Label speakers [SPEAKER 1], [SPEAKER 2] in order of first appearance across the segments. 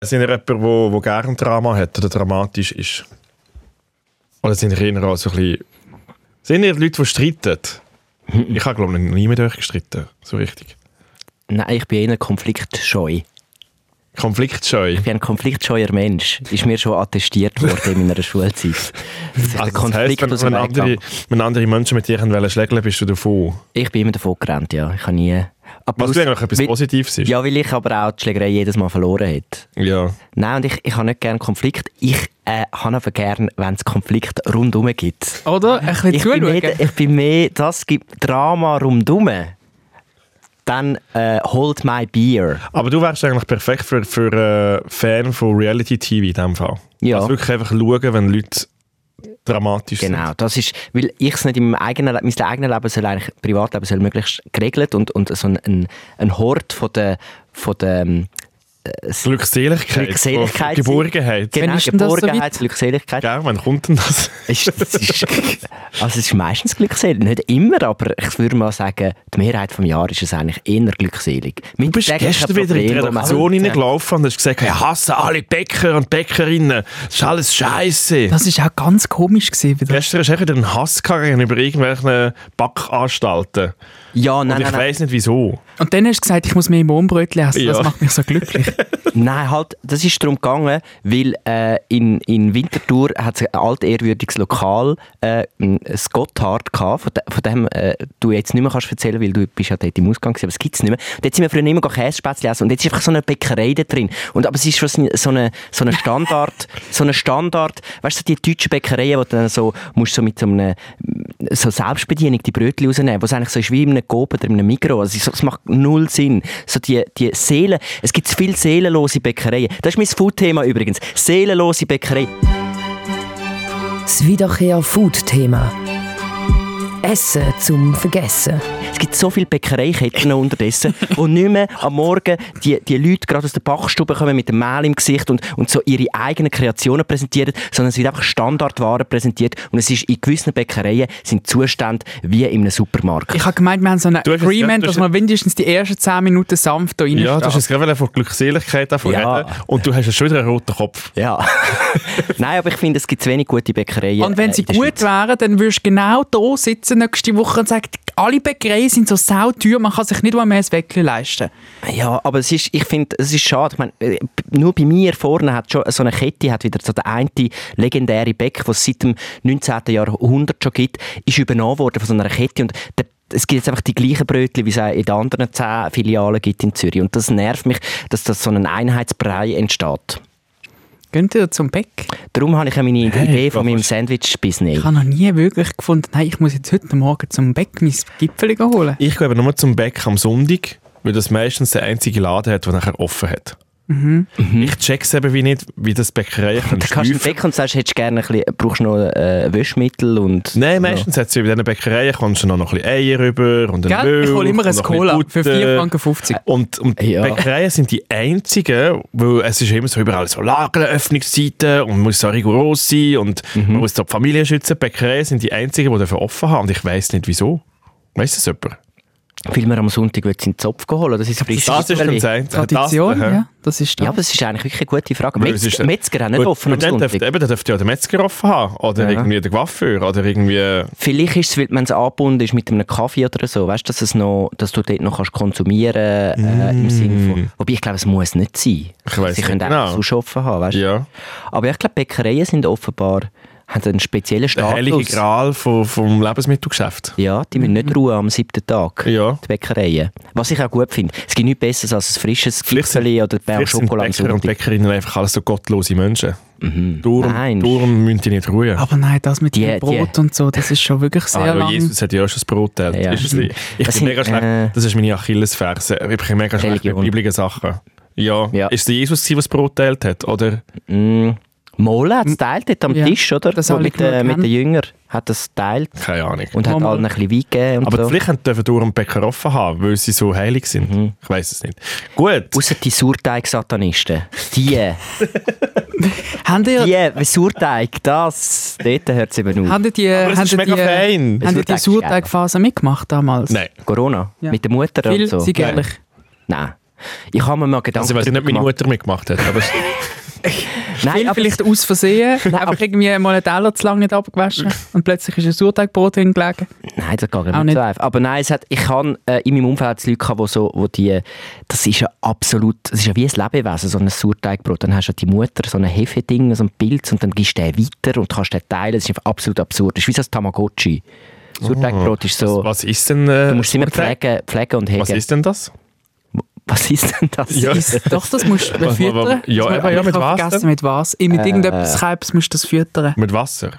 [SPEAKER 1] Sind ihr jemand, wo, wo gerne Drama hat oder dramatisch ist? Oder sind ihr eher auch so ein bisschen... Sind ihr Leute, die streiten? Ich habe, glaube ich, noch nie mit euch gestritten. So richtig.
[SPEAKER 2] Nein, ich bin eher konfliktscheu.
[SPEAKER 1] Konfliktscheu.
[SPEAKER 2] Ich bin ein konfliktscheuer Mensch. Ist mir schon attestiert worden in meiner Schulzeit. Dass ich
[SPEAKER 1] Also,
[SPEAKER 2] den
[SPEAKER 1] das heisst,
[SPEAKER 2] Konflikt
[SPEAKER 1] wenn,
[SPEAKER 2] aus dem
[SPEAKER 1] wenn,
[SPEAKER 2] Weg
[SPEAKER 1] andere,
[SPEAKER 2] gehe.
[SPEAKER 1] wenn andere Menschen mit dir wollen schlägeln, bist du davon.
[SPEAKER 2] Ich bin immer davon gerannt, ja. Ich habe nie... Aber
[SPEAKER 1] Was
[SPEAKER 2] aus-
[SPEAKER 1] eigentlich etwas
[SPEAKER 2] weil-
[SPEAKER 1] Positives ist.
[SPEAKER 2] Ja, weil ich aber auch die Schlägerei jedes Mal verloren habe.
[SPEAKER 1] ja.
[SPEAKER 2] Nein, und ich, ich habe nicht gerne Konflikt. Ich äh, habe aber gerne, wenn es Konflikt rundum gibt.
[SPEAKER 3] Oder? Ein bisschen
[SPEAKER 2] Ich bin,
[SPEAKER 3] zuschauen.
[SPEAKER 2] mehr, ich bin mehr, das gibt Drama rundum. Dann äh, hold my beer.
[SPEAKER 1] Aber du wärst eigentlich perfekt für, für äh, Fan von Reality TV in dem Fall.
[SPEAKER 2] Ja.
[SPEAKER 1] Also wirklich einfach schauen, wenn Leute dramatisch
[SPEAKER 2] Genau, das ist, weil ich es nicht im eigenen, Le- mein eigenes Leben soll eigentlich, Privatleben soll möglichst geregelt und, und so ein, ein, ein Hort von der, von der ähm,
[SPEAKER 1] sind. Glückseligkeit.
[SPEAKER 2] Glückseligkeit.
[SPEAKER 1] Geborgenheit.
[SPEAKER 3] Wann
[SPEAKER 2] genau,
[SPEAKER 3] ist denn das soweit?
[SPEAKER 2] Geborgenheit, Glückseligkeit.
[SPEAKER 1] Gell, wann kommt denn das?
[SPEAKER 2] Ist, das ist, also es ist meistens glückselig, nicht immer, aber ich würde mal sagen, die Mehrheit des Jahres ist es eigentlich eher glückselig. Mit
[SPEAKER 1] Du bist gestern wieder in die Redaktion reingelaufen und hast gesagt, ich hasse alle Bäcker und Bäckerinnen. Das ist alles scheiße.
[SPEAKER 3] Das war auch ganz komisch. Gewesen, wieder.
[SPEAKER 1] Gestern hast du echt wieder einen Hass gehabt gegenüber irgendwelchen Backanstalten.
[SPEAKER 2] Ja,
[SPEAKER 1] Und
[SPEAKER 2] nein,
[SPEAKER 1] ich
[SPEAKER 2] nein, nein,
[SPEAKER 1] weiss nicht wieso.
[SPEAKER 3] Und dann hast du gesagt, ich muss mehr Mohnbrötchen essen.
[SPEAKER 1] Ja.
[SPEAKER 3] Das macht mich so glücklich.
[SPEAKER 2] nein, halt, das ist darum gegangen, weil äh, in, in Winterthur hat es ein altehrwürdiges Lokal, äh, ein ein Gotthard, gehabt, von, de, von dem äh, du jetzt nicht mehr kannst erzählen, weil du bist ja dort im Ausgang gewesen, aber es gibt es nicht mehr. Und jetzt sind wir früher immer Käsespätzle essen und jetzt ist einfach so eine Bäckerei da drin. Und, aber es ist schon so eine, so eine Standard, so eine Standard, weißt du, die deutschen Bäckereien, wo du dann so, musst so mit so einer so Selbstbedienung die Brötchen rausnehmen, was eigentlich so ist wie in einem Coop oder in einem Migros. Also, es- es macht null Sinn. So die, die Seelen, es gibt viele seelenlose Bäckereien. Das ist mein Food-Thema übrigens. Seelenlose Bäckerei.
[SPEAKER 4] Das Wiederkehr Food-Thema. Essen zum Vergessen.
[SPEAKER 2] Es gibt so viele Bäckereiketten unterdessen, wo nicht mehr am Morgen die, die Leute gerade aus der Backstube kommen mit dem Mehl im Gesicht und, und so ihre eigenen Kreationen präsentieren, sondern es wird einfach Standardware präsentiert und es ist in gewissen Bäckereien sind Zustände wie in einem Supermarkt.
[SPEAKER 3] Ich habe gemeint, wir haben so ein
[SPEAKER 1] Du hast jetzt gerade-
[SPEAKER 3] Agreement,
[SPEAKER 1] du hast
[SPEAKER 3] dass wir mindestens die ersten 10 Minuten sanft da rein
[SPEAKER 1] Ja, du hast jetzt gerade wollen von Glückseligkeit davon
[SPEAKER 2] Ja.
[SPEAKER 1] reden und du hast jetzt schon wieder einen roten Kopf.
[SPEAKER 2] ja. Nein, aber ich finde, es gibt zu wenig gute Bäckereien.
[SPEAKER 3] Und wenn
[SPEAKER 2] äh,
[SPEAKER 3] sie
[SPEAKER 2] in der
[SPEAKER 3] gut
[SPEAKER 2] Schweiz.
[SPEAKER 3] wären, dann würdest du genau da sitzen nächste Woche und sagen, alle Bäckereien sind so sauteuer, man kann sich nicht mal mehr ein Weckchen leisten.
[SPEAKER 2] Ja, aber es ist, ich finde, es ist schade. Ich meine, äh, b- nur bei mir vorne hat schon so eine Kette, hat wieder so der eine legendäre Bäck, was es seit dem 19. Jahrhundert schon gibt, ist übernommen worden von so einer Kette und der es gibt jetzt einfach die gleichen Brötchen, wie es auch in den anderen zehn Filialen gibt in Zürich. Und das nervt mich, dass das so ein Einheitsbrei entsteht.
[SPEAKER 3] Geht ihr zum Bäck?
[SPEAKER 2] Darum habe ich ja meine Idee von
[SPEAKER 1] was
[SPEAKER 2] meinem
[SPEAKER 1] ist-
[SPEAKER 2] Sandwich-Business.
[SPEAKER 3] Ich habe noch nie wirklich gefunden, nein, ich muss jetzt heute Morgen zum Bäck mein Gipfel holen.
[SPEAKER 1] Ich gehe aber nur zum Bäck am Sonntag, weil das meistens der einzige Laden hat, der nachher offen hat. Ich check's eben wie nicht, wie das Bäckerei kann
[SPEAKER 2] Mhm. Da kannst du
[SPEAKER 1] steufen.
[SPEAKER 2] weg und sagst, hättest gerne ein bisschen, brauchst noch äh, Wäschmittel und...
[SPEAKER 1] Nein, meistens hat sie bei diesen Bäckereien kommst du noch ein bisschen Eier rüber und einen
[SPEAKER 3] Gell? Ich hole immer
[SPEAKER 1] Milch
[SPEAKER 3] ein
[SPEAKER 1] und noch bisschen
[SPEAKER 3] Cola für
[SPEAKER 1] Butter.
[SPEAKER 3] 4,50 Franken.
[SPEAKER 1] Und, und
[SPEAKER 2] Ja.
[SPEAKER 1] Bäckereien sind die einzigen, weil es ist immer so überall so Lageröffnungszeiten und man muss so rigoros sein und
[SPEAKER 2] Mhm.
[SPEAKER 1] man muss so die Familie schützen. Bäckereien sind die einzigen, die dafür offen haben und ich weiß nicht wieso. Weiss das jemand?
[SPEAKER 2] Weil wir am Sonntag wollen sie in den Zopf holen, das ist frisches
[SPEAKER 1] Das ist
[SPEAKER 2] Gipfeli.
[SPEAKER 1] dann sein.
[SPEAKER 3] Tradition,
[SPEAKER 1] das,
[SPEAKER 3] ja, das ist das.
[SPEAKER 2] Ja, aber das ist eigentlich wirklich eine gute Frage.
[SPEAKER 1] Weil es
[SPEAKER 2] Metzger,
[SPEAKER 1] ist- äh,
[SPEAKER 2] Metzger haben nicht
[SPEAKER 1] Gut,
[SPEAKER 2] offen am
[SPEAKER 1] und dann
[SPEAKER 2] Sonntag.
[SPEAKER 1] dürfte, eben, dann dürfte ja der Metzger offen haben oder
[SPEAKER 2] Ja.
[SPEAKER 1] irgendwie der Coiffeur oder irgendwie...
[SPEAKER 2] Vielleicht ist es, weil man es angebunden ist mit einem Kaffee oder so, weißt, du, dass, es noch, dass du dort noch kannst konsumieren kannst. Äh, im Sinne von, wobei ich glaube, es muss nicht sein.
[SPEAKER 1] Mm. Ich weiss
[SPEAKER 2] Sie können
[SPEAKER 1] nicht
[SPEAKER 2] auch
[SPEAKER 1] genau.
[SPEAKER 2] sonst offen haben. Weißt? du.
[SPEAKER 1] Ja.
[SPEAKER 2] Aber ich glaube, Bäckereien sind offenbar haben einen speziellen
[SPEAKER 1] Der heilige
[SPEAKER 2] Status.
[SPEAKER 1] Gral vom, vom Lebensmittelgeschäft.
[SPEAKER 2] Ja, die müssen nicht ruhen am siebten Tag.
[SPEAKER 1] Ja.
[SPEAKER 2] Die Bäckereien. Was ich auch gut finde. Es gibt nichts Besseres als ein frisches
[SPEAKER 1] Vielleicht sind-
[SPEAKER 2] Gipfeli oder Berg
[SPEAKER 1] Vielleicht sind
[SPEAKER 2] Schokolade Mhm. am
[SPEAKER 1] Bäcker und
[SPEAKER 2] Sonntag.
[SPEAKER 1] Bäckerinnen einfach alles so gottlose Menschen.
[SPEAKER 2] Nein.
[SPEAKER 1] Darum, darum müssen die nicht ruhen.
[SPEAKER 3] Aber nein, das mit
[SPEAKER 2] Die-
[SPEAKER 3] dem Brot
[SPEAKER 2] die-
[SPEAKER 3] und so, das ist schon wirklich sehr
[SPEAKER 1] Ah, ja,
[SPEAKER 3] lang.
[SPEAKER 1] Jesus hat ja auch schon das Brot geteilt.
[SPEAKER 2] Ja.
[SPEAKER 1] Ist es nicht? Ich
[SPEAKER 2] Das
[SPEAKER 1] bin
[SPEAKER 2] sind,
[SPEAKER 1] mega schlecht.
[SPEAKER 2] äh,
[SPEAKER 1] das ist meine Achillesferse. Ich bin mega schlecht mit
[SPEAKER 2] Religion.
[SPEAKER 1] biblischen Sachen. Ja.
[SPEAKER 2] Ja.
[SPEAKER 1] Ist es Jesus, gewesen, der das Brot geteilt hat? Oder?
[SPEAKER 2] Mm. Mole hat es teilt dort am
[SPEAKER 3] Ja,
[SPEAKER 2] Tisch, oder?
[SPEAKER 3] das
[SPEAKER 2] Wo
[SPEAKER 3] alle
[SPEAKER 2] mit, äh,
[SPEAKER 3] geschaut
[SPEAKER 2] mit
[SPEAKER 3] haben.
[SPEAKER 2] den Jüngern hat das teilt
[SPEAKER 1] Keine Ahnung.
[SPEAKER 2] und hat
[SPEAKER 3] Mama.
[SPEAKER 2] allen ein bisschen Wein gegeben. Und
[SPEAKER 1] aber
[SPEAKER 2] so.
[SPEAKER 1] vielleicht dürfen darum Bäcker offen haben, weil sie so heilig sind. Ich weiß es nicht. Gut.
[SPEAKER 2] Außer die Surteig-Satanisten. Die,
[SPEAKER 3] Haben ihr,
[SPEAKER 2] die, weil Surteig, das, dort hört es eben auf.
[SPEAKER 3] haben ihr die,
[SPEAKER 1] Aber es
[SPEAKER 3] haben
[SPEAKER 1] ist
[SPEAKER 3] ihr
[SPEAKER 1] mega
[SPEAKER 3] die, äh,
[SPEAKER 1] fein.
[SPEAKER 3] haben ihr die
[SPEAKER 2] Surteig-
[SPEAKER 3] Surteigphase mitgemacht damals?
[SPEAKER 1] Nein.
[SPEAKER 2] Corona,
[SPEAKER 3] Ja.
[SPEAKER 2] mit der Mutter
[SPEAKER 3] Viel,
[SPEAKER 2] und so.
[SPEAKER 3] seid ehrlich.
[SPEAKER 2] Nein. Ich habe mir mal Gedanken
[SPEAKER 1] Also ich weiß nicht, ob meine Mutter mitgemacht hat, aber
[SPEAKER 2] Nein,
[SPEAKER 3] Viel
[SPEAKER 2] aber
[SPEAKER 3] vielleicht aus Versehen, einfach irgendwie mal einen Teller zu lange nicht abgewaschen und plötzlich ist ein Sauerteigbrot hingelegt.
[SPEAKER 2] Nein, das geht
[SPEAKER 3] Auch
[SPEAKER 2] nicht,
[SPEAKER 3] nicht.
[SPEAKER 2] nicht so einfach. Aber nein, es hat, ich habe äh, in meinem Umfeld Leute, gehabt, wo so, wo die, das ist ja absolut, das ist ja wie ein Lebewesen, so ein Sauerteigbrot. Dann hast du ja die Mutter, so ein Hefeding, so ein Pilz und dann gibst du den weiter und kannst den teilen. Das ist einfach absolut absurd. Das ist wie so ein Tamagotchi. Sauerteigbrot ist so,
[SPEAKER 1] Ah. was ist denn... Äh,
[SPEAKER 2] du musst es immer
[SPEAKER 1] Sauerteig?
[SPEAKER 2] pflegen, pflegen und hegen.
[SPEAKER 1] Was ist denn das?
[SPEAKER 2] Was ist denn das?
[SPEAKER 1] Ja.
[SPEAKER 3] Doch, das musst du
[SPEAKER 1] Was- was-
[SPEAKER 3] füttern.
[SPEAKER 1] ja,
[SPEAKER 3] Das-
[SPEAKER 1] eben, ja,
[SPEAKER 3] ich
[SPEAKER 1] mit
[SPEAKER 3] habe
[SPEAKER 1] was
[SPEAKER 3] vergessen,
[SPEAKER 1] denn?
[SPEAKER 3] mit was. In mit irgendetwas
[SPEAKER 1] Äh.
[SPEAKER 3] Kalbs musst du das füttern.
[SPEAKER 1] Mit Wasser?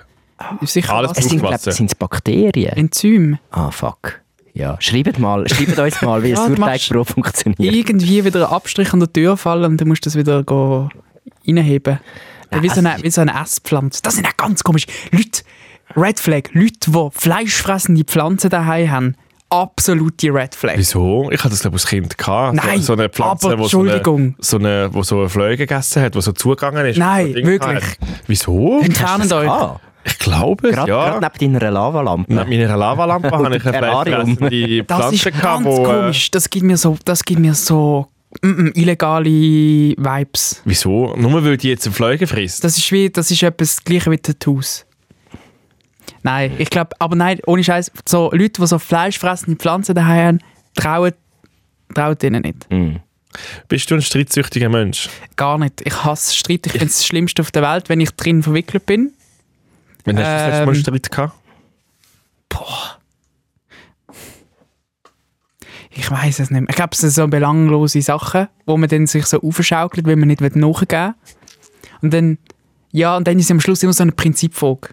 [SPEAKER 3] Sicher
[SPEAKER 1] Alles
[SPEAKER 2] Es
[SPEAKER 3] was.
[SPEAKER 1] gut.
[SPEAKER 2] sind, glaube
[SPEAKER 1] Aufwasser.
[SPEAKER 2] ich, sind's Bakterien.
[SPEAKER 3] Enzym.
[SPEAKER 2] Ah, fuck. Ja, schreibt mal, schreibt uns mal, wie ein
[SPEAKER 3] Ja, du machst-
[SPEAKER 2] Sauerteigbrot funktioniert.
[SPEAKER 3] Irgendwie wieder ein Abstrich an der Tür fallen und dann musst du das wieder go reinheben. Wie so, eine, wie so eine Esspflanze. Das sind auch ganz komisch. Leute, Red Flag, Leute, die fleischfressende Pflanzen daheim haben, absolute Red Flag.
[SPEAKER 1] Wieso? Ich hatte das, glaube ich, als Kind. Gehabt.
[SPEAKER 3] Äh, Nein,
[SPEAKER 1] so, so eine Pflanze,
[SPEAKER 3] aber
[SPEAKER 1] wo so eine,
[SPEAKER 3] Entschuldigung.
[SPEAKER 1] so eine, wo so eine Flöhe gegessen hat, die so zugegangen ist. und
[SPEAKER 3] Nein,
[SPEAKER 1] so ein Ding
[SPEAKER 3] wirklich. Äh,
[SPEAKER 1] gehabt hat. Wieso?
[SPEAKER 3] Entfernt euch.
[SPEAKER 2] Ah,
[SPEAKER 1] Ich glaube es,
[SPEAKER 2] gerade
[SPEAKER 1] ja.
[SPEAKER 2] gerade neben deiner Lavalampe.
[SPEAKER 1] Neben meiner Lavalampe habe ich eine
[SPEAKER 2] Terrarium.
[SPEAKER 1] fleischfressende
[SPEAKER 3] Das
[SPEAKER 1] Pflanze
[SPEAKER 3] ist
[SPEAKER 1] gehabt,
[SPEAKER 3] ganz
[SPEAKER 1] wo... äh,
[SPEAKER 3] komisch. Das gibt mir so, das gibt mir so mm, mm, illegale Vibes.
[SPEAKER 1] Wieso? Nur weil die jetzt eine Flöhe frisst?
[SPEAKER 3] Das ist wie, das ist etwas das Gleiche wie Tattoos. Nein, ich glaube, aber nein, ohne Scheiß, so Leute, die so fleischfressende Pflanzen daheim haben, trauen, trauen ihnen nicht.
[SPEAKER 1] Bist du ein streitsüchtiger Mensch?
[SPEAKER 3] Gar nicht. Ich hasse Streit. Ich finde es das Schlimmste auf der Welt, wenn ich drin verwickelt bin.
[SPEAKER 1] Wann hast du das letzte Mal
[SPEAKER 3] Ähm.
[SPEAKER 1] einen Streit gehabt?
[SPEAKER 3] Ich weiß es nicht mehr. Ich glaube, es sind so belanglose Sachen, wo man dann sich so aufschaukelt, weil man nicht nachgeben will. Und dann, ja, und dann ist es am Schluss immer so eine Prinzipfrage.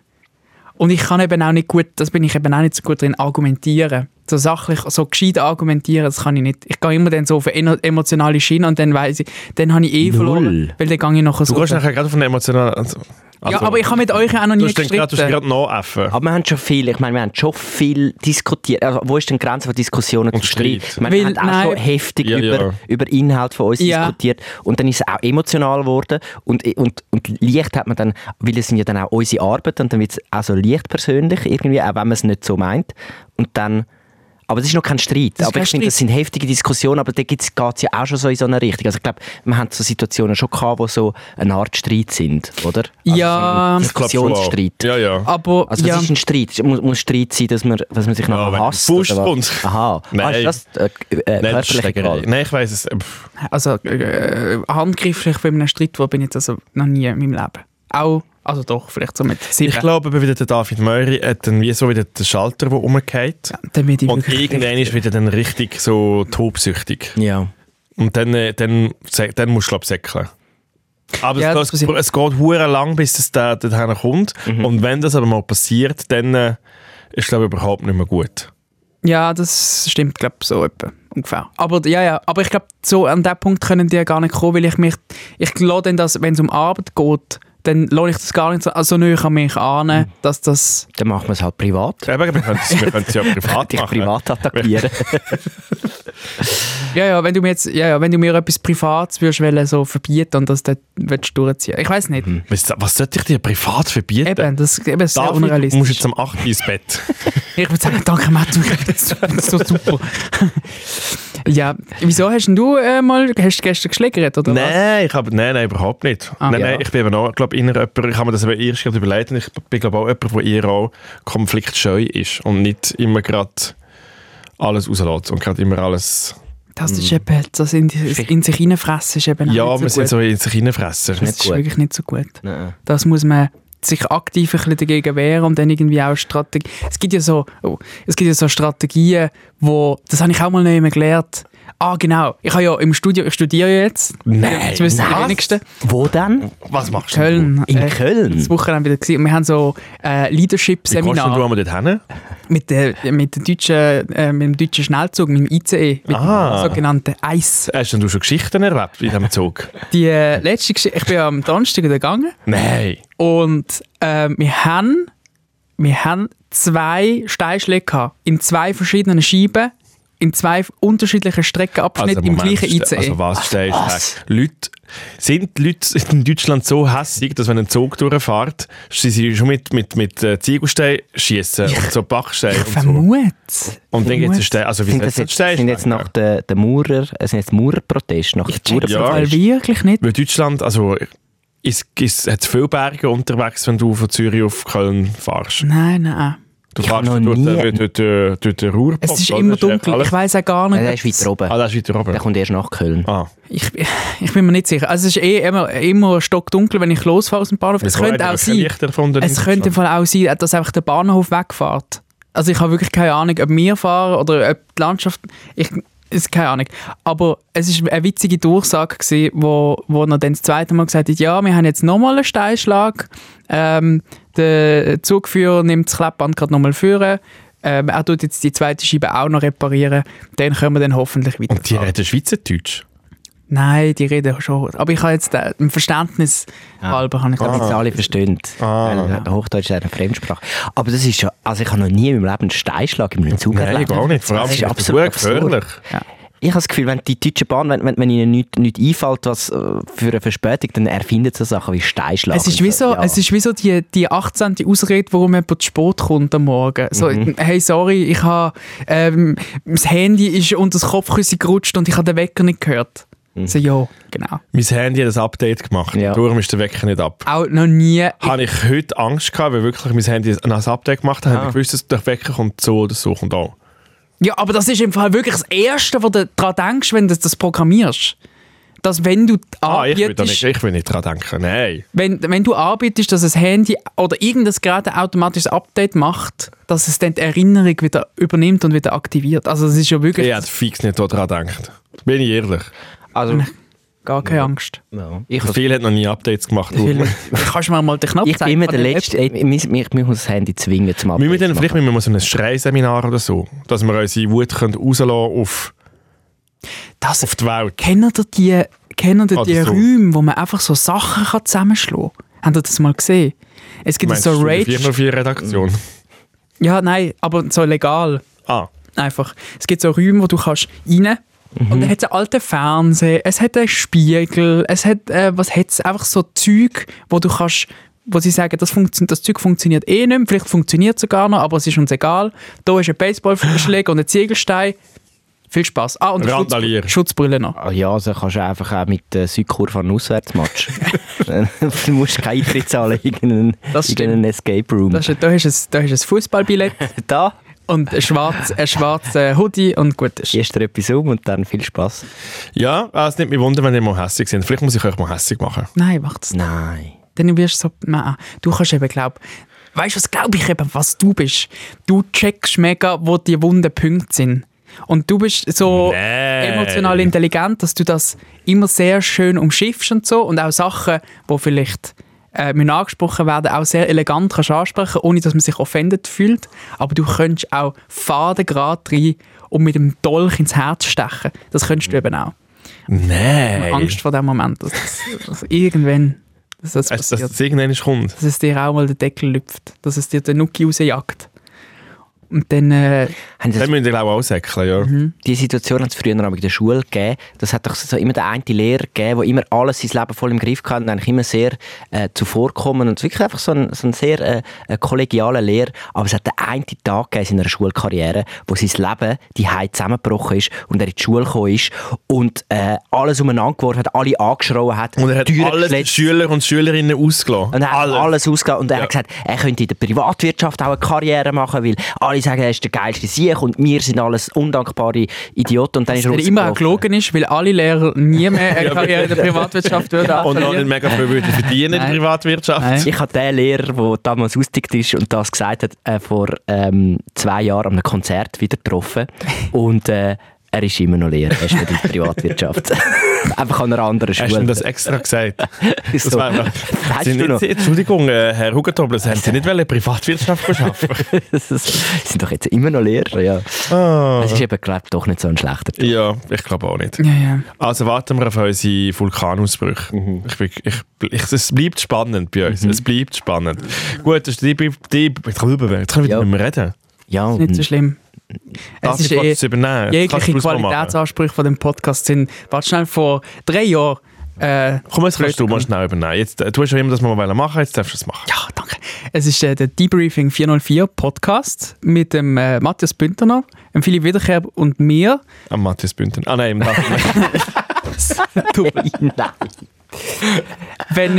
[SPEAKER 3] Und ich kann eben auch nicht gut, das bin ich eben auch nicht so gut drin, argumentieren. So sachlich, so gescheit argumentieren, das kann ich nicht. Ich gehe immer dann so auf eine eno- emotionale Schiene und dann weiß ich, dann habe ich eh verloren. Weil dann gehe ich nachher
[SPEAKER 1] Du
[SPEAKER 3] so.
[SPEAKER 1] gehst nachher gerade auf eine emotionale... Also,
[SPEAKER 3] ja, aber ich habe mit euch auch noch
[SPEAKER 1] Du
[SPEAKER 3] nie
[SPEAKER 1] hast den gerade- du hast gerade
[SPEAKER 3] gestritten.
[SPEAKER 1] nachäffen.
[SPEAKER 2] Aber wir haben schon viel, ich meine, wir haben schon viel diskutiert. Also, wo ist denn die Grenze von Diskussionen
[SPEAKER 1] Und
[SPEAKER 2] zu Streit?
[SPEAKER 1] Streit.
[SPEAKER 2] Ich meine, Wir
[SPEAKER 3] Weil,
[SPEAKER 2] haben auch schon
[SPEAKER 3] nein.
[SPEAKER 2] heftig
[SPEAKER 1] Ja,
[SPEAKER 2] über,
[SPEAKER 1] ja.
[SPEAKER 2] über Inhalt von uns
[SPEAKER 3] Ja.
[SPEAKER 2] diskutiert. Und dann ist es auch emotional geworden. Und, und, und leicht hat man dann, weil es sind ja dann auch unsere Arbeiten, und dann wird es auch so leicht persönlich irgendwie, auch wenn man es nicht so meint. Und dann... Aber es ist noch kein Streit.
[SPEAKER 3] Das ist
[SPEAKER 2] aber
[SPEAKER 3] kein
[SPEAKER 2] ich finde, das sind heftige Diskussionen, aber da geht es ja auch schon so in so eine Richtung. Also ich glaube, wir haben so Situationen schon gehabt, die so eine Art Streit sind, oder? Also
[SPEAKER 3] Ja.
[SPEAKER 2] so ein
[SPEAKER 1] Ich glaube schon auch.
[SPEAKER 2] Diskussionsstreit.
[SPEAKER 1] Ja,
[SPEAKER 3] Ah,
[SPEAKER 1] ja.
[SPEAKER 3] Aber
[SPEAKER 2] Also
[SPEAKER 3] ja,
[SPEAKER 2] das ist ein Streit. Es muss, muss Streit sein, dass man, dass man sich nachher
[SPEAKER 1] wenn-
[SPEAKER 2] hasst.
[SPEAKER 1] Faust
[SPEAKER 2] oder was?
[SPEAKER 1] und-
[SPEAKER 2] Aha. Ah,
[SPEAKER 1] Nein.
[SPEAKER 2] ist das äh,
[SPEAKER 1] Nein, das ist
[SPEAKER 2] äh, körperliche
[SPEAKER 1] Schlägerei.
[SPEAKER 2] Gewalt?
[SPEAKER 1] Nein, ich weiss es. Pff.
[SPEAKER 3] also äh, handgreiflich bei einem Streit, wo bin ich jetzt also noch nie in meinem Leben. Auch, also doch, vielleicht so mit sieben.
[SPEAKER 1] Ich glaube, eben wieder der David Möri hat dann wie so wieder den Schalter, der rumgeht.
[SPEAKER 3] damit ich
[SPEAKER 1] Und
[SPEAKER 3] wirklich-
[SPEAKER 1] irgendwann ist wieder dann richtig so tobsüchtig.
[SPEAKER 2] Ja.
[SPEAKER 1] Und dann, äh, dann, sä- dann musst du, glaube ich, säckeln. Aber
[SPEAKER 3] Ja,
[SPEAKER 1] es,
[SPEAKER 3] das Mhm. muss ich-
[SPEAKER 1] es geht hure lang, bis es da, dorthin kommt. Und wenn das aber mal passiert, dann äh, ist glaube ich, überhaupt nicht mehr gut.
[SPEAKER 3] Ja, das stimmt, glaube ich, so etwa. Ungefähr. Aber, ja, ja, aber ich glaube, so an den Punkt können die ja gar nicht kommen, weil ich mich, ich lasse dann das, wenn es um Arbeit geht, dann lasse ich das gar nicht so, also näher an mich
[SPEAKER 1] Mhm.
[SPEAKER 3] ahnen, dass das,
[SPEAKER 2] Dann machen wir es halt privat.
[SPEAKER 1] Eben, wir können es wir können es ja privat
[SPEAKER 2] Dich
[SPEAKER 1] machen.
[SPEAKER 2] privat attackieren.
[SPEAKER 3] ja, ja, wenn du mir jetzt, ja, ja, wenn du mir etwas Privates würdest wollen, so verbieten und das dort willst du durchziehen. Ich weiß nicht.
[SPEAKER 1] Was, was sollte ich dir privat verbieten?
[SPEAKER 3] Eben, das eben ist sehr
[SPEAKER 1] David, du musst
[SPEAKER 3] unrealistisch.
[SPEAKER 1] jetzt am 8 Uhr ins Bett.
[SPEAKER 3] Ich würde sagen, danke, Matt, du bist so- bist so super. ja, wieso hast denn du äh, mal, hast du gestern geschlägert, oder was?
[SPEAKER 1] Nein, ich hab, nein, nein, überhaupt nicht.
[SPEAKER 3] Ah,
[SPEAKER 1] nein,
[SPEAKER 3] ja.
[SPEAKER 1] nein, ich bin eben auch, glaube ich, eher jemand, ich habe mir das aber erst gerade überlegt und ich bin, glaube auch jemand, der eher auch konfliktscheu ist und nicht immer gerade alles rauslässt und gerade immer alles...
[SPEAKER 3] Das ist eben, das in, in sich reinfressen ist eben auch
[SPEAKER 1] Ja,
[SPEAKER 3] Genau, nicht so
[SPEAKER 1] wir sind
[SPEAKER 3] gut.
[SPEAKER 1] so in sich reinfresser.
[SPEAKER 3] das ist
[SPEAKER 2] gut.
[SPEAKER 3] wirklich nicht so gut.
[SPEAKER 2] Nein.
[SPEAKER 3] Das muss man sich aktiv ein bisschen dagegen wehren und dann irgendwie auch Strategie. Es gibt ja so, oh, es gibt ja so Strategien, wo, das habe ich auch mal nicht mehr gelernt. Ah, genau. Ich habe ja im Studio, ich studiere ja jetzt.
[SPEAKER 1] Nein,
[SPEAKER 3] Das wissen die
[SPEAKER 2] was?
[SPEAKER 3] wenigsten.
[SPEAKER 2] Wo denn?
[SPEAKER 1] Was machst du?
[SPEAKER 3] Köln.
[SPEAKER 2] In
[SPEAKER 3] Äh,
[SPEAKER 2] Köln?
[SPEAKER 3] Das Wochenende wieder gesehen. Und wir haben so äh,
[SPEAKER 1] Wie kommst denn du
[SPEAKER 3] Leadership-Seminar
[SPEAKER 1] einmal dort hin?
[SPEAKER 3] mit, der, mit, der deutschen, äh, mit dem deutschen Schnellzug, mit dem ICE, mit
[SPEAKER 1] Ah.
[SPEAKER 3] dem sogenannten Eis.
[SPEAKER 1] Hast denn du schon Geschichten erlebt in diesem Zug?
[SPEAKER 3] Die äh, letzte Geschichte, ich bin am Donnerstag wieder gegangen
[SPEAKER 1] Nein.
[SPEAKER 3] und ähm, wir haben wir haben zwei Steinschläge gehabt, in zwei verschiedenen Scheiben in zwei unterschiedlichen Streckenabschnitten im
[SPEAKER 1] Moment,
[SPEAKER 3] gleichen E.
[SPEAKER 1] ste-
[SPEAKER 3] ICE.
[SPEAKER 1] Also was stellst
[SPEAKER 2] was?
[SPEAKER 1] du? Leute, sind die Leute in Deutschland so hässig, dass wenn ein Zug durchfährt, sie sich schon mit, mit, mit äh, Ziegelsteinen schießen und so Backsteinen und so.
[SPEAKER 3] Vermut.
[SPEAKER 1] Und dann gibt es einen
[SPEAKER 3] Vermut.
[SPEAKER 1] Stein. Also wie
[SPEAKER 2] Sind,
[SPEAKER 1] soll
[SPEAKER 2] das
[SPEAKER 1] es einen
[SPEAKER 2] jetzt,
[SPEAKER 1] Stein
[SPEAKER 2] sind jetzt
[SPEAKER 1] schlagen?
[SPEAKER 2] nach den den Maurer, äh, sind jetzt Maurerprotest, nach den
[SPEAKER 1] Ja.
[SPEAKER 3] Weil
[SPEAKER 1] ist-
[SPEAKER 3] wirklich nicht.
[SPEAKER 1] Weil Deutschland, also es ist, hat viele Berge unterwegs, wenn du von Zürich auf Köln fährst.
[SPEAKER 3] Nein, nein.
[SPEAKER 1] Du
[SPEAKER 2] Ich
[SPEAKER 1] fährst
[SPEAKER 2] hab
[SPEAKER 1] durch,
[SPEAKER 2] noch nie-
[SPEAKER 1] den- durch, den- durch den Ruhrpott.
[SPEAKER 3] Es ist
[SPEAKER 1] oder?
[SPEAKER 3] immer
[SPEAKER 1] Oh Das ja
[SPEAKER 3] dunkel.
[SPEAKER 1] alles-
[SPEAKER 3] Ich weiß auch gar
[SPEAKER 2] Nein,
[SPEAKER 3] nicht.
[SPEAKER 2] der ist weiter oben.
[SPEAKER 1] Ah, das ist weiter
[SPEAKER 2] Der
[SPEAKER 1] oben.
[SPEAKER 2] kommt erst nach Köln.
[SPEAKER 1] Ah.
[SPEAKER 3] Ich, ich bin mir nicht sicher. Also es ist eh immer, immer stockdunkel, wenn ich losfahre aus dem Bahnhof. Es könnte auch sein, es könnte im Fall auch sein, dass einfach der Bahnhof wegfährt. Also ich habe wirklich keine Ahnung, ob wir fahren oder ob die Landschaft... Ich, ist keine Ahnung. Aber es ist eine witzige Durchsage, gewesen, wo, wo er dann das zweite Mal gesagt hat, ja, wir haben jetzt nochmal einen Steinschlag. Ähm, der Zugführer nimmt das Klappband gerade nochmal führen. Ähm, er tut jetzt die zweite Scheibe auch noch reparieren. Dann können wir dann hoffentlich weiter.
[SPEAKER 1] Und die reden Schweizerdeutsch.
[SPEAKER 3] Nein, die reden schon. Aber ich habe jetzt äh, ein Verständnis halber. Habe ich
[SPEAKER 2] Damit
[SPEAKER 3] gedacht.
[SPEAKER 2] es alle verstehen.
[SPEAKER 1] Ah.
[SPEAKER 2] Weil äh, Hochdeutsch ist eine Fremdsprache. Aber das ist schon, also ich habe noch nie in meinem Leben einen Steinschlag in meinem Zug
[SPEAKER 1] Nein,
[SPEAKER 2] erlebt.
[SPEAKER 1] gar nicht. Vor allem
[SPEAKER 2] Das
[SPEAKER 1] ist
[SPEAKER 2] ist
[SPEAKER 1] es
[SPEAKER 2] absolut
[SPEAKER 1] absolut gefährlich.
[SPEAKER 2] Ich habe das Gefühl, wenn die Deutsche Bahn, wenn, wenn, wenn ihnen nichts nicht einfällt, was äh, für eine Verspätung, dann erfinden sie so Sachen wie Steinschlag.
[SPEAKER 3] Es ist,
[SPEAKER 2] und
[SPEAKER 3] wie so,
[SPEAKER 2] ja.
[SPEAKER 3] es ist wie so die, die 18. Ausrede, warum jemand zu spät kommt am Morgen. So,
[SPEAKER 1] Mhm.
[SPEAKER 3] hey, sorry, ich habe, ähm, das Handy ist unter das Kopfkissen gerutscht und ich habe den Wecker nicht gehört.
[SPEAKER 1] Mhm.
[SPEAKER 3] So, ja, genau.
[SPEAKER 1] Mein Handy hat ein Update gemacht.
[SPEAKER 2] Ja.
[SPEAKER 1] Darum ist der Wecker nicht ab.
[SPEAKER 3] Auch noch nie.
[SPEAKER 1] Habe ich heute Angst gehabt, weil wirklich mein Handy ein ein Update gemacht hat. Habe ich gewusst, dass der Wecker kommt so oder so kommt auch.
[SPEAKER 3] Ja, aber das ist im Fall wirklich das Erste, wo du daran denkst, wenn du das programmierst. Dass wenn du
[SPEAKER 1] Ah, ich will, da
[SPEAKER 3] anbietest-
[SPEAKER 1] nicht, ich will nicht dran denken. Nein.
[SPEAKER 3] wenn, wenn du arbeitest, dass ein Handy oder irgendein Gerät ein automatisches Update macht, dass es dann die Erinnerung wieder übernimmt und wieder aktiviert. Also das ist ja wirklich
[SPEAKER 1] Ich hätte fix nicht daran gedacht. Bin ich ehrlich.
[SPEAKER 2] Also,
[SPEAKER 3] gar keine Angst.
[SPEAKER 2] ja. ich,
[SPEAKER 1] Viele haben noch nie Updates gemacht.
[SPEAKER 3] Vielleicht- Kannst du mir mal den Knopf
[SPEAKER 2] ich bin
[SPEAKER 3] zeigen
[SPEAKER 2] immer
[SPEAKER 3] von
[SPEAKER 2] der
[SPEAKER 3] der
[SPEAKER 2] Letzte, ich, ich, ich, ich muss das Handy zwingen zum
[SPEAKER 1] Müssen wir
[SPEAKER 2] Update
[SPEAKER 1] dann,
[SPEAKER 2] machen.
[SPEAKER 1] vielleicht müssen wir mal so ein Schreiseminar oder so, dass wir unsere Wut können rauslassen auf,
[SPEAKER 3] App? Das,
[SPEAKER 1] auf die Welt.
[SPEAKER 3] kennt ihr die, kennt ihr
[SPEAKER 1] Ah,
[SPEAKER 3] die
[SPEAKER 1] das so.
[SPEAKER 3] Räume, wo man einfach so Sachen kann zusammenschlagen kann? Habt ihr das mal gesehen? Es gibt so
[SPEAKER 1] die
[SPEAKER 3] Rage...
[SPEAKER 1] 404-Redaktion?
[SPEAKER 3] Ja, nein, aber so legal.
[SPEAKER 1] Ah,
[SPEAKER 3] einfach. Es gibt so Räume, wo du kannst rein und dann hat es einen alten Fernseher, es hat einen Spiegel, es hat, äh, was hat's? einfach so Zeug, wo du kannst, wo sie sagen, das, funktio- das Zeug funktioniert eh nicht mehr, vielleicht funktioniert es sogar noch, aber es ist uns egal. Da ist ein Baseballschläger und ein Ziegelstein. Viel Spaß. Ah, und eine
[SPEAKER 1] Randalier.
[SPEAKER 3] Schutzbr Schutzbrille noch.
[SPEAKER 2] Ah ja, also kannst du einfach auch mit der Südkurve einen Auswärtsmatch. du musst keine Eintritt zahlen in irgendeinen,
[SPEAKER 3] Das stimmt.
[SPEAKER 2] irgendeinen Escape Room.
[SPEAKER 3] Das ist, da hast du ein- da hast du ein Fußballbillett
[SPEAKER 2] da
[SPEAKER 3] und ein schwarz- ein schwarzer Hoodie und gut ist.
[SPEAKER 2] gehst du etwas um und dann viel Spaß.
[SPEAKER 1] ja, ah, es nimmt mich wunder, wenn ihr mal hässlich sind. Vielleicht muss ich euch mal hässlich machen.
[SPEAKER 3] Nein, macht's nicht.
[SPEAKER 2] Nein.
[SPEAKER 3] Dann wirst du so, nein, du kannst eben glauben, weißt du, was glaube ich eben, was du bist? Du checkst mega, wo die wunden Punkte sind. Und du bist so
[SPEAKER 1] Nein.
[SPEAKER 3] emotional intelligent, dass du das immer sehr schön umschiffst und so und auch Sachen, wo vielleicht äh, müssen angesprochen werden, auch sehr elegant kannst ansprechen, ohne dass man sich offended fühlt. Aber du könntest auch Faden gerade rein und mit dem Dolch ins Herz stechen. Das könntest du eben auch.
[SPEAKER 1] Nein.
[SPEAKER 3] Angst vor dem Moment, dass, das- dass irgendwann dass das
[SPEAKER 1] Dass,
[SPEAKER 3] passiert
[SPEAKER 1] dass es irgendwann kommt.
[SPEAKER 3] dass es dir auch mal den Deckel lüpft, dass es dir den Nuki rausjagt. Und dann, äh,
[SPEAKER 2] Haben Sie
[SPEAKER 1] Dann
[SPEAKER 2] das,
[SPEAKER 1] müssen wir glaube ich auch säckeln, ja.
[SPEAKER 2] die Situation hat es früher noch in der Schule gegeben. Das hat doch so immer den einen Lehrer gegeben, der immer alles sein Leben voll im Griff hatte und eigentlich immer sehr äh, zuvorkommen und wirklich einfach so ein, so ein sehr äh, äh, kollegialer Lehrer. Aber es hat den einen Tag gegeben in seiner Schulkarriere, wo sein Leben die zusammengebrochen ist und er in die Schule gekommen ist und äh, alles umeinander geworden hat, alle angeschrien hat,
[SPEAKER 1] Und er hat
[SPEAKER 2] Türen
[SPEAKER 1] alle
[SPEAKER 2] geschlagen.
[SPEAKER 1] Schüler und Schülerinnen ausgelassen.
[SPEAKER 2] Und er hat
[SPEAKER 1] Alle.
[SPEAKER 2] alles ausgegeben und er
[SPEAKER 1] Ja.
[SPEAKER 2] hat gesagt, er könnte in der Privatwirtschaft auch eine Karriere machen, weil alle sagen, er ist der geilste Sieg und wir sind alles undankbare Idioten. Und dann ist er
[SPEAKER 3] der immer auch
[SPEAKER 2] rausgelaufen.
[SPEAKER 3] gelogen ist, weil alle Lehrer nie mehr eine Karriere in der Privatwirtschaft würden
[SPEAKER 1] Und noch nicht
[SPEAKER 3] absolvieren.
[SPEAKER 1] mega viel würden verdienen in der
[SPEAKER 3] Nein.
[SPEAKER 1] Privatwirtschaft.
[SPEAKER 3] Nein.
[SPEAKER 2] Ich habe den Lehrer, der damals ausgetickt ist und das gesagt hat, äh, vor ähm, zwei Jahren an einem Konzert wieder getroffen. Und äh, er ist immer noch Lehrer, er ist nicht in der Privatwirtschaft. Einfach an einer anderen
[SPEAKER 1] Hast du
[SPEAKER 2] Schule.
[SPEAKER 1] ihm das extra gesagt?
[SPEAKER 2] Ist
[SPEAKER 1] Das
[SPEAKER 2] so.
[SPEAKER 1] war einfach-
[SPEAKER 2] Weißt
[SPEAKER 1] Sie
[SPEAKER 2] du
[SPEAKER 1] nicht,
[SPEAKER 2] noch?
[SPEAKER 1] Entschuldigung, äh, Herr Hugendobler, Sie haben Sie nicht wollen Privatwirtschaft beschaffen?
[SPEAKER 2] Das ist- sind doch jetzt immer noch Lehrer, ja.
[SPEAKER 1] Ah.
[SPEAKER 2] Es ist eben, glaube ich, doch nicht so ein schlechter Typ.
[SPEAKER 1] Ja, ich glaube auch nicht.
[SPEAKER 3] Ja, ja.
[SPEAKER 1] Also warten wir auf unsere Vulkanausbrüche. Ich, bin- ich, ich, es bleibt spannend bei uns. Es bleibt spannend. Gut, das ist die, die, die, jetzt kann ich nicht mehr reden.
[SPEAKER 2] Ja,
[SPEAKER 3] Nicht so schlimm.
[SPEAKER 1] Das
[SPEAKER 3] Es ist
[SPEAKER 1] ich
[SPEAKER 3] eh-
[SPEAKER 1] es übernehmen. Kannst
[SPEAKER 3] Jegliche
[SPEAKER 1] du es mal machen.
[SPEAKER 3] Qualitätsansprüche von dem Podcast sind, warte schnell, vor drei Jahren. Äh,
[SPEAKER 1] Komm, jetzt kannst du mal schnell übernehmen. Jetzt, äh, du hast ja immer das mal wollen machen, jetzt darfst du es machen.
[SPEAKER 3] ja, danke. Es ist äh, der Debriefing 404 Podcast mit dem äh, Matthias Bündner, dem Philipp Wiederkerb und mir.
[SPEAKER 1] Am Matthias Bünden. Ah nein, im Nachhinein.
[SPEAKER 2] Nein,
[SPEAKER 3] Wenn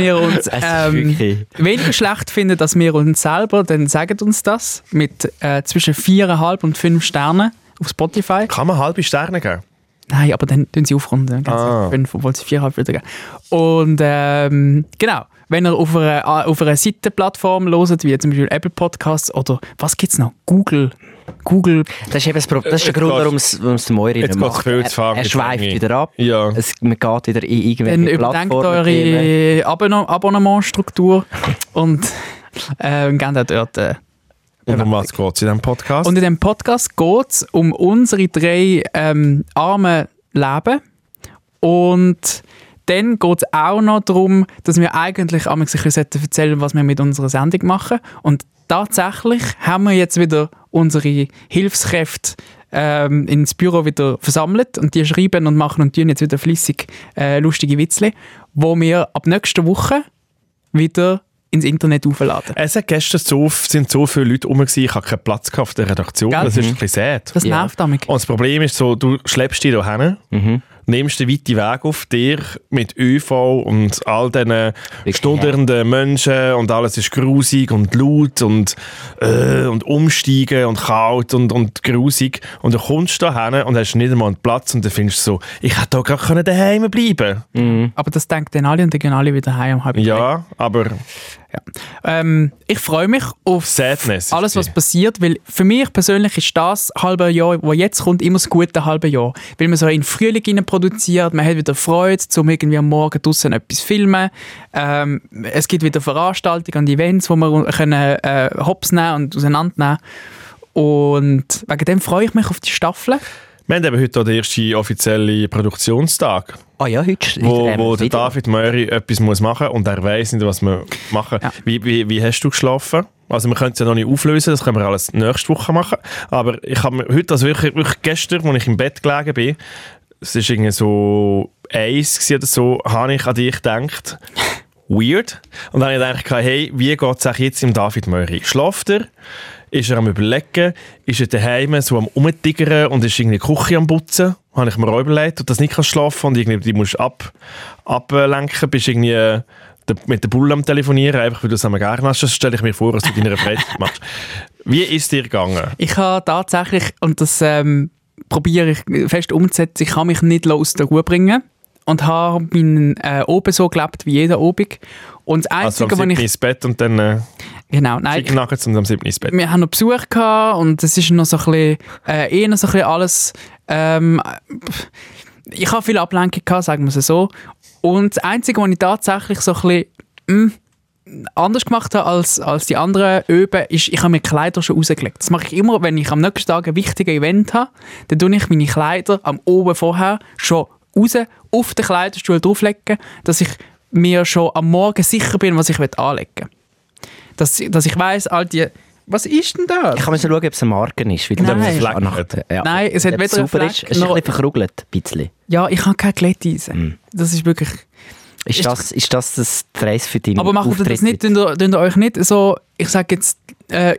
[SPEAKER 3] ihr uns
[SPEAKER 2] ist
[SPEAKER 3] ähm,
[SPEAKER 2] wirklich-
[SPEAKER 3] weniger schlecht findet als wir uns selber, dann sagt uns das mit äh, zwischen 4,5 und 5 Sternen auf Spotify.
[SPEAKER 1] Kann man halbe Sterne geben?
[SPEAKER 3] Nein, aber dann tun sie aufrunden. Dann
[SPEAKER 1] Ah.
[SPEAKER 3] ah. fünf, obwohl es viereinhalb wieder geben. Und ähm, genau, wenn ihr auf einer, ah, auf einer Seitenplattform loset, wie zum Beispiel Apple Podcasts oder was gibt es noch? Google. Google.
[SPEAKER 2] das ist eben das Problem. Das ist der
[SPEAKER 1] Jetzt
[SPEAKER 2] Grund,
[SPEAKER 1] geht's-
[SPEAKER 2] warum es warum es der Moiri
[SPEAKER 1] Jetzt
[SPEAKER 2] nicht
[SPEAKER 1] geht's
[SPEAKER 2] macht.
[SPEAKER 1] viel zu
[SPEAKER 2] Er,
[SPEAKER 1] fang.
[SPEAKER 2] er
[SPEAKER 1] Jetzt
[SPEAKER 2] schweift
[SPEAKER 1] irgendwie.
[SPEAKER 2] wieder ab.
[SPEAKER 1] Ja.
[SPEAKER 2] Es, man geht wieder in
[SPEAKER 3] Dann
[SPEAKER 2] irgendwelche
[SPEAKER 3] überdenkt
[SPEAKER 2] Plattformen. ne? Themen.
[SPEAKER 3] eure Abonne Abonnementstruktur und äh, gebt auch dort. Äh,
[SPEAKER 1] Und um was geht es in diesem Podcast?
[SPEAKER 3] Und in diesem Podcast geht es um unsere drei ähm, armen Leben. Und dann geht es auch noch darum, dass wir eigentlich am erzählen was wir mit unserer Sendung machen. Und tatsächlich haben wir jetzt wieder unsere Hilfskräfte ähm, ins Büro wieder versammelt und die schreiben und machen und tun jetzt wieder flüssig äh, lustige Witzle, wo wir ab nächster Woche wieder ins Internet aufladen.
[SPEAKER 1] es hat gestern so, sind so viele Leute rum, gewesen, ich habe keinen Platz gehabt auf der Redaktion.
[SPEAKER 3] Gell?
[SPEAKER 1] Das ist ein bisschen sad.
[SPEAKER 3] Das
[SPEAKER 2] Ja.
[SPEAKER 3] nervt damit.
[SPEAKER 1] Und Mhm. das Problem ist so, du schleppst dich da hin,
[SPEAKER 3] Mhm.
[SPEAKER 1] nimmst den weiten Weg auf dich mit ÖV und all diesen stutternden Menschen und alles ist grusig und laut und, äh, und umsteigen und kalt und, und grusig. Und du kommst da hin und hast nicht einmal einen Platz und dann findest du so, ich hätte da gerade können daheim bleiben
[SPEAKER 3] Mhm. Aber das denken dann alle und dann gehen alle wieder heim um halb drei.
[SPEAKER 1] Ja, aber
[SPEAKER 3] Ähm, ich freue mich auf
[SPEAKER 1] Sadness. ist
[SPEAKER 3] alles, was
[SPEAKER 1] die-
[SPEAKER 3] passiert, weil für mich persönlich ist das halbe Jahr, wo jetzt kommt, immer das gute halbe Jahr. Weil man so in den Frühling rein produziert, man hat wieder Freude, zum irgendwie am Morgen draußen etwas filmen. Ähm, es gibt wieder Veranstaltungen und Events, wo wir können, äh, hops nehmen und auseinandernehmen. Und wegen dem freue ich mich auf die Staffel.
[SPEAKER 1] Wir haben eben heute auch den ersten offiziellen Produktionstag.
[SPEAKER 2] Ah ja, heute.
[SPEAKER 1] wo, wo
[SPEAKER 2] heute haben wir
[SPEAKER 1] der
[SPEAKER 2] wieder-
[SPEAKER 1] David Möri etwas muss machen und er weiß nicht, was wir machen.
[SPEAKER 3] Ja.
[SPEAKER 1] Wie, wie, wie hast du geschlafen? Also wir können es ja noch nicht auflösen, das können wir alles nächste Woche machen. Aber ich habe mir heute, also wirklich, wirklich gestern, als ich im Bett gelegen bin, es ist irgendwie so eins gewesen oder so, habe ich an dich gedacht. Weird. Und dann habe ich gedacht, hey, wie geht es euch jetzt im David Möri? Schlaft er? Ist er am überlegen? Ist er daheim so am rumtigern und ist irgendwie die Küche am putzen? Habe ich mir auch überlegt, und das nicht kann schlafen und irgendwie die musst ab, ablenken, bist irgendwie äh, de- mit der Bulle am telefonieren, einfach weil du es am gerne machst. Das stelle ich mir vor, was du in deiner Freizeit machst. Wie ist dir gegangen?
[SPEAKER 3] Ich habe tatsächlich, und das ähm, probiere ich fest umzusetzen, ich kann mich nicht aus der Ruhe bringen und habe meinen äh, Oben so gelebt wie jeder Obig. Und das
[SPEAKER 1] Also am
[SPEAKER 3] Einzige, was
[SPEAKER 1] 7.
[SPEAKER 3] ich...
[SPEAKER 1] ins Bett und dann äh,
[SPEAKER 3] Genau, nein,
[SPEAKER 1] Chicken Nuggets und am 7. ins Bett.
[SPEAKER 3] wir haben noch Besuch gehabt und es ist noch so ein bisschen, äh, eher noch so ein bisschen alles. Ähm, pff, ich habe viel Ablenkung gehabt, sagen wir es so. Und das Einzige, was ich tatsächlich so ein bisschen mm, anders gemacht habe als, als die anderen Öben, ist, ich habe mir Kleider schon rausgelegt. Das mache ich immer, wenn ich am nächsten Tag ein wichtiges Event habe, dann tue ich meine Kleider am oben vorher schon raus auf den Kleiderstuhl drauflegen, dass ich mir schon am Morgen sicher bin, was ich anlegen will. Dass, dass ich weiß, all die. Was ist denn das?
[SPEAKER 2] Ich kann mal so schauen, ob es ein Marken ist. Weil
[SPEAKER 3] Nein.
[SPEAKER 2] das
[SPEAKER 1] Fleck
[SPEAKER 2] an- nach-
[SPEAKER 1] hat.
[SPEAKER 2] ja.
[SPEAKER 3] Nein, es hat
[SPEAKER 2] Ob's
[SPEAKER 3] weder einen
[SPEAKER 2] sauber
[SPEAKER 3] Fleck
[SPEAKER 2] ist, es ist ein
[SPEAKER 3] noch-
[SPEAKER 2] bisschen verkrugelt. Ein bisschen.
[SPEAKER 3] Ja, ich habe keine Glätteisen. Das ist wirklich.
[SPEAKER 2] Ist,
[SPEAKER 3] Ist-
[SPEAKER 2] das, ist das das Dress für deinen
[SPEAKER 3] Aber macht ihr das
[SPEAKER 2] Auftritt
[SPEAKER 3] nicht,
[SPEAKER 2] jetzt?
[SPEAKER 3] tun ihr, tun ihr euch nicht so, ich sage jetzt, äh,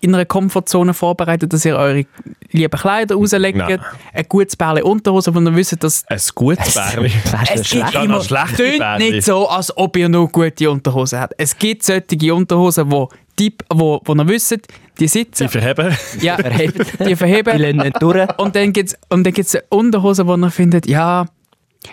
[SPEAKER 3] in einer Komfortzone vorbereitet, dass ihr eure lieben Kleider rauslegt,
[SPEAKER 1] Nein.
[SPEAKER 3] ein gutes Bärli Unterhose, wo ihr wisst, dass
[SPEAKER 1] Ein gutes Bärli.
[SPEAKER 2] Wärst du
[SPEAKER 3] es
[SPEAKER 2] schlecht?
[SPEAKER 3] gibt
[SPEAKER 1] Ja,
[SPEAKER 3] immer,
[SPEAKER 1] noch schlechte
[SPEAKER 3] Tönt
[SPEAKER 1] Bärli.
[SPEAKER 3] nicht so, als ob ihr nur gute Unterhosen habt. Es gibt solche Unterhosen, wo, die, wo, wo ihr wisst, die sitzen,
[SPEAKER 1] Die verheben.
[SPEAKER 3] ja,
[SPEAKER 2] verhebt.
[SPEAKER 3] die
[SPEAKER 2] Die
[SPEAKER 3] verheben,
[SPEAKER 2] lassen nicht durch.
[SPEAKER 3] Und dann gibt es gibt's Unterhosen, wo man findet, ja,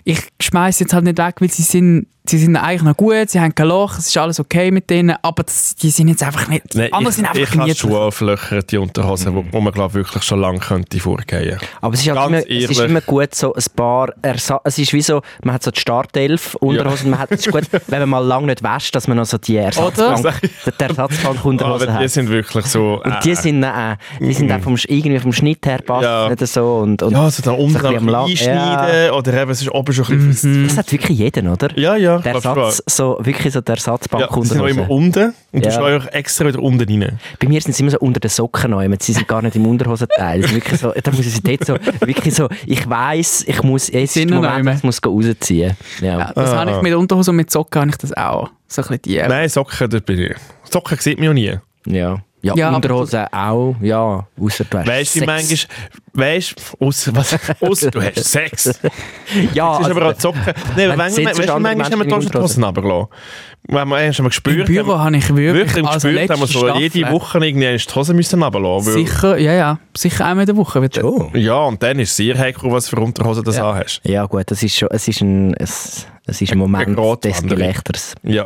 [SPEAKER 3] ich schmeiß jetzt halt nicht weg, weil sie sind, sie sind eigentlich noch gut, sie haben kein Loch, es ist alles okay mit denen, aber das, die sind jetzt einfach nicht.
[SPEAKER 1] Nein,
[SPEAKER 3] andere
[SPEAKER 1] ich,
[SPEAKER 3] sind
[SPEAKER 1] ich
[SPEAKER 3] einfach
[SPEAKER 1] habe
[SPEAKER 3] nicht.
[SPEAKER 1] Schuhe auflöchern, die Unterhosen, wo, wo man glaub, wirklich schon lange könnte vorgehen.
[SPEAKER 2] Aber es ist, halt
[SPEAKER 1] Ganz
[SPEAKER 2] immer, es ist
[SPEAKER 1] ehrlich.
[SPEAKER 2] immer gut, so ein paar Ersa Es ist wie so, man hat so die Startelf, Unterhosen, man hat, es ist gut, wenn man mal lange nicht wäscht, dass man noch so die
[SPEAKER 1] Oder?
[SPEAKER 2] Ersatzbank, die Ersatzbank Unterhosen
[SPEAKER 1] Aber die
[SPEAKER 2] hat.
[SPEAKER 1] sind wirklich so...
[SPEAKER 2] Und die sind, äh, die sind auch vom, Sch- irgendwie vom Schnitt her passt
[SPEAKER 1] Ja.
[SPEAKER 2] nicht so. Und, und
[SPEAKER 1] ja, so dann unten
[SPEAKER 2] bisschen am
[SPEAKER 1] am
[SPEAKER 2] Lang-
[SPEAKER 1] einschneiden oder eben, es ist oben schon ein bisschen...
[SPEAKER 2] Das hat wirklich jeden, oder?
[SPEAKER 1] Ja, ja. ja.
[SPEAKER 2] Der
[SPEAKER 1] glaub, schon.
[SPEAKER 2] Satz, so, wirklich so der Ersatzbank
[SPEAKER 1] ja, die sind noch immer
[SPEAKER 2] Unterhose.
[SPEAKER 1] unten und
[SPEAKER 2] Ja.
[SPEAKER 1] du schaust euch extra wieder unten rein.
[SPEAKER 2] Bei mir sind sie immer so unter den Socken noch, sie sind gar nicht im Unterhosenteil. Sie sind Wirklich so, da muss ich sie dort so, wirklich so, ich weiss, ich muss, jetzt ist
[SPEAKER 3] Sind
[SPEAKER 2] der
[SPEAKER 3] noch
[SPEAKER 2] Moment,
[SPEAKER 3] immer.
[SPEAKER 2] ich muss rausziehen.
[SPEAKER 3] Ja,
[SPEAKER 2] Ja.
[SPEAKER 3] das
[SPEAKER 1] Ah.
[SPEAKER 3] habe ich mit Unterhose und mit Socken habe ich das auch. So ein bisschen die.
[SPEAKER 1] Nein, Socken, das bin ich. Socken sieht man ja nie.
[SPEAKER 2] Ja. Ja,
[SPEAKER 3] Ja, aber-
[SPEAKER 2] Unterhosen auch, ja, außer du hast
[SPEAKER 1] Weißt du,
[SPEAKER 2] Sex.
[SPEAKER 1] manchmal, weißt du, ausser, was, ausser du hast Sex. Das ist
[SPEAKER 2] Ja, also,
[SPEAKER 1] aber auch die Socken. Nein, aber
[SPEAKER 2] wenn du
[SPEAKER 1] manchmal,
[SPEAKER 2] sitzt,
[SPEAKER 1] weißt du,
[SPEAKER 2] andere
[SPEAKER 1] manchmal haben wir
[SPEAKER 2] Menschen
[SPEAKER 1] die
[SPEAKER 2] in Unterhosen.
[SPEAKER 1] Hosen runtergelassen. Wenn wir haben wir gespürt,
[SPEAKER 3] Im Büro
[SPEAKER 1] haben
[SPEAKER 3] habe ich
[SPEAKER 1] wir
[SPEAKER 3] wirklich,
[SPEAKER 1] wirklich haben wir
[SPEAKER 3] also
[SPEAKER 1] gespürt, haben wir
[SPEAKER 3] letzte
[SPEAKER 1] so jede
[SPEAKER 3] Staffel-
[SPEAKER 1] Woche irgendwie eine die Hosen müssen runterlassen. weil-
[SPEAKER 3] Sicher, ja, ja. Sicher einmal in der Woche. Wieder.
[SPEAKER 2] schon.
[SPEAKER 1] Ja, und dann ist es sehr heikel, was für Unterhosen du
[SPEAKER 3] Ja.
[SPEAKER 1] ja. hast.
[SPEAKER 2] Ja, gut, das ist schon, es ist ein, es, es ist
[SPEAKER 1] eine
[SPEAKER 2] ein Moment des
[SPEAKER 1] Gratwanderung.
[SPEAKER 2] Gelächters.
[SPEAKER 1] Ja,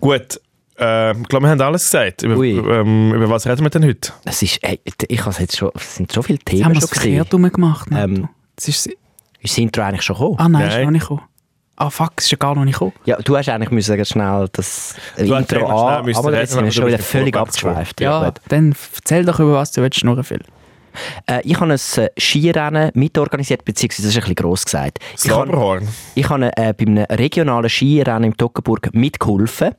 [SPEAKER 1] gut. Ähm, Ich glaube, wir haben alles gesagt. Über,
[SPEAKER 2] Ui.
[SPEAKER 1] ähm, über was reden wir denn heute?
[SPEAKER 2] Es ist, ey, ich habe jetzt schon, es sind so viele
[SPEAKER 3] Jetzt haben
[SPEAKER 2] Themen
[SPEAKER 3] wir
[SPEAKER 2] schon
[SPEAKER 3] es
[SPEAKER 2] gesehen.
[SPEAKER 3] verkehrt rumgemacht. Ne?
[SPEAKER 2] Ähm.
[SPEAKER 3] Das ist,
[SPEAKER 2] Ist das Intro eigentlich schon gekommen?
[SPEAKER 3] ah nein, ist
[SPEAKER 1] Nein.
[SPEAKER 3] noch nicht gekommen. Ah fuck, ist ja gar noch nicht gekommen.
[SPEAKER 2] Ja, du hast eigentlich müssen sagen, schnell das
[SPEAKER 1] Du hättest
[SPEAKER 2] Intro
[SPEAKER 1] eigentlich schnell
[SPEAKER 2] an,
[SPEAKER 1] müssen
[SPEAKER 2] aber
[SPEAKER 1] reden,
[SPEAKER 2] jetzt sind
[SPEAKER 1] aber du
[SPEAKER 2] wir schon
[SPEAKER 1] bist
[SPEAKER 2] wieder
[SPEAKER 1] ja
[SPEAKER 2] völlig
[SPEAKER 1] vorwärts gekommen.
[SPEAKER 2] abgeschweift.
[SPEAKER 3] Ja,
[SPEAKER 2] gut.
[SPEAKER 3] dann erzähl doch über was du willst, nur viel.
[SPEAKER 2] Äh, ich habe ein äh, Skirennen mitorganisiert, beziehungsweise das ist ein bisschen gross gesagt.
[SPEAKER 1] Das
[SPEAKER 2] Ich habe,
[SPEAKER 1] Laberhorn.
[SPEAKER 2] ich habe äh, bei einem regionalen Skirennen im Toggenburg mitgeholfen,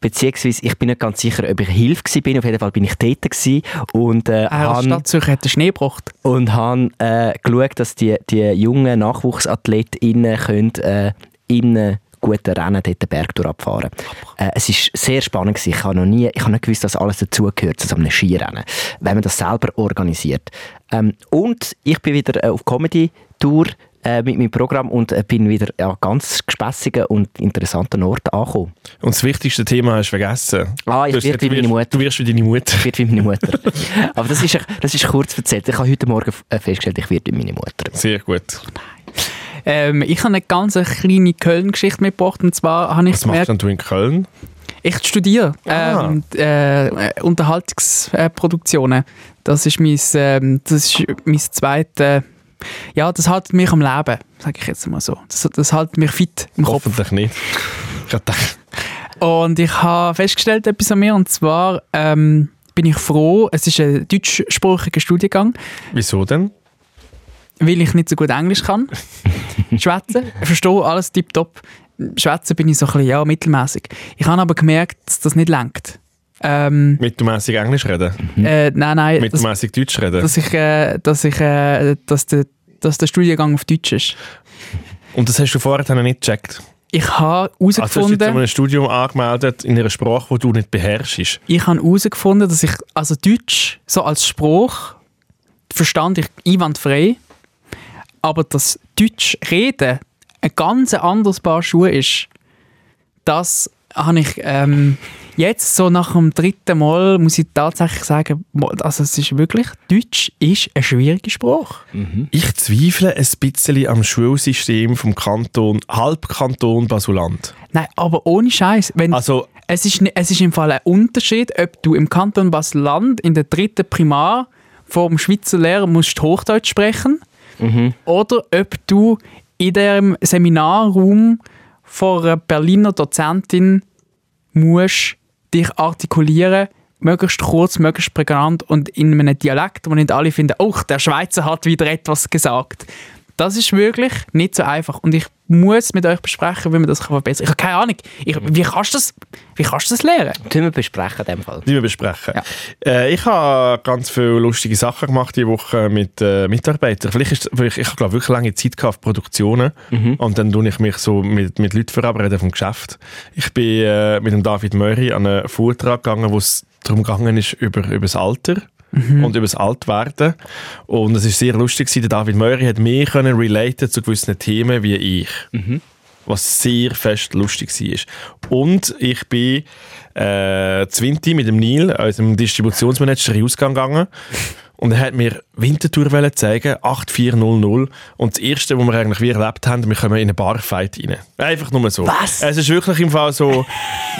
[SPEAKER 2] beziehungsweise ich bin nicht ganz sicher, ob ich Hilfe gewesen bin, auf jeden Fall bin ich dort gewesen und äh,
[SPEAKER 3] Er als
[SPEAKER 2] habe
[SPEAKER 3] Stadtzürcher hat den Schnee gebracht.
[SPEAKER 2] und han äh, geschaut, dass die, die jungen NachwuchsathletInnen können, äh, in einem guten Rennen dort den Berg durchfahren äh, Es war sehr spannend. gewesen. Ich habe noch nie, ich habe nicht gewusst, dass alles dazugehört zu so einem Skirennen, wenn man das selber organisiert. Ähm, und ich bin wieder äh, auf Comedy-Tour äh, mit meinem Programm und äh, bin wieder an ganz gespässigen und interessanten Orten angekommen.
[SPEAKER 1] Und das wichtigste Thema hast du vergessen.
[SPEAKER 2] Ah, ich
[SPEAKER 1] Du hast
[SPEAKER 2] werde
[SPEAKER 1] gesagt,
[SPEAKER 2] wie
[SPEAKER 1] du
[SPEAKER 2] meine
[SPEAKER 1] wirst-
[SPEAKER 2] Mutter.
[SPEAKER 1] Du wirst wie deine Mutter.
[SPEAKER 2] Ich werde wie meine Mutter. Aber das ist, das ist kurz erzählt. Ich habe heute Morgen äh, festgestellt, ich werde wie meine Mutter.
[SPEAKER 1] Sehr gut.
[SPEAKER 3] Ähm, ich habe eine ganz kleine Köln-Geschichte mitgebracht. Und zwar habe ich
[SPEAKER 1] Was machst
[SPEAKER 3] gemerkt,
[SPEAKER 1] denn du in Köln?
[SPEAKER 3] ich studiere
[SPEAKER 1] Ah.
[SPEAKER 3] ähm, äh, äh, Unterhaltungsproduktionen. Das ist mein, ähm, das ist mein zweites. Ja, das hält mich am Leben, sage ich jetzt mal so. Das, das hält mich fit im Kopf.
[SPEAKER 1] Hoffentlich nicht. Ich hab gedacht,
[SPEAKER 3] Und ich habe festgestellt etwas an mir, und zwar ähm, bin ich froh, es ist ein deutschsprachiger Studiengang,
[SPEAKER 1] wieso denn?
[SPEAKER 3] weil ich nicht so gut Englisch kann. Schwätzen, verstehe alles tipptopp. Schwätzen bin ich so ein bisschen, ja, mittelmäßig. Ich habe aber gemerkt, dass das nicht lenkt. Ähm,
[SPEAKER 1] Mittelmässig Englisch reden?
[SPEAKER 3] äh, nein, nein, dass,
[SPEAKER 1] Mhm. Mittelmässig Deutsch reden?
[SPEAKER 3] dass ich, äh, dass ich, äh, dass der, dass der Studiengang auf Deutsch ist.
[SPEAKER 1] Und das hast du vorher dann nicht gecheckt?
[SPEAKER 3] Ich habe
[SPEAKER 1] Also hast du dich
[SPEAKER 3] herausgefunden,
[SPEAKER 1] zu einem Studium angemeldet in einer Sprache, die du nicht beherrschst.
[SPEAKER 3] ich habe herausgefunden, dass ich, also Deutsch, so als Spruch, verstand ich einwandfrei, aber das Deutsch reden ein ganz anderes Paar Schuhe ist, das habe ich ähm, jetzt so nach dem dritten Mal, muss ich tatsächlich sagen, mo- also es ist wirklich, Deutsch ist eine schwierige Sprache.
[SPEAKER 1] Ich zweifle ein bisschen am Schulsystem vom Kanton, Halbkanton Basuland.
[SPEAKER 3] Nein, aber ohne Scheiß. Wenn
[SPEAKER 1] Also,
[SPEAKER 3] Es ist, ni- es ist im Fall ein Unterschied, ob du im Kanton Basel-Land in der dritten Primar vor dem Schweizer Lehrer musst Hochdeutsch sprechen oder ob du in dem Seminarraum vor einer Berliner Dozentin musst dich artikulieren, möglichst kurz, möglichst prägnant und in einem Dialekt, wo nicht alle finden, oh, der Schweizer hat wieder etwas gesagt. Das ist wirklich nicht so einfach und ich muss mit euch besprechen, wie man das kann verbessern kann. Ich habe keine Ahnung. Ich, wie, kannst du das, wie kannst du das lernen?
[SPEAKER 2] Tun wir besprechen in dem Fall.
[SPEAKER 1] die wir besprechen. Äh, ich habe ganz viele lustige Sachen gemacht diese Woche mit äh, Mitarbeitern. Vielleicht ist, vielleicht, ich habe glaube wirklich lange Zeit gehabt auf Produktionen und dann tue ich mich so mit, mit Leuten verabreden vom Geschäft. Ich bin äh, mit dem David Möri an einen Vortrag gegangen, wo es darum gegangen ist über, über das Alter. Und über das Altwerden. Und es war sehr lustig. gewesen. Der David Möri hat mehr können relaten zu gewissen Themen wie ich. Was sehr fest lustig war. Und ich bin äh, Zwinti mit dem Neil, unserem Distributionsmanager, in den Ausgang gegangen. Und er hat mir Winterthur wollen zeigen, 8400. Und das Erste, was wir eigentlich wie erlebt haben, wir kommen in eine Barfight rein. Einfach nur so.
[SPEAKER 2] Was?
[SPEAKER 1] Es ist wirklich im Fall so,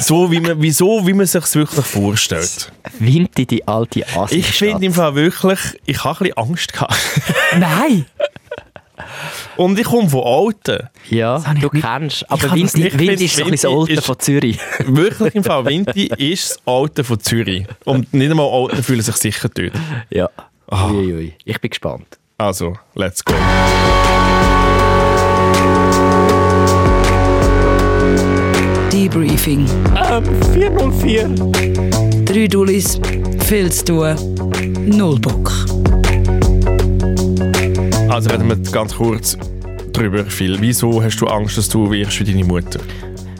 [SPEAKER 1] so wie man, wie, so, wie man sich es wirklich vorstellt.
[SPEAKER 2] Winti, die alte Assi.
[SPEAKER 1] Ich finde im Fall wirklich, ich habe ein bisschen Angst gehabt.
[SPEAKER 3] Nein!
[SPEAKER 1] Und ich komme von Alten.
[SPEAKER 2] Ja,
[SPEAKER 3] habe ich
[SPEAKER 2] du
[SPEAKER 3] nicht-
[SPEAKER 2] kennst.
[SPEAKER 3] Ich
[SPEAKER 2] Aber
[SPEAKER 3] habe das
[SPEAKER 2] Winti,
[SPEAKER 1] nicht-
[SPEAKER 2] Winti ist so ein bisschen das
[SPEAKER 1] Winti
[SPEAKER 2] Alte
[SPEAKER 1] ist-
[SPEAKER 2] von Zürich.
[SPEAKER 1] Wirklich im Fall, Winti ist das Alte von Zürich. Und nicht einmal Alten fühlen sich sicher dort.
[SPEAKER 2] ja.
[SPEAKER 3] Ah.
[SPEAKER 2] Uiuiui. Ich bin gespannt.
[SPEAKER 1] Also, let's go.
[SPEAKER 5] Debriefing.
[SPEAKER 6] Ähm, 404.
[SPEAKER 5] Drei Dullis, viel zu tun, null Bock.
[SPEAKER 1] Also reden wir ganz kurz drüber, Phil. Wieso hast du Angst, dass du wirst wie deine Mutter?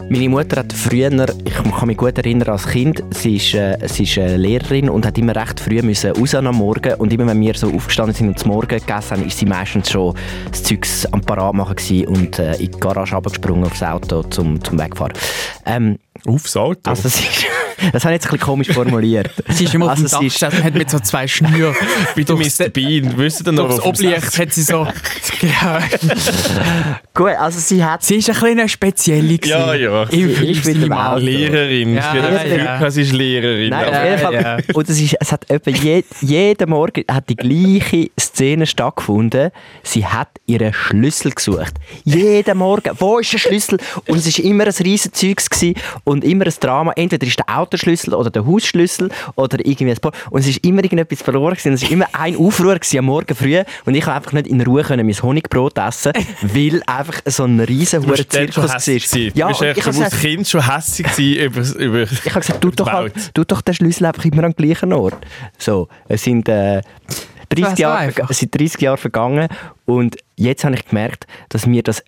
[SPEAKER 2] Meine Mutter hat früher, ich kann mich gut erinnern als Kind, sie ist, äh, sie ist äh, Lehrerin und hat immer recht früh müssen raus am Morgen und immer wenn wir so aufgestanden sind und zum Morgen gegessen haben, ist sie meistens schon das Zeugs am Parat machen gewesen und äh, in die Garage runtergesprungen aufs Auto zum, zum Wegfahren. Ähm,
[SPEAKER 1] Aufs Auto?
[SPEAKER 2] also das ist... Das habe ich jetzt ein bisschen komisch formuliert.
[SPEAKER 3] Sie ist immer
[SPEAKER 2] also
[SPEAKER 3] auf dem Dach
[SPEAKER 2] sie ist-
[SPEAKER 3] gestanden und hat mit so zwei Schnüren.
[SPEAKER 1] Bitte Mr. Bean, wisst ihr denn noch,
[SPEAKER 3] Durchs
[SPEAKER 1] auf dem
[SPEAKER 3] Oblicht hat sie so... genau.
[SPEAKER 2] Gut, also sie hat...
[SPEAKER 3] Sie ist ein bisschen eine spezielle. gewesen.
[SPEAKER 1] Ja, ja.
[SPEAKER 3] Im
[SPEAKER 2] Ich bin im
[SPEAKER 1] Sachsen?
[SPEAKER 2] Auto.
[SPEAKER 1] Lehrerin.
[SPEAKER 3] Ja,
[SPEAKER 1] Ja,
[SPEAKER 3] ja.
[SPEAKER 1] ja. Sie ist Lehrerin.
[SPEAKER 2] Nein,
[SPEAKER 1] Aber-
[SPEAKER 2] auf jeden Fall.
[SPEAKER 3] ja.
[SPEAKER 2] Und es, ist, es hat etwa je, jeden Morgen hat die gleiche Szene stattgefunden. Sie hat ihren Schlüssel gesucht. Jeden Morgen. Wo ist der Schlüssel? Und es war immer ein riesen Zeugs gewesen und immer ein Drama. Entweder ist der Autoschlüssel oder der Hausschlüssel oder irgendwie ein Paar. Und es ist immer irgendetwas verloren gewesen. Und Es war immer ein Aufruhr gewesen am Morgen früh und ich konnte einfach nicht in Ruhe können mein Honigbrot essen, weil einfach so ein riesen
[SPEAKER 1] Du bist dann schon
[SPEAKER 2] Zirkus
[SPEAKER 1] hässig
[SPEAKER 2] war.
[SPEAKER 1] gewesen. Du bist
[SPEAKER 2] und
[SPEAKER 1] echt
[SPEAKER 2] ich hab's
[SPEAKER 1] schon als Kind schon hässig gewesen über... über
[SPEAKER 2] ich habe gesagt, tu doch,
[SPEAKER 1] die
[SPEAKER 2] halt,
[SPEAKER 1] Welt.
[SPEAKER 2] tu doch den Schlüssel einfach immer am gleichen Ort. So, es sind, äh, 30
[SPEAKER 3] Das war
[SPEAKER 2] Jahre,
[SPEAKER 3] einfach.
[SPEAKER 2] es sind 30 Jahre vergangen und jetzt habe ich gemerkt, dass mir das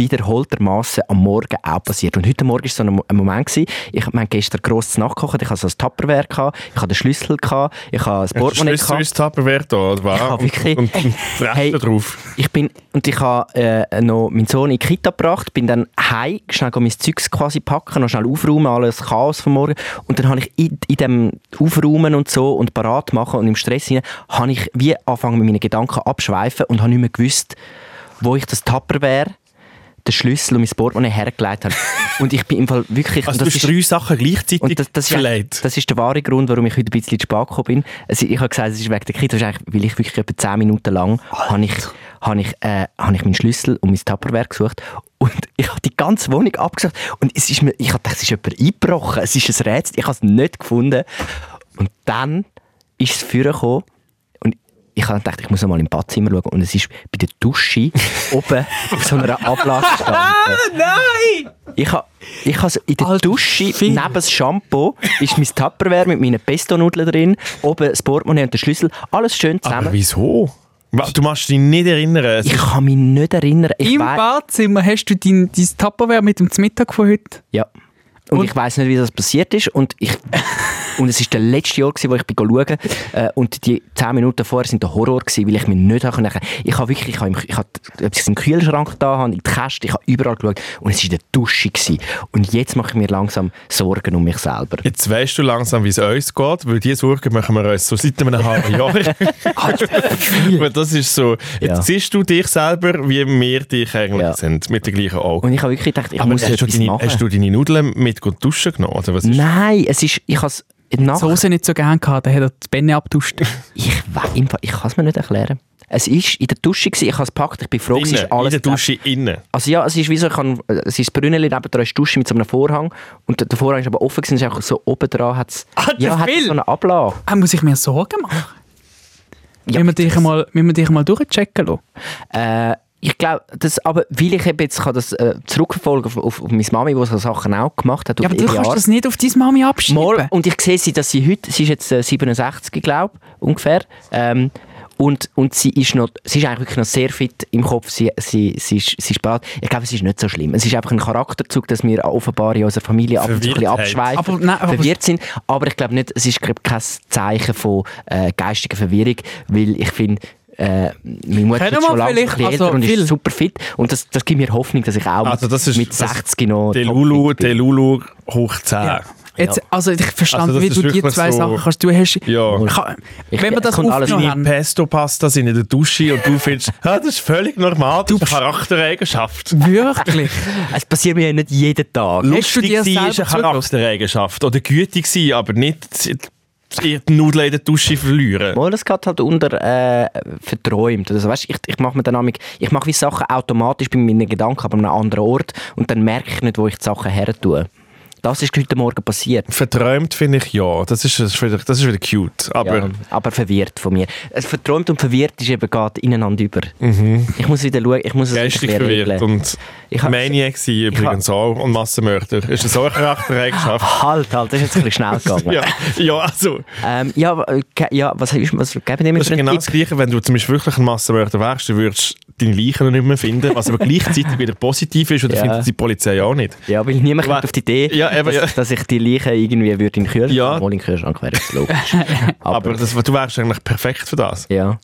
[SPEAKER 2] wiederholtermaßen am Morgen auch passiert. Und heute Morgen war so ein Mo- ein Moment, gewesen. ich habe gestern gross zu Nacht gekocht, ich hatte so ein Tupperware, gehabt, ich hatte den Schlüssel, gehabt, ich hatte das Portemonnaie.
[SPEAKER 1] Schlüssel
[SPEAKER 2] gehabt.
[SPEAKER 1] ist Tupperware da, oder was?
[SPEAKER 2] Ich hab wirklich-
[SPEAKER 1] Und, und, und die Reste
[SPEAKER 2] Hey.
[SPEAKER 1] drauf.
[SPEAKER 2] Ich bin, und ich habe äh, noch meinen Sohn in die Kita gebracht, bin dann heim, schnell mein Zeugs quasi packen, noch schnell aufräumen, alles Chaos vom Morgen. Und dann habe ich in, in dem Aufräumen und so und parat machen und im Stress hinein, habe ich wie angefangen mit meinen Gedanken abschweifen und habe nicht mehr gewusst, wo ich das Tupperware, den Schlüssel und mein Portemonnaie hergelegt habe. und ich bin im Fall wirklich...
[SPEAKER 1] Also
[SPEAKER 2] und
[SPEAKER 1] du
[SPEAKER 2] das
[SPEAKER 1] hast
[SPEAKER 2] ist-
[SPEAKER 1] drei Sachen gleichzeitig
[SPEAKER 2] und das, das, ist,
[SPEAKER 1] verlegt.
[SPEAKER 2] das ist der wahre Grund, warum ich heute ein bisschen zu spät gekommen bin. Also ich habe gesagt, es ist wegen der Kita, das ist eigentlich, weil ich wirklich etwa 10 Minuten lang habe ich, habe ich, äh, habe ich meinen Schlüssel und mein Tupperware gesucht und ich habe die ganze Wohnung abgesucht und es ist mir, ich habe gedacht, es ist jemand eingebrochen, es ist ein Rätsel, ich habe es nicht gefunden. Und dann ist es vorgekommen und ich habe gedacht, ich muss noch mal im Badzimmer schauen und es ist bei der Dusche oben auf so einer Ablage gestanden. Ich habe ich ha so in der
[SPEAKER 3] Alter,
[SPEAKER 2] Dusche
[SPEAKER 3] Phil.
[SPEAKER 2] neben das Shampoo ist mein Tupperware mit meinen Pesto-Nudeln drin, oben das Portemonnaie und der Schlüssel, alles schön
[SPEAKER 1] Aber
[SPEAKER 2] zusammen.
[SPEAKER 1] wieso? Wa- Du musst dich nicht erinnern. Es
[SPEAKER 2] Ich kann mich nicht erinnern. Ich
[SPEAKER 3] Im
[SPEAKER 2] wei-
[SPEAKER 3] Badzimmer hast du dein, dein Tupperware mit dem Mittag von heute.
[SPEAKER 2] Ja. Und,
[SPEAKER 3] Und-
[SPEAKER 2] ich weiß nicht, wie das passiert ist. Und, ich, und es war der letzte Jahr, gewesen, wo ich bin schauen äh, Und die 10 Minuten vorher sind der Horror, gewesen, weil ich mich nicht haben konnte. Ich habe wirklich, ich habe, im- ich habe ob ich es im Kühlschrank da habe, in die Käste, ich habe überall geschaut. Und es war in der Dusche. Gewesen. Und jetzt mache ich mir langsam Sorgen um mich selber.
[SPEAKER 1] Jetzt weißt du langsam, wie es uns geht, weil diese Sorgen machen wir uns so seit einem halben Jahr. Weil das ist so. Jetzt
[SPEAKER 2] Ja.
[SPEAKER 1] siehst du dich selber, wie wir dich eigentlich
[SPEAKER 2] Ja.
[SPEAKER 1] sind, mit den gleichen Augen.
[SPEAKER 2] Und ich habe wirklich gedacht, ich
[SPEAKER 1] Aber
[SPEAKER 2] muss
[SPEAKER 1] hast du,
[SPEAKER 2] etwas
[SPEAKER 1] deine,
[SPEAKER 2] machen.
[SPEAKER 1] hast du deine Nudeln mit gut duschen genommen? Oder was ist
[SPEAKER 2] Nein, es ist, ich habe es nach...
[SPEAKER 3] Die Hose nicht so gerne gehabt, dann hat er die Bänne abgetauscht.
[SPEAKER 2] Ich, wei- im Fall- ich kann es mir nicht erklären. Es ist in der Dusche, gewesen, ich habe es gepackt, ich bin froh, es
[SPEAKER 1] innen,
[SPEAKER 2] ist alles
[SPEAKER 1] in der Dusche innen.
[SPEAKER 2] Also ja, es ist wie so, ich kann, es ist das Brünneli neben dran ist die Dusche mit so einem Vorhang und der, der Vorhang ist aber offen gewesen, es ist einfach so oben dran hat es
[SPEAKER 3] Ah, der
[SPEAKER 2] ja, hat's
[SPEAKER 3] Phil!
[SPEAKER 2] so eine Ablage.
[SPEAKER 3] Ah, muss ich mir Sorgen machen?
[SPEAKER 2] Ja,
[SPEAKER 3] wenn, wir dich mal, wenn wir dich mal durchchecken lassen.
[SPEAKER 2] Äh, ich glaube, das, aber weil ich eben jetzt kann das äh, zurückverfolgen auf, auf, auf meine Mami, die so Sachen auch gemacht hat.
[SPEAKER 3] Ja,
[SPEAKER 2] über
[SPEAKER 3] aber du
[SPEAKER 2] ihre
[SPEAKER 3] kannst
[SPEAKER 2] Jahre.
[SPEAKER 3] das nicht auf deine Mami abschieben.
[SPEAKER 2] Mal, und ich sehe sie, dass sie heute, sie ist jetzt äh, 67, glaube ungefähr. Ähm, und, und sie ist noch, sie ist eigentlich wirklich noch sehr fit im Kopf, sie, sie, sie, ist, sie ist bereit. Ich glaube, es ist nicht so schlimm. Es ist einfach ein Charakterzug, dass wir offenbar in unserer Familie ab und zu ein bisschen
[SPEAKER 1] Verwirrtheit.
[SPEAKER 2] abschweifen,
[SPEAKER 3] Aber nein, aber-
[SPEAKER 2] verwirrt sind. Aber ich glaube nicht, es ist glaub, kein Zeichen von äh, geistiger Verwirrung, weil ich finde, äh, meine Mutter
[SPEAKER 3] Können
[SPEAKER 2] ist
[SPEAKER 3] wir
[SPEAKER 2] schon lange ein
[SPEAKER 3] vielleicht-
[SPEAKER 2] bisschen älter
[SPEAKER 3] also,
[SPEAKER 2] und
[SPEAKER 3] Phil-
[SPEAKER 2] ist super fit. Und das, das gibt mir Hoffnung, dass ich auch
[SPEAKER 1] Also
[SPEAKER 2] mit-
[SPEAKER 1] das ist-
[SPEAKER 2] mit
[SPEAKER 1] das-
[SPEAKER 2] 60 noch
[SPEAKER 1] Der
[SPEAKER 2] topfit
[SPEAKER 1] Lulu,
[SPEAKER 2] bin.
[SPEAKER 1] der Lulu hoch 10.
[SPEAKER 3] Jetzt,
[SPEAKER 2] Ja.
[SPEAKER 3] Also ich verstand,
[SPEAKER 1] Also das
[SPEAKER 3] wie
[SPEAKER 1] ist
[SPEAKER 3] du die
[SPEAKER 1] wirklich
[SPEAKER 3] zwei
[SPEAKER 1] so-
[SPEAKER 3] Sachen kannst. Du hast...
[SPEAKER 1] Ja.
[SPEAKER 3] Ka-
[SPEAKER 2] Ich-
[SPEAKER 3] wenn wir
[SPEAKER 2] es
[SPEAKER 3] das
[SPEAKER 2] kommt alles
[SPEAKER 3] aufgenommen
[SPEAKER 1] Deine
[SPEAKER 3] haben,
[SPEAKER 1] Pesto-Pastas sind in der Dusche und du findest, ah, das ist völlig normal, das ist eine Charaktereigenschaft.
[SPEAKER 3] wirklich,
[SPEAKER 2] Es passiert mir ja nicht jeden Tag.
[SPEAKER 3] Hast du
[SPEAKER 1] Lustig sein
[SPEAKER 3] dir selber
[SPEAKER 1] ist eine
[SPEAKER 3] zugelassen?
[SPEAKER 1] Charaktereigenschaft. Oder gütig sein, aber nicht die- die Nudeln in der Dusche verlieren.
[SPEAKER 2] Mal, das geht halt unter äh, verträumt. Also, weißt, ich ich mache mir dann amig- ich mache wie Sachen automatisch bei meinen Gedanken, aber an einem anderen Ort und dann merke ich nicht, wo ich die Sachen her tue. Das ist heute Morgen passiert.
[SPEAKER 1] Verträumt finde ich ja. Das ist, das, ist wieder, das ist wieder cute. Aber
[SPEAKER 2] ja, aber verwirrt von mir. Es verträumt und verwirrt ist eben gerade ineinander über. Ich muss wieder schauen, ich muss es
[SPEAKER 1] Mhm. geistig
[SPEAKER 2] wieder
[SPEAKER 1] verwirrt.
[SPEAKER 2] regeln.
[SPEAKER 1] Und
[SPEAKER 2] Ich hab-
[SPEAKER 1] Maniac sein übrigens auch. Und Massenmörder. Ist das auch eine Charaktereigenschaft?
[SPEAKER 2] Halt, halt, das ist jetzt ein bisschen schnell gegangen.
[SPEAKER 1] ja. ja, also.
[SPEAKER 2] Ähm, ja, aber, äh, ge- ja, was, ist, was geben die mir
[SPEAKER 1] Das
[SPEAKER 2] für
[SPEAKER 1] ist
[SPEAKER 2] einen
[SPEAKER 1] genau
[SPEAKER 2] Tipp?
[SPEAKER 1] das Gleiche, wenn du zum Beispiel wirklich ein Massenmörder wärst, du würdest deine Leichen nicht mehr finden, was aber gleichzeitig wieder positiv ist und
[SPEAKER 2] Ja.
[SPEAKER 1] das findet die Polizei auch nicht.
[SPEAKER 2] Ja, weil niemand
[SPEAKER 1] Wa-
[SPEAKER 2] kommt auf die Idee,
[SPEAKER 1] Ja, eben,
[SPEAKER 2] dass,
[SPEAKER 1] ja.
[SPEAKER 2] dass ich die Leiche irgendwie würde in den Kühlschrank,
[SPEAKER 1] Ja.
[SPEAKER 2] obwohl in den Kühlschrank wäre es logisch. aber,
[SPEAKER 1] Aber das, du wärst eigentlich perfekt für das.
[SPEAKER 2] ja.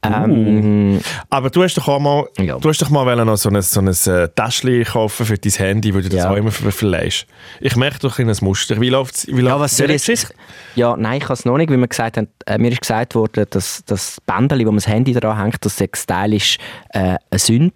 [SPEAKER 2] Ähm,
[SPEAKER 1] Aber du hast doch auch mal,
[SPEAKER 2] Ja.
[SPEAKER 1] du hast doch mal wollen noch so ein, so ein äh, Täschchen kaufen für dein Handy, weil du das
[SPEAKER 2] Ja.
[SPEAKER 1] auch immer ver- verleihst. Ich merke doch ein Muster. Wie läuft wie
[SPEAKER 2] ja,
[SPEAKER 1] läuft's-
[SPEAKER 2] was soll
[SPEAKER 1] wie
[SPEAKER 2] ich
[SPEAKER 1] läuft's?
[SPEAKER 2] jetzt? Ja, nein, ich kann es noch nicht, weil wir gesagt haben, äh, mir ist gesagt worden, dass das Bändeli, wo man das Handy dran hängt, das sei stylisch äh, eine Sünde.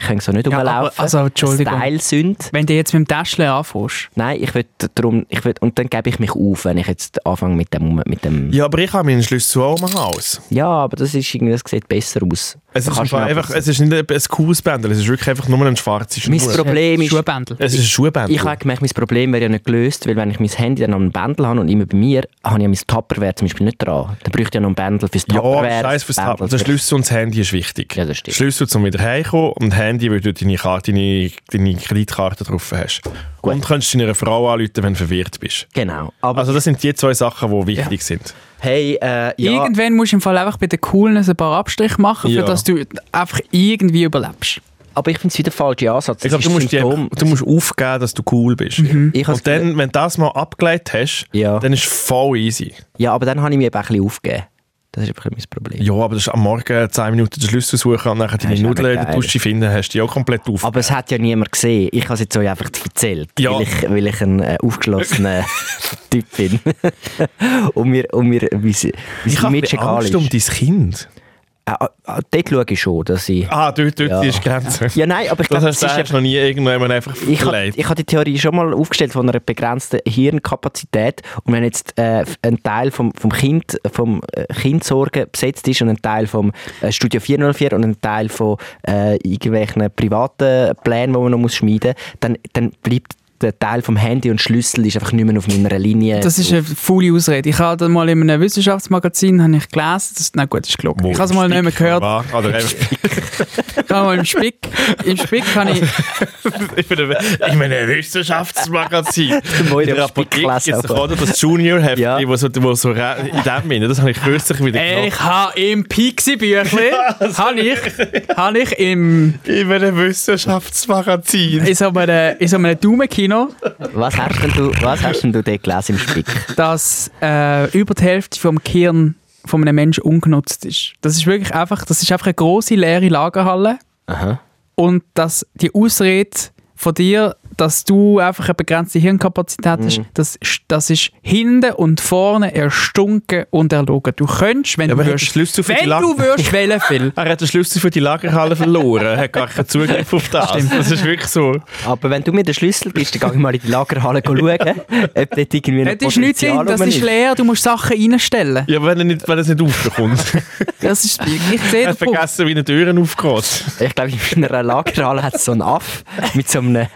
[SPEAKER 2] Ich kann so nicht
[SPEAKER 3] Ja, aber-
[SPEAKER 2] rumlaufen.
[SPEAKER 3] also, Entschuldigung.
[SPEAKER 2] Style-Sünde.
[SPEAKER 3] Wenn du jetzt mit dem Täschchen anfängst,
[SPEAKER 2] Nein, ich will darum, ich will, und dann gebe ich mich auf, wenn ich jetzt anfange mit dem, mit dem. Ja,
[SPEAKER 1] Ja, aber ich habe meinen Schlüssel auch im Haus.
[SPEAKER 2] aber das ist irgendwie, das sieht besser aus.
[SPEAKER 1] Es
[SPEAKER 2] Da
[SPEAKER 1] ist,
[SPEAKER 2] kannst
[SPEAKER 1] einfach,
[SPEAKER 2] du mir
[SPEAKER 1] einfach,
[SPEAKER 2] abziehen.
[SPEAKER 1] es ist nicht ein cooles Bändel, es ist wirklich einfach nur ein schwarzes Schnur.
[SPEAKER 2] Mein Problem ist,
[SPEAKER 3] Schuhbändel.
[SPEAKER 1] es ist ein Schuhbändel.
[SPEAKER 2] ich habe gemerkt, mein Problem wäre ja nicht gelöst, weil wenn ich mein Handy dann an einem Bändel habe und immer bei mir, habe ich ja mein Tupperware zum Beispiel nicht dran. Dann bräuchte ich ja noch ein Bändel fürs
[SPEAKER 1] Ja, aber
[SPEAKER 2] Tupperware.
[SPEAKER 1] scheiß fürs
[SPEAKER 2] Bändel
[SPEAKER 1] Tablet. Der
[SPEAKER 2] für-
[SPEAKER 1] Schlüssel und das Handy ist wichtig.
[SPEAKER 2] Ja, das stimmt.
[SPEAKER 1] Schlüssel zum wieder heimkommen und Handy, weil du deine, Karte, deine, deine Kreditkarte drauf hast.
[SPEAKER 2] Gut.
[SPEAKER 1] Und kannst deiner Frau anrufen, wenn du verwirrt bist.
[SPEAKER 2] Genau. Aber
[SPEAKER 1] Also das sind die zwei Sachen, die wichtig sind.
[SPEAKER 2] hey, äh, ja,
[SPEAKER 3] Irgendwann musst du im Fall einfach bei den Coolness ein paar Abstriche machen,
[SPEAKER 1] Ja.
[SPEAKER 3] für dass du einfach irgendwie überlebst.
[SPEAKER 2] aber ich finde es wieder falsch. Ja, Ansatz.
[SPEAKER 1] Ich glaube, du, musst die- du musst aufgeben, dass du cool bist.
[SPEAKER 2] Ich hab's
[SPEAKER 1] Und dann, wenn du das mal abgeleitet hast,
[SPEAKER 2] Ja.
[SPEAKER 1] dann ist es voll easy.
[SPEAKER 2] ja, aber dann habe ich mich eben ein bisschen aufgegeben. Das ist einfach mein Problem.
[SPEAKER 1] Ja, aber das ist am Morgen 10 Minuten den Schlüssel suchen und nachher deine
[SPEAKER 2] ist
[SPEAKER 1] Nudeln
[SPEAKER 2] aber
[SPEAKER 1] in der
[SPEAKER 2] geil.
[SPEAKER 1] Dusche finden, hast du die auch komplett auf.
[SPEAKER 2] Aber es hat ja niemand gesehen. Ich habe es jetzt euch einfach erzählt,
[SPEAKER 1] Ja.
[SPEAKER 2] weil, ich, weil ich ein äh, aufgeschlossener Typ bin. und mir, und mir wie sie, wie
[SPEAKER 1] ich
[SPEAKER 2] sie
[SPEAKER 1] habe
[SPEAKER 2] mir
[SPEAKER 1] ein bisschen
[SPEAKER 2] egal
[SPEAKER 1] Angst
[SPEAKER 2] ist.
[SPEAKER 1] um dein Kind.
[SPEAKER 2] Äh, äh, dort schaue ich schon, dass ich...
[SPEAKER 1] Ah, dort, dort
[SPEAKER 2] Ja.
[SPEAKER 1] ist die Grenze.
[SPEAKER 2] Ja, nein, aber ich
[SPEAKER 1] Das
[SPEAKER 2] glaube,
[SPEAKER 1] hast
[SPEAKER 2] es
[SPEAKER 1] du
[SPEAKER 2] ist
[SPEAKER 1] hast
[SPEAKER 2] einfach...
[SPEAKER 1] noch nie irgendjemand einfach
[SPEAKER 2] Ich habe
[SPEAKER 1] verleiht.
[SPEAKER 2] ich hab die Theorie schon mal aufgestellt von einer begrenzten Hirnkapazität und wenn jetzt äh, ein Teil vom, vom Kind vom äh, Kindsorgen besetzt ist und ein Teil vom äh, Studio 404 und ein Teil von äh, irgendwelchen privaten Plänen, die man noch muss schmieden muss, dann, dann bleibt der Teil vom Handy und Schlüssel ist einfach nicht mehr auf meiner
[SPEAKER 1] Äh,
[SPEAKER 2] Linie.
[SPEAKER 3] Das ist eine faule Ausrede. Ich habe das mal in einem Wissenschaftsmagazin habe ich gelesen, das, na gut, das ist gelogen.
[SPEAKER 1] Wo
[SPEAKER 3] Ich habe es mal nicht mehr
[SPEAKER 1] Spick
[SPEAKER 3] gehört.
[SPEAKER 1] war. Oder einfach-
[SPEAKER 3] Ich habe mal im Spick, im Spick habe ich,
[SPEAKER 1] ich, bin, ich meine, ein Wissenschaftsmagazin.
[SPEAKER 2] Moira
[SPEAKER 1] In der
[SPEAKER 2] Spick
[SPEAKER 1] Apotheke
[SPEAKER 2] gelesen,
[SPEAKER 1] gibt's doch
[SPEAKER 2] aber-
[SPEAKER 1] auch noch das Junior-Heft,
[SPEAKER 2] Ja.
[SPEAKER 1] wo so, wo so re- in dem Sinne, das habe ich kürzlich wieder
[SPEAKER 3] Ey, Äh, ich habe im Pixie-Büchlein, habe ich, habe ich im,
[SPEAKER 1] In einem Wissenschaftsmagazin.
[SPEAKER 3] in so einem, in so einem Daumenkino,
[SPEAKER 2] was, hast denn du, was hast denn du dort gelesen im Spick?
[SPEAKER 3] dass äh, über die Hälfte vom Gehirn von einem Menschen ungenutzt ist. Das ist wirklich einfach, das ist einfach eine große leere Lagerhalle.
[SPEAKER 2] Aha.
[SPEAKER 3] Und dass die Ausrede von dir, dass du einfach eine begrenzte Hirnkapazität
[SPEAKER 1] Mhm.
[SPEAKER 3] hast, das, ist- das ist hinten und vorne erstunken und erlogen. Du könntest, wenn
[SPEAKER 1] Aber
[SPEAKER 3] du
[SPEAKER 1] er hat den
[SPEAKER 3] würdest,
[SPEAKER 1] Schlüssel für die
[SPEAKER 3] wenn
[SPEAKER 1] Lag-
[SPEAKER 3] du würdest wählen, Phil.
[SPEAKER 1] Er hat den Schlüssel für die Lagerhalle verloren. Er hat gar keinen Zugriff auf das. Das ist wirklich so.
[SPEAKER 2] Aber wenn du mir den Schlüssel gibst, dann gehe ich mal in die Lagerhalle schauen, ob dort irgendwie
[SPEAKER 3] Das
[SPEAKER 2] ein
[SPEAKER 3] ist nichts drin,
[SPEAKER 2] Potenzial
[SPEAKER 3] das
[SPEAKER 2] rum
[SPEAKER 3] ist leer, du musst Sachen reinstellen.
[SPEAKER 1] Ja, wenn er nicht, wenn er es nicht aufkommt.
[SPEAKER 3] Das ist, ich
[SPEAKER 1] er
[SPEAKER 3] sehe den
[SPEAKER 1] hat
[SPEAKER 3] Punkt.
[SPEAKER 1] vergessen, wie eine Tür aufgeht.
[SPEAKER 2] Ich glaube, in einer Lagerhalle hat es so einen Aff mit so einem,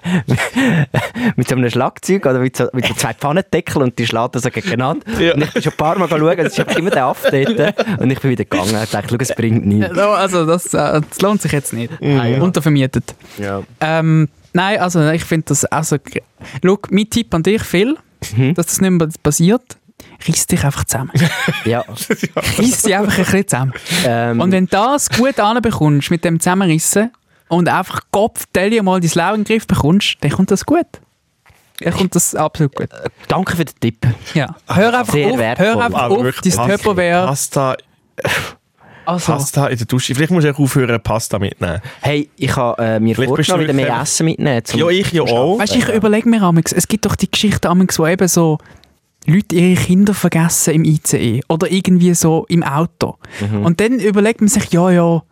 [SPEAKER 2] mit so einem Schlagzeug oder mit so, mit so zwei Pfannendeckel und die schlägt das so gegeneinander.
[SPEAKER 1] Ja.
[SPEAKER 2] Und ich bin schon ein paar Mal schauen, es ist einfach immer der Aff dort. Und ich bin wieder gegangen und dachte, schau, es bringt nichts.
[SPEAKER 3] Ja, Also, das, äh, das lohnt sich jetzt nicht.
[SPEAKER 1] Mhm.
[SPEAKER 3] Untervermietet.
[SPEAKER 2] Ja.
[SPEAKER 3] Ähm, nein, also ich finde das. Also, schau, mein Tipp an dich, Phil,
[SPEAKER 1] Mhm.
[SPEAKER 3] dass das nicht mehr passiert, reiss dich einfach zusammen.
[SPEAKER 2] ja.
[SPEAKER 3] reiss dich einfach ein bisschen zusammen.
[SPEAKER 2] Ähm,
[SPEAKER 3] Und wenn du das gut anbekommst mit dem Zusammenrissen und einfach Kopf, Telly mal dein Leben in den Griff bekommst, dann kommt das gut. Dann kommt das absolut gut.
[SPEAKER 2] danke für den Tipp.
[SPEAKER 3] Ja. Hör einfach
[SPEAKER 2] Sehr
[SPEAKER 3] auf,
[SPEAKER 2] wertvoll.
[SPEAKER 3] hör einfach
[SPEAKER 1] Aber
[SPEAKER 3] auf, Ah,
[SPEAKER 1] Also
[SPEAKER 3] dein
[SPEAKER 1] wirklich,
[SPEAKER 3] Tupperware.
[SPEAKER 1] Pasta,
[SPEAKER 3] Also,
[SPEAKER 1] Pasta in der Dusche. Vielleicht musst du auch aufhören, Pasta mitnehmen.
[SPEAKER 2] Hey, ich habe äh, mir
[SPEAKER 1] Vielleicht bist du
[SPEAKER 2] vorgenommen, wieder mehr
[SPEAKER 1] wirklich-
[SPEAKER 2] Essen mitnehmen. zum-
[SPEAKER 1] Ja, ich ja auch.
[SPEAKER 3] Weißt du, ich überlege mir amigs, es gibt doch die Geschichten amigs, wo eben so Leute ihre Kinder vergessen im ICE oder irgendwie so im Auto. Und dann überlegt man sich, ja, ja,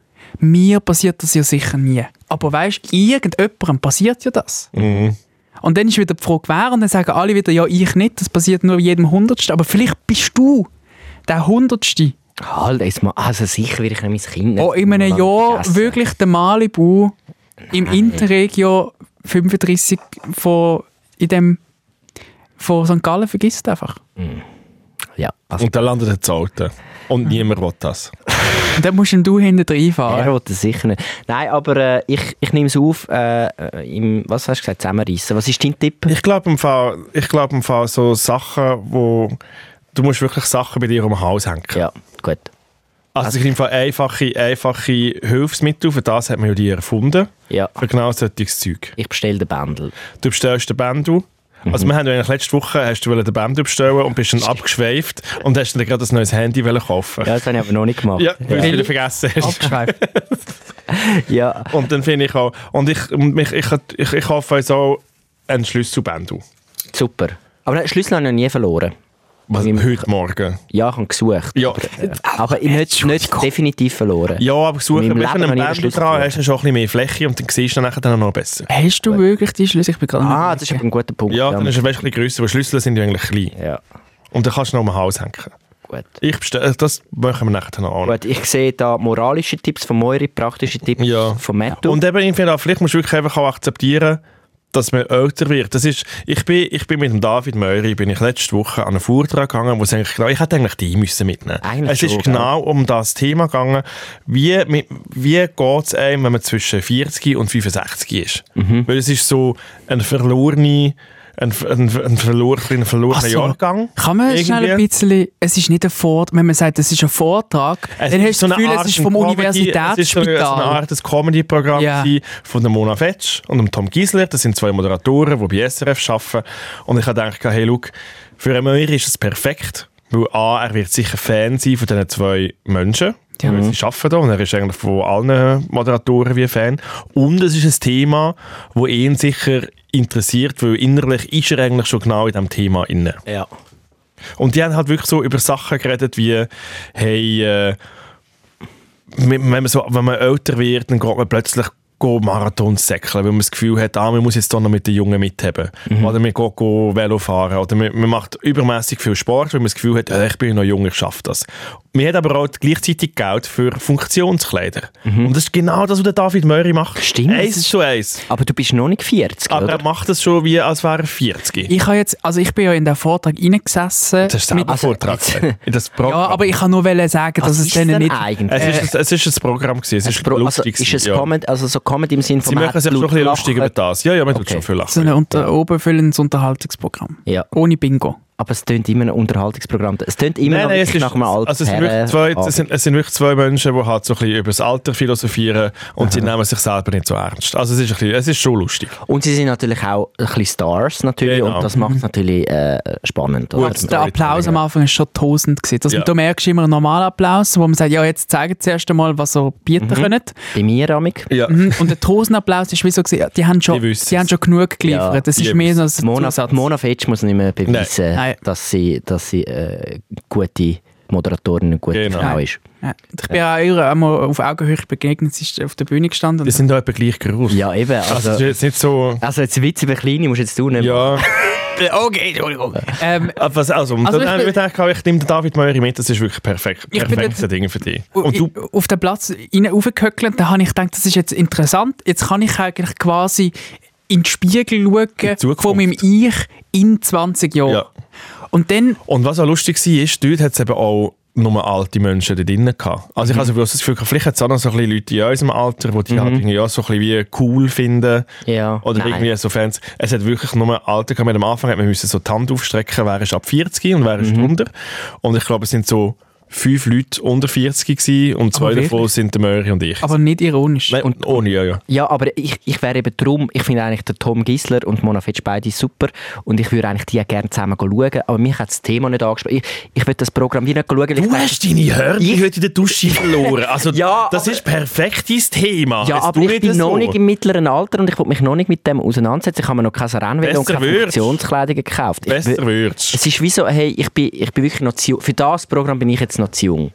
[SPEAKER 3] mir passiert das ja sicher nie. Aber weißt du, irgendjemandem passiert ja das. Und dann ist wieder die Frage, wer? Und dann sagen alle wieder, ja, ich nicht, das passiert nur jedem Hundertsten. Aber vielleicht bist du der Hundertste,
[SPEAKER 2] Halt, jetzt mal. Also sicher werde ich nicht mein Kind.
[SPEAKER 3] der Oh, in einem
[SPEAKER 2] Mann
[SPEAKER 3] Jahr
[SPEAKER 2] vergessen.
[SPEAKER 3] wirklich den Malibu im Interregio 35 von in dem von St. Gallen vergisst einfach.
[SPEAKER 2] Ja, also,
[SPEAKER 1] Und dann landet er zu Alten. Und niemand will das.
[SPEAKER 3] Und dann musst du hinten reinfahren.
[SPEAKER 2] er will das sicher nicht. Nein, aber äh, ich, ich nehme es auf, äh, im, was hast du gesagt, zusammenreißen. Was ist dein Tipp?
[SPEAKER 1] Ich glaube im Fall, ich glaube im Fall so Sachen, wo du musst wirklich Sachen bei dir um den Hals hängen.
[SPEAKER 2] Ja, gut.
[SPEAKER 1] Also ich nehme im Fall einfache, einfache Hilfsmittel, für das hat man ja die erfunden.
[SPEAKER 2] Ja,
[SPEAKER 1] Für genau solches Zeug.
[SPEAKER 2] ich bestelle den Bändel.
[SPEAKER 1] Du bestellst den Bändel. Also wir haben ja eigentlich letzte Woche hast du wollen den Bändel bestellen und bist dann abgeschweift und hast dann gerade ein neues Handy wollen kaufen.
[SPEAKER 2] Ja, das habe ich aber noch nicht gemacht.
[SPEAKER 1] Ja, weil du es wieder vergessen hast.
[SPEAKER 3] Abgeschweift.
[SPEAKER 2] ja.
[SPEAKER 1] Und dann finde ich auch, und ich, und mich, ich, ich, ich hoffe uns auch einen Schlüsselbändel.
[SPEAKER 2] Super. Aber den Schlüssel habe ich noch nie verloren.
[SPEAKER 1] Was, heute Morgen.
[SPEAKER 2] Ja, ich habe gesucht.
[SPEAKER 1] Ja.
[SPEAKER 2] Aber, äh, aber nicht, nicht definitiv verloren.
[SPEAKER 1] Ja, aber suche
[SPEAKER 2] In meinem
[SPEAKER 1] mit
[SPEAKER 2] Leben
[SPEAKER 1] einem
[SPEAKER 2] habe ich den
[SPEAKER 1] Bändel
[SPEAKER 2] Schlüssel
[SPEAKER 1] dran,
[SPEAKER 2] verloren.
[SPEAKER 1] hast du schon ein bisschen mehr Fläche und dann siehst du dann nachher dann noch besser.
[SPEAKER 3] Hast du wirklich die Schlüssel? Ich bin gerade
[SPEAKER 2] Ah,
[SPEAKER 3] am
[SPEAKER 2] das ist aber
[SPEAKER 3] Überlegen.
[SPEAKER 2] ein guter Punkt.
[SPEAKER 1] Ja, dann ist er ein bisschen grösser, weil Schlüssel sind ja eigentlich klein.
[SPEAKER 2] ja,
[SPEAKER 1] Und dann kannst du noch um den Hals hängen.
[SPEAKER 2] gut.
[SPEAKER 1] Ich bestelle, das machen wir nachher noch an.
[SPEAKER 2] Gut, ich sehe da moralische Tipps von Moiri, praktische Tipps
[SPEAKER 1] Ja.
[SPEAKER 2] von Mattu.
[SPEAKER 1] Und eben, ich finde auch, vielleicht musst du wirklich einfach auch akzeptieren, dass man älter wird. Das ist, ich, bin, ich bin mit dem David Möri bin ich letzte Woche an einen Vortrag gegangen, wo es eigentlich genau, ich hätte eigentlich die müssen mitnehmen.
[SPEAKER 2] Eigentlich
[SPEAKER 1] es ist
[SPEAKER 2] schon,
[SPEAKER 1] genau um das Thema gegangen, wie, mit- wie geht es einem, wenn man zwischen 40 und 65 ist.
[SPEAKER 3] Mhm.
[SPEAKER 1] Weil es ist so ein verlorene, ein, ein, ein verlorener, ein verlorener
[SPEAKER 3] Ach so.
[SPEAKER 1] Jahrgang.
[SPEAKER 3] Kann man schnell ein
[SPEAKER 1] Irgendwie.
[SPEAKER 3] bisschen, es ist nicht ein Vortrag, wenn man sagt, es ist ein Vortrag,
[SPEAKER 1] Es
[SPEAKER 3] dann
[SPEAKER 1] ist
[SPEAKER 3] hast du das Gefühl, es
[SPEAKER 1] Art
[SPEAKER 3] ist vom
[SPEAKER 1] Comedy- Es ist so eine
[SPEAKER 3] Universitätsspital.
[SPEAKER 1] Art ein Comedy-Programm
[SPEAKER 3] Ja.
[SPEAKER 1] gewesen von der Mona Fetsch und dem Tom Giesler. Das sind zwei Moderatoren, die bei SRF arbeiten. Und ich habe gedacht, hey, schau, für einen Möhr ist es perfekt. Weil A, er wird sicher Fan sein von diesen zwei Menschen.
[SPEAKER 3] Ja.
[SPEAKER 1] Weil sie arbeiten da und er ist eigentlich von allen Moderatoren wie Fan. Und es ist ein Thema, das ihn sicher interessiert, weil innerlich ist er eigentlich schon genau in diesem Thema inne.
[SPEAKER 2] ja.
[SPEAKER 1] Und die haben halt wirklich so über Sachen geredet wie, hey, äh, wenn man, so, wenn man älter wird, dann geht man plötzlich go Marathon säckeln, weil man das Gefühl hat, ah, man muss jetzt doch noch mit den Jungen mithaben.
[SPEAKER 3] Mhm.
[SPEAKER 1] Oder man geht go Velo fahren. Oder man, man macht übermäßig viel Sport, weil man das Gefühl hat, ah, ich bin ja noch jung, ich schaffe das. Man hat aber auch gleichzeitig Geld für Funktionskleider.
[SPEAKER 3] Mhm.
[SPEAKER 1] Und das ist genau das, was der David Möri macht.
[SPEAKER 2] Stimmt.
[SPEAKER 1] Eins zu eins.
[SPEAKER 2] Aber du bist noch nicht 40,
[SPEAKER 1] Aber
[SPEAKER 2] oder?
[SPEAKER 1] er macht das schon, wie als wäre er 40.
[SPEAKER 3] Ich, habe jetzt, also ich bin ja in den Vortrag reingesessen.
[SPEAKER 1] das ist ein
[SPEAKER 3] mit-
[SPEAKER 1] Vortrag. In das
[SPEAKER 3] ja,
[SPEAKER 1] Programm.
[SPEAKER 3] aber ich kann nur wollen sagen,
[SPEAKER 2] Was
[SPEAKER 3] dass es
[SPEAKER 2] ist denn
[SPEAKER 3] denen nicht...
[SPEAKER 2] eigentlich?
[SPEAKER 1] Es, ist, ein- es ist ein Programm gewesen. Es ist
[SPEAKER 2] Äh, Pro- also,
[SPEAKER 1] lustig.
[SPEAKER 2] ist es
[SPEAKER 1] gewesen, ja.
[SPEAKER 2] Comedy, also so Comedy im Sinne von
[SPEAKER 1] Sie
[SPEAKER 2] man
[SPEAKER 1] machen
[SPEAKER 2] hat
[SPEAKER 1] sich schon ein
[SPEAKER 2] laut
[SPEAKER 1] bisschen lustig über
[SPEAKER 2] gelacht.
[SPEAKER 1] das. Ja, ja, man tut
[SPEAKER 2] Okay.
[SPEAKER 1] schon viel
[SPEAKER 3] So
[SPEAKER 1] lachen.
[SPEAKER 3] ein unter oberfüllendes Unterhaltungsprogramm.
[SPEAKER 2] Ja,
[SPEAKER 3] Ohne Bingo.
[SPEAKER 2] aber es tönt immer ein Unterhaltungsprogramm. Es tönt immer noch
[SPEAKER 1] es,
[SPEAKER 2] wirklich
[SPEAKER 1] ist,
[SPEAKER 2] nach einem alten
[SPEAKER 1] also es, sind
[SPEAKER 2] Herren-
[SPEAKER 1] wirklich zwei,
[SPEAKER 2] Abend.
[SPEAKER 1] es, sind, es sind wirklich zwei Menschen, die halt so ein bisschen über das Alter philosophieren und sie nehmen sich selber nicht so ernst. Also es ist, ein bisschen, es ist schon lustig.
[SPEAKER 2] Und sie sind natürlich auch ein bisschen Stars natürlich
[SPEAKER 1] Genau.
[SPEAKER 2] und das macht es natürlich äh, spannend. oder?
[SPEAKER 3] Gut, der Applaus am Anfang ist schon tosend. Gewesen. Das,
[SPEAKER 1] Ja.
[SPEAKER 3] Du merkst immer einen normalen Applaus, wo man sagt, ja, jetzt zeigen sie erst einmal, was sie bieten
[SPEAKER 1] Mhm.
[SPEAKER 3] können.
[SPEAKER 2] Bei mir, Amik,
[SPEAKER 1] Ja.
[SPEAKER 3] Mhm. Und der Tosenapplaus ist wie so, gewesen, ja, die haben schon,
[SPEAKER 1] Die
[SPEAKER 3] die
[SPEAKER 1] wissen's.
[SPEAKER 3] haben schon genug geliefert.
[SPEAKER 2] Ja,
[SPEAKER 3] das
[SPEAKER 1] die
[SPEAKER 3] ist mehr so ein
[SPEAKER 2] Mona,
[SPEAKER 3] Zusatz.
[SPEAKER 2] Mona Fetsch muss nicht mehr beweisen,
[SPEAKER 1] Nein.
[SPEAKER 3] Nein.
[SPEAKER 2] dass sie, dass sie äh, gute Moderatorin und gute
[SPEAKER 1] Genau.
[SPEAKER 2] Frau
[SPEAKER 3] Nein.
[SPEAKER 2] ist.
[SPEAKER 3] Ja. Und Ich bin auch ihr einmal auf Augenhöhe begegnet, sie ist auf der Bühne gestanden.
[SPEAKER 1] Die
[SPEAKER 3] Und
[SPEAKER 1] sind auch etwa gleich groß.
[SPEAKER 2] Ja, eben.
[SPEAKER 1] Also,
[SPEAKER 2] Also,
[SPEAKER 1] es ist jetzt nicht so...
[SPEAKER 2] also jetzt Witz über Kleine musst du jetzt du nicht
[SPEAKER 1] Ja,
[SPEAKER 2] Okay, Entschuldigung.
[SPEAKER 3] ähm,
[SPEAKER 1] Aber was- also,
[SPEAKER 3] Also
[SPEAKER 1] also
[SPEAKER 3] ich
[SPEAKER 1] dann, ich,
[SPEAKER 3] bin-
[SPEAKER 1] ich, denke, ich nehme den David Möri mit, das ist wirklich perfekt.
[SPEAKER 3] Ich bin Oh,
[SPEAKER 1] Perfekte
[SPEAKER 3] dort-
[SPEAKER 1] Ding für dich.
[SPEAKER 3] und
[SPEAKER 1] Und du,
[SPEAKER 3] auf den Platz rein raufgehöckelt, da habe ich gedacht, das ist jetzt interessant. Jetzt kann ich eigentlich quasi in den Spiegel
[SPEAKER 1] In die
[SPEAKER 3] schauen
[SPEAKER 1] Zukunft.
[SPEAKER 3] von meinem Ich in 20 Jahren.
[SPEAKER 1] ja.
[SPEAKER 3] Und dann
[SPEAKER 1] Und was auch lustig war, ist, dort hat es eben auch nur alte Menschen da drinnen gehabt. Also ich
[SPEAKER 2] Mhm.
[SPEAKER 1] habe so bloß das Gefühl, gehabt, vielleicht hat es auch noch so ein bisschen Leute in unserem Alter, die die halt irgendwie auch so ein bisschen wie cool finden.
[SPEAKER 2] Ja.
[SPEAKER 1] Oder
[SPEAKER 2] Nein.
[SPEAKER 1] irgendwie so Fans. Es hat wirklich nur Alter gehabt. Am Anfang hat man müssen so die Hand aufstrecken, wer ist ab 40 und wer ist
[SPEAKER 2] Mhm.
[SPEAKER 1] drunter. Und ich glaube, es sind so fünf Leute unter 40 gewesen und zwei
[SPEAKER 3] Aber
[SPEAKER 1] davon sind der Möri und ich.
[SPEAKER 3] Aber nicht ironisch.
[SPEAKER 1] Nein, und ohne, ja, ja.
[SPEAKER 2] Ja, aber ich, ich wäre eben drum, ich finde eigentlich den Tom Gisler und Mona Fetsch beide super und ich würde eigentlich die ja gerne zusammen schauen, aber mich hat das Thema nicht angesprochen. Ich, ich würde das Programm wie nicht schauen. weil ich
[SPEAKER 1] Du
[SPEAKER 2] denke-
[SPEAKER 1] hast deine Hörnchen heute in der Dusche verloren. Also,
[SPEAKER 2] Ja,
[SPEAKER 1] das
[SPEAKER 2] aber-
[SPEAKER 1] ist perfekt dein Thema.
[SPEAKER 2] Ja,
[SPEAKER 1] Jetzt
[SPEAKER 2] aber
[SPEAKER 1] tu
[SPEAKER 2] ich bin
[SPEAKER 1] das
[SPEAKER 2] noch
[SPEAKER 1] so.
[SPEAKER 2] nicht im mittleren Alter und ich will mich noch nicht mit dem auseinandersetzen. Ich habe mir noch keine Rennwelle und
[SPEAKER 1] Besser
[SPEAKER 2] keine
[SPEAKER 1] würd's.
[SPEAKER 2] Funktionskleidung gekauft. Ich
[SPEAKER 1] Besser
[SPEAKER 2] wür-
[SPEAKER 1] würdest.
[SPEAKER 2] es ist wie so, hey, ich bin, ich bin wirklich noch zu jung. Für das Programm bin ich jetzt noch zu jung.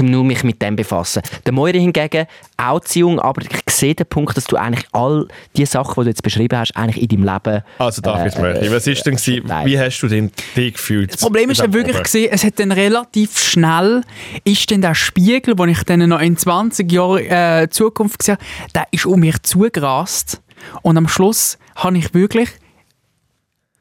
[SPEAKER 2] Um nur mich mit dem befassen. Der Moira hingegen auch zu jung, aber ich sehe den Punkt, dass du eigentlich all die Sachen, die du jetzt beschrieben hast, eigentlich in deinem Leben...
[SPEAKER 1] Also David
[SPEAKER 2] äh,
[SPEAKER 1] Murphy,
[SPEAKER 2] äh,
[SPEAKER 1] was ist denn gewesen,
[SPEAKER 2] nein.
[SPEAKER 1] wie hast du denn dich gefühlt?
[SPEAKER 3] Das Problem ist dann wirklich, gewesen, es hat dann relativ schnell, ist dann der Spiegel, den ich dann noch in 20 Jahren äh, Zukunft gesehen habe, der ist um mich zugerast. Und am Schluss habe ich wirklich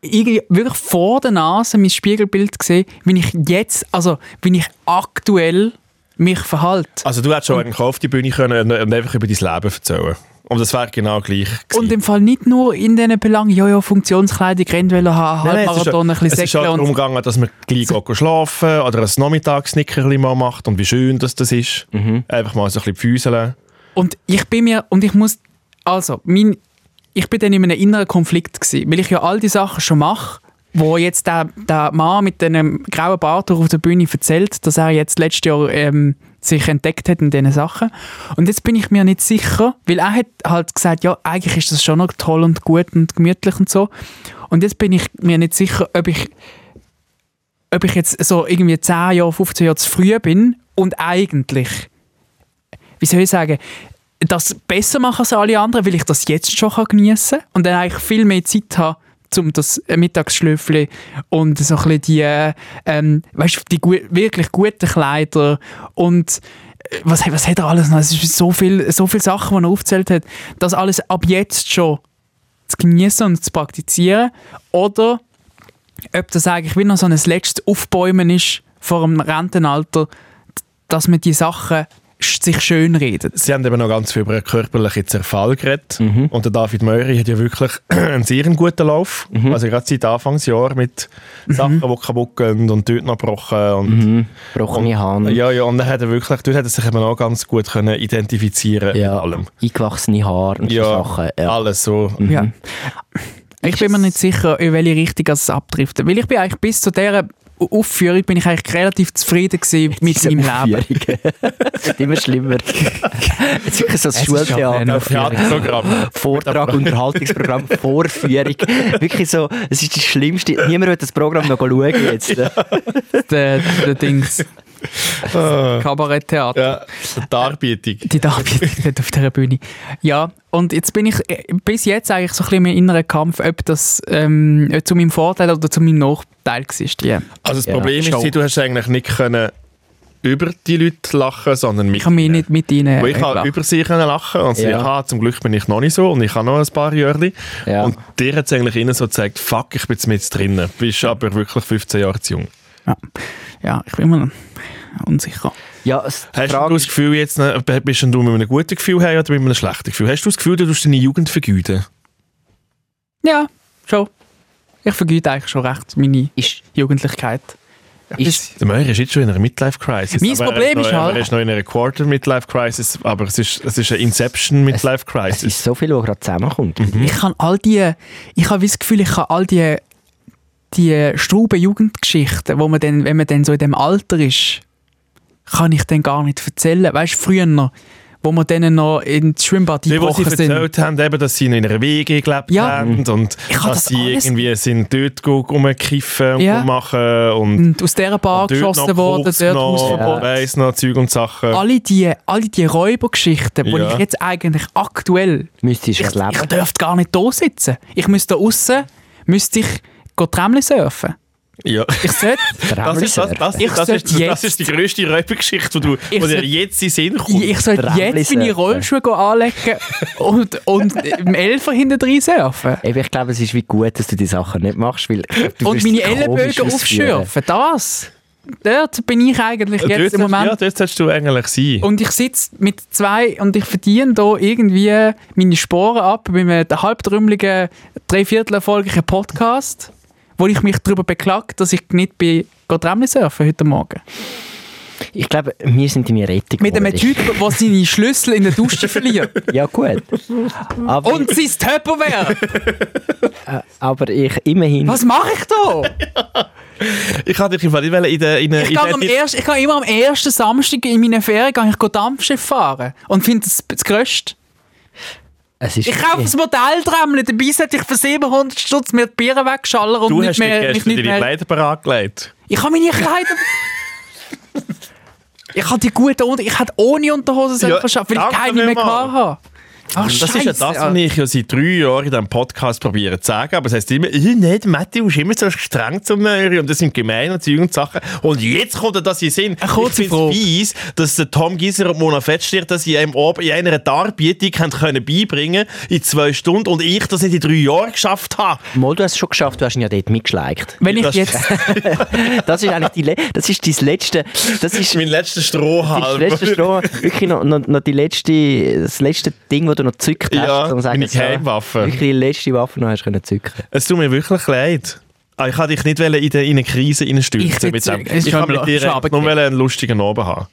[SPEAKER 3] irgendwie wirklich vor der Nase mein Spiegelbild gesehen, wie ich jetzt, also wie ich aktuell mich verhalte.
[SPEAKER 1] Also du hättest schon eigentlich auf die Bühne können und und einfach über dein Leben erzählen. Und das wäre genau gleich gewesen.
[SPEAKER 3] Und im Fall nicht nur in diesen Belangen, ja, ja, Funktionskleidung, Rennwelle haben,
[SPEAKER 1] Nein, nein, es ist ja-
[SPEAKER 3] Halbmarathon, ein
[SPEAKER 1] Es
[SPEAKER 3] bisschen
[SPEAKER 1] ist halt um auch
[SPEAKER 3] Säckle
[SPEAKER 1] darum
[SPEAKER 3] und...
[SPEAKER 1] gegangen, dass man gleich geht schlafen oder ein Nachmittagsnickerli mal macht und wie schön das, das ist.
[SPEAKER 3] Mhm.
[SPEAKER 1] Einfach mal so ein bisschen füßeln.
[SPEAKER 3] Und ich bin mir, und ich muss, also, mein, ich bin dann in einem inneren Konflikt gewesen, weil ich ja all die Sachen schon mache, wo jetzt der, der Mann mit dem grauen Bart auf der Bühne erzählt, dass er jetzt letztes Jahr ähm, sich entdeckt hat in diesen Sachen. Und jetzt bin ich mir nicht sicher, weil er hat halt gesagt, ja, eigentlich ist das schon noch toll und gut und gemütlich und so. Und jetzt bin ich mir nicht sicher, ob ich ob ich jetzt so irgendwie 10 Jahre, 15 Jahre zu früh bin und eigentlich, wie soll ich sagen, das besser machen als alle anderen, weil ich das jetzt schon kann geniessen kann und dann eigentlich viel mehr Zeit habe, um das äh, Mittagsschläfchen und so ein bisschen die, äh, ähm, weißt, die gu wirklich guten Kleider und äh, was, was hat er alles noch? Es ist so viel, so viele Sachen, die er aufgezählt hat, das alles ab jetzt schon zu genießen und zu praktizieren oder ob das eigentlich wie noch so ein letztes Aufbäumen ist vor dem Rentenalter, d- dass man die Sachen sch- sich schön redet.
[SPEAKER 1] Sie haben eben noch ganz viel über den körperlichen Zerfall geredet.
[SPEAKER 3] Mhm.
[SPEAKER 1] Und der David Möri hat ja wirklich einen sehr guten Lauf.
[SPEAKER 3] Mhm.
[SPEAKER 1] Also gerade seit Anfangsjahr mit Sachen, die kaputt gehen und dort noch gebrochen.
[SPEAKER 3] Mhm.
[SPEAKER 1] Und
[SPEAKER 2] Gebrochene Hand,
[SPEAKER 1] Oh, Ja, ja, und dann hat er wirklich, dort hat er sich eben auch ganz gut können identifizieren
[SPEAKER 2] ja,
[SPEAKER 1] mit allem.
[SPEAKER 2] eingewachsene Haare und
[SPEAKER 1] Ja,
[SPEAKER 2] so Sachen. Ja. Mhm.
[SPEAKER 1] alles so.
[SPEAKER 3] Ja. Mhm. Ich bin mir nicht sicher, in welche Richtung es abdriftet. Weil ich bin eigentlich bis zu dieser Aufführung bin ich eigentlich relativ zufrieden gewesen mit meinem Leben.
[SPEAKER 2] Aufführungen. es wird immer schlimmer. es ist wirklich so ein
[SPEAKER 3] Es ist schon
[SPEAKER 2] Schultheater.
[SPEAKER 3] eine
[SPEAKER 1] Das Theaterprogramm.
[SPEAKER 2] Vortrag, Unterhaltungsprogramm, Vorführung. Wirklich so, es ist das Schlimmste. Niemand will das Programm noch schauen jetzt.
[SPEAKER 3] Der, der Dings,
[SPEAKER 1] Ah.
[SPEAKER 3] Kabaretttheater.
[SPEAKER 1] ja, die Darbietung.
[SPEAKER 3] Die Darbietung dort auf dieser Bühne. Ja, und jetzt bin ich äh, bis jetzt eigentlich so ein bisschen im inneren Kampf, ob das ähm, zu meinem Vorteil oder zu meinem Nachteil war. Die.
[SPEAKER 1] Also das
[SPEAKER 2] Ja,
[SPEAKER 1] Problem ist,
[SPEAKER 3] schon.
[SPEAKER 1] du hast eigentlich nicht können über die Leute lachen, sondern mit
[SPEAKER 3] Ich kann mich nicht mit ihnen
[SPEAKER 1] Weil ich halt
[SPEAKER 3] lachen.
[SPEAKER 1] kann über sie können lachen und sie,
[SPEAKER 2] Ja.
[SPEAKER 1] aha, zum Glück bin ich noch nicht so und ich habe noch ein paar Jahre.
[SPEAKER 2] Ja.
[SPEAKER 1] Und dir hat es eigentlich innen so gezeigt, fuck, ich bin jetzt mit drinnen. Du bist aber wirklich 15 Jahre zu jung.
[SPEAKER 3] Ja, ich bin mir unsicher.
[SPEAKER 2] Ja, es- die
[SPEAKER 1] Hast
[SPEAKER 2] Frage
[SPEAKER 1] du das
[SPEAKER 2] ist,
[SPEAKER 1] Gefühl jetzt, ne, bist denn du mit einem guten Gefühl her oder mit einem schlechten Gefühl? Hast du das Gefühl, du tust deine Jugend vergeuden?
[SPEAKER 3] Ja, schon. Ich vergüte eigentlich schon recht meine
[SPEAKER 2] ist,
[SPEAKER 3] Jugendlichkeit.
[SPEAKER 2] ist,
[SPEAKER 1] Der Möhr ist jetzt schon in einer Midlife-Crisis.
[SPEAKER 3] Mein
[SPEAKER 1] aber er
[SPEAKER 3] Problem
[SPEAKER 1] noch,
[SPEAKER 3] ist halt-
[SPEAKER 1] Er ist noch in einer Quarter-Midlife-Crisis, aber es ist, es ist eine Inception-Midlife-Crisis.
[SPEAKER 2] es ist so viel, was gerade zusammenkommt.
[SPEAKER 1] Hm?
[SPEAKER 3] Ich kann all die, ich habe wie das Gefühl, ich kann all die, die strauben Jugendgeschichten, wo man dann, wenn man dann so in dem Alter ist, kann ich dann gar nicht erzählen. Weißt du, früher noch, wo wir dann noch ins Schwimmbad
[SPEAKER 1] Die, was sie
[SPEAKER 3] eingebrochen sind.
[SPEAKER 1] erzählt haben, eben, dass sie in einer WG gelebt
[SPEAKER 3] Ja. Mhm.
[SPEAKER 1] haben und
[SPEAKER 3] Ich hab
[SPEAKER 1] dass
[SPEAKER 3] das
[SPEAKER 1] sie
[SPEAKER 3] alles-
[SPEAKER 1] irgendwie sind dort rumkiffen und
[SPEAKER 3] Ja.
[SPEAKER 1] machen und,
[SPEAKER 3] Und aus dieser Bar
[SPEAKER 1] und
[SPEAKER 3] geschossen worden,
[SPEAKER 1] Koks
[SPEAKER 3] dort Hausverbot.
[SPEAKER 1] genommen, und weiss noch Zeug und Sachen.
[SPEAKER 3] Alle die, alle die Räubergeschichten, die
[SPEAKER 1] Ja.
[SPEAKER 3] ich jetzt eigentlich aktuell
[SPEAKER 2] Müsstest du
[SPEAKER 3] ich, ich
[SPEAKER 2] erleben.
[SPEAKER 3] dürfte gar nicht da sitzen. Ich müsste da aussen, müsste ich go Tramli surfen.
[SPEAKER 1] Ja.
[SPEAKER 3] Ich sollte,
[SPEAKER 1] Das ist, das, das,
[SPEAKER 3] Ich
[SPEAKER 1] das, ist,
[SPEAKER 3] sollte
[SPEAKER 1] das ist die
[SPEAKER 3] jetzt-
[SPEAKER 1] grösste Räubergeschichte, die
[SPEAKER 3] Ich
[SPEAKER 1] dir
[SPEAKER 3] sollte-
[SPEAKER 1] jetzt in den Sinn kommt.
[SPEAKER 3] ich sollte
[SPEAKER 2] Tramli
[SPEAKER 3] jetzt meine
[SPEAKER 2] surfen.
[SPEAKER 3] Rollschuhe go anlegen und, und im Elfer hinten drin surfen.
[SPEAKER 2] Eben, ich glaube, es ist wie gut, dass du die Sachen nicht machst, weil ich glaub, du
[SPEAKER 3] Und
[SPEAKER 2] wirst
[SPEAKER 3] meine
[SPEAKER 2] sie komisch
[SPEAKER 3] Ellenbögen
[SPEAKER 2] ausführen.
[SPEAKER 3] aufschürfen. Das. Dort bin ich eigentlich
[SPEAKER 1] Und
[SPEAKER 3] jetzt
[SPEAKER 1] dort
[SPEAKER 3] im Moment. Oh.
[SPEAKER 1] Ja, dort solltest du eigentlich sein.
[SPEAKER 3] Und ich sitze mit zwei und ich verdiene da irgendwie meine Sporen ab bei einem halbtrümmeligen, dreiviertel erfolgreichen Podcast, wo ich mich darüber beklage, dass ich nicht bin, go Tramli surfen heute Morgen.
[SPEAKER 2] Ich glaube, wir sind deine Rettung.
[SPEAKER 3] Mit einem
[SPEAKER 2] geworden.
[SPEAKER 3] Typen, der seine Schlüssel in der Dusche verliert.
[SPEAKER 2] Ja, gut. Aber,
[SPEAKER 3] Und sein Töpperwehr.
[SPEAKER 2] aber ich immerhin.
[SPEAKER 3] Was mache ich da?
[SPEAKER 1] Ich hatte dich im Fall nicht wollen in der in der-
[SPEAKER 3] Ich
[SPEAKER 1] in
[SPEAKER 3] gehe,
[SPEAKER 1] der-
[SPEAKER 3] am ersten, ich gehe immer am ersten Samstag in meinen Ferien gehe ich go Dampfschiff fahren und finde das das Größte.
[SPEAKER 2] Es ist
[SPEAKER 3] Ich kaufe das Modell Tramli, dabei sollte ich für 700 Stutz mir die Bier wegschallern und
[SPEAKER 1] Du
[SPEAKER 3] nicht
[SPEAKER 1] hast dich
[SPEAKER 3] mehr, mich
[SPEAKER 1] gestern
[SPEAKER 3] nicht
[SPEAKER 1] deine
[SPEAKER 3] mehr
[SPEAKER 1] Kleider parat gelegt.
[SPEAKER 3] Ich habe meine Kleider. ich habe die guten Unter Ich hätte ohne Unterhose
[SPEAKER 1] Ja,
[SPEAKER 3] ja, verschafft, weil ich
[SPEAKER 1] danke
[SPEAKER 3] keine mehr
[SPEAKER 1] vielmals.
[SPEAKER 3] gehabt habe. Ach,
[SPEAKER 1] das ist ja
[SPEAKER 3] Scheisse,
[SPEAKER 1] das,
[SPEAKER 3] ja.
[SPEAKER 1] was ich ja seit drei Jahren in diesem Podcast probiere zu sagen. Aber es heisst immer, «Ih, nein, der Matthew ist immer so streng zum Neuri und das sind gemeine Zeug und Sachen. Und jetzt kommt er das in den Sinn.
[SPEAKER 3] Eine kurze
[SPEAKER 1] ich
[SPEAKER 3] Frage.
[SPEAKER 1] finde fies, dass der Tom Gieser und Mona Fettstier das in, einem Ob in einer Darbietung haben können beibringen in zwei Stunden und ich das nicht in drei Jahren geschafft habe.
[SPEAKER 2] Mal, du hast es schon geschafft, du hast ihn ja dort mitgeschleicht.
[SPEAKER 3] Wenn ich
[SPEAKER 1] Das-
[SPEAKER 3] jetzt...
[SPEAKER 2] Das ist eigentlich die Le das ist dein letzte, das ist
[SPEAKER 1] Mein letzter
[SPEAKER 2] das
[SPEAKER 1] Strohhalm.
[SPEAKER 2] letzte Stroh, wirklich noch, noch, noch die letzte, das letzte Ding, das du noch gezückt hast.
[SPEAKER 1] Ja,
[SPEAKER 2] um zu sagen,
[SPEAKER 1] meine
[SPEAKER 2] so,
[SPEAKER 1] Geheimwaffe.
[SPEAKER 2] Wirklich die letzte Waffe, die du hast können zücken.
[SPEAKER 1] Es tut mir wirklich leid. Ah, Ich wollte dich nicht in die- in eine Krise
[SPEAKER 3] Ich
[SPEAKER 1] reinstürzen.
[SPEAKER 3] bin
[SPEAKER 1] mit dem.
[SPEAKER 3] zurück. Es
[SPEAKER 1] Ich
[SPEAKER 3] ist
[SPEAKER 1] habe mit
[SPEAKER 3] schon-
[SPEAKER 1] dir
[SPEAKER 3] schon
[SPEAKER 1] einfach nur einen lustigen Abend haben.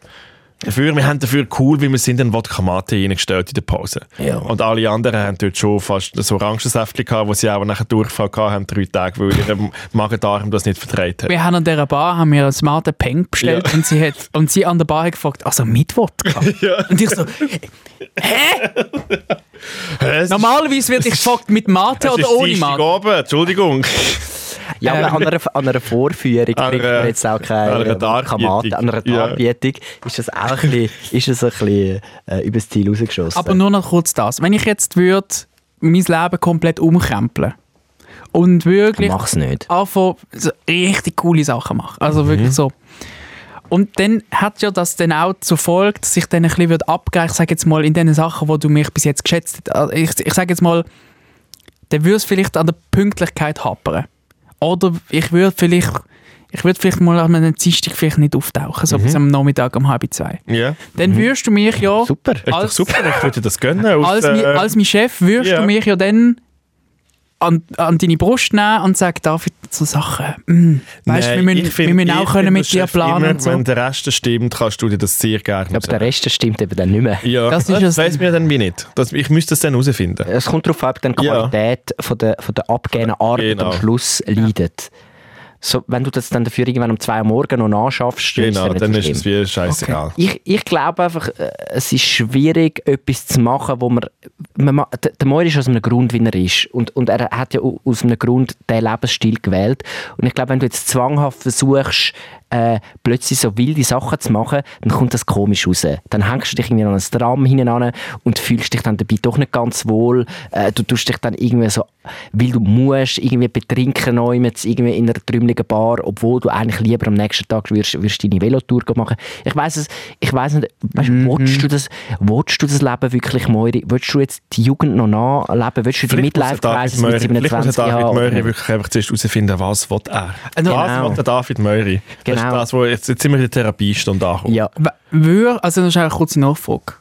[SPEAKER 1] Dafür, wir haben dafür cool, wie wir sind, einen Wodka Mate reingestellt in der Pause. Und alle anderen haben dort schon fast ein Orangensäftchen gehabt, wo sie auch nachher Durchfall gehabt haben, drei Tage, weil ihr Magen-Darm das nicht vertreibt hat.
[SPEAKER 3] Wir haben an dieser Bar haben wir einen smarten Peng bestellt
[SPEAKER 1] Ja.
[SPEAKER 3] und, sie hat, und sie an der Bar hat gefragt, also mit Wodka? Und ich so,
[SPEAKER 1] Hä, es ist-
[SPEAKER 3] normalerweise wird ich gefragt mit Mate
[SPEAKER 1] es ist
[SPEAKER 3] oder ohne Mate.
[SPEAKER 1] Dienstagabend, Entschuldigung.
[SPEAKER 2] Ja,
[SPEAKER 3] Ähm.
[SPEAKER 2] aber an einer, an einer Vorführung
[SPEAKER 1] An
[SPEAKER 2] kriegt
[SPEAKER 1] einer-
[SPEAKER 2] man jetzt auch keine
[SPEAKER 1] an einer Darbietung.
[SPEAKER 2] Kamate. An einer
[SPEAKER 1] Ja.
[SPEAKER 2] Darbietung ist das auch ein bisschen, ist das ein bisschen äh, übers Ziel rausgeschossen.
[SPEAKER 3] Aber nur noch kurz das. Wenn ich jetzt würde mein Leben komplett umkrempeln und wirklich
[SPEAKER 2] Mach's nicht. Mhm.
[SPEAKER 3] anfangen, so richtig coole Sachen machen. Also wirklich so. Und dann hat ja das dann auch zur Folge, dass ich dann ein bisschen würd abgehen ich sage jetzt mal, in den Sachen, wo du mich bis jetzt geschätzt hast. Also Ich, ich sage jetzt mal, dann würde es vielleicht an der Pünktlichkeit hapern. Oder ich würde vielleicht, ich würde vielleicht mal an einem Dienstag vielleicht nicht auftauchen,
[SPEAKER 2] Mhm.
[SPEAKER 3] so bis am Nachmittag um halb zwei.
[SPEAKER 1] Ja.
[SPEAKER 3] Dann würdest du mich ja...
[SPEAKER 2] Super.
[SPEAKER 1] Ist doch
[SPEAKER 3] Als-
[SPEAKER 1] super, ich würde dir das gönnen. Aus,
[SPEAKER 3] als,
[SPEAKER 1] äh,
[SPEAKER 3] mi, als mein Chef würdest
[SPEAKER 1] ja.
[SPEAKER 3] du mich ja dann an, an deine Brust nehmen und sagen, David, so Sachen, mm, weißt,
[SPEAKER 1] Nein,
[SPEAKER 3] wir müssen,
[SPEAKER 1] ich find-
[SPEAKER 3] wir müssen
[SPEAKER 1] ich
[SPEAKER 3] auch
[SPEAKER 1] bin der
[SPEAKER 3] können mit dir
[SPEAKER 1] Chef
[SPEAKER 3] planen
[SPEAKER 1] Immer,
[SPEAKER 3] und so.
[SPEAKER 1] Wenn der Rest stimmt, kannst du dir das sehr gerne
[SPEAKER 2] Aber der Rest das stimmt eben dann nicht mehr.
[SPEAKER 1] Ja,
[SPEAKER 3] Das
[SPEAKER 1] das,
[SPEAKER 3] ist es-
[SPEAKER 1] weiss mir dann wie nicht. Das, ich müsste das dann herausfinden.
[SPEAKER 2] Es kommt darauf an, ob dann die
[SPEAKER 1] Ja.
[SPEAKER 2] Qualität von der, von der abgegebenen Arbeit
[SPEAKER 1] Genau.
[SPEAKER 2] am Schluss leidet. So, wenn du das dann dafür irgendwann um zwei Uhr morgens noch nachschaffst, dann
[SPEAKER 1] Genau,
[SPEAKER 2] nicht
[SPEAKER 1] dann
[SPEAKER 2] so
[SPEAKER 1] ist
[SPEAKER 2] schlimm.
[SPEAKER 1] es wie scheißegal.
[SPEAKER 2] Ich, ich glaube einfach, äh, es ist schwierig, etwas zu machen, wo man... man ma- der der Moir ist aus einem Grund, wie er ist. Und, und er hat ja au- aus einem Grund diesen Lebensstil gewählt. Und ich glaube, wenn du jetzt zwanghaft versuchst, äh, plötzlich so wilde Sachen zu machen, dann kommt das komisch raus. Dann hängst du dich irgendwie an ein Tram hinein und fühlst dich dann dabei doch nicht ganz wohl. Äh, du tust dich dann irgendwie so, weil du musst, irgendwie betrinken neu mit irgendwie in einer trümmeligen Bar, obwohl du eigentlich lieber am nächsten Tag würdest, würdest deine Velotour gehen machen. Ich weiß es, ich weiß nicht, weißt,
[SPEAKER 1] Mhm.
[SPEAKER 2] willst, du das, willst du das Leben wirklich, Moiri? Willst du jetzt die Jugend noch nachleben? Willst du die
[SPEAKER 1] Vielleicht muss der David
[SPEAKER 2] Midlife-Crisis mit
[SPEAKER 1] Möri- vielleicht muss
[SPEAKER 2] 27
[SPEAKER 1] der David
[SPEAKER 2] Jahren?
[SPEAKER 1] Möri wirklich einfach zuerst herausfinden, was will er
[SPEAKER 3] Genau.
[SPEAKER 1] Was will der David Möri? Das ist
[SPEAKER 2] Genau.
[SPEAKER 1] das, wo jetzt, jetzt sind wir in der Therapiestunde angekommen.
[SPEAKER 2] Ja.
[SPEAKER 3] W- Wür, also das ist eine kurze Nachfrage.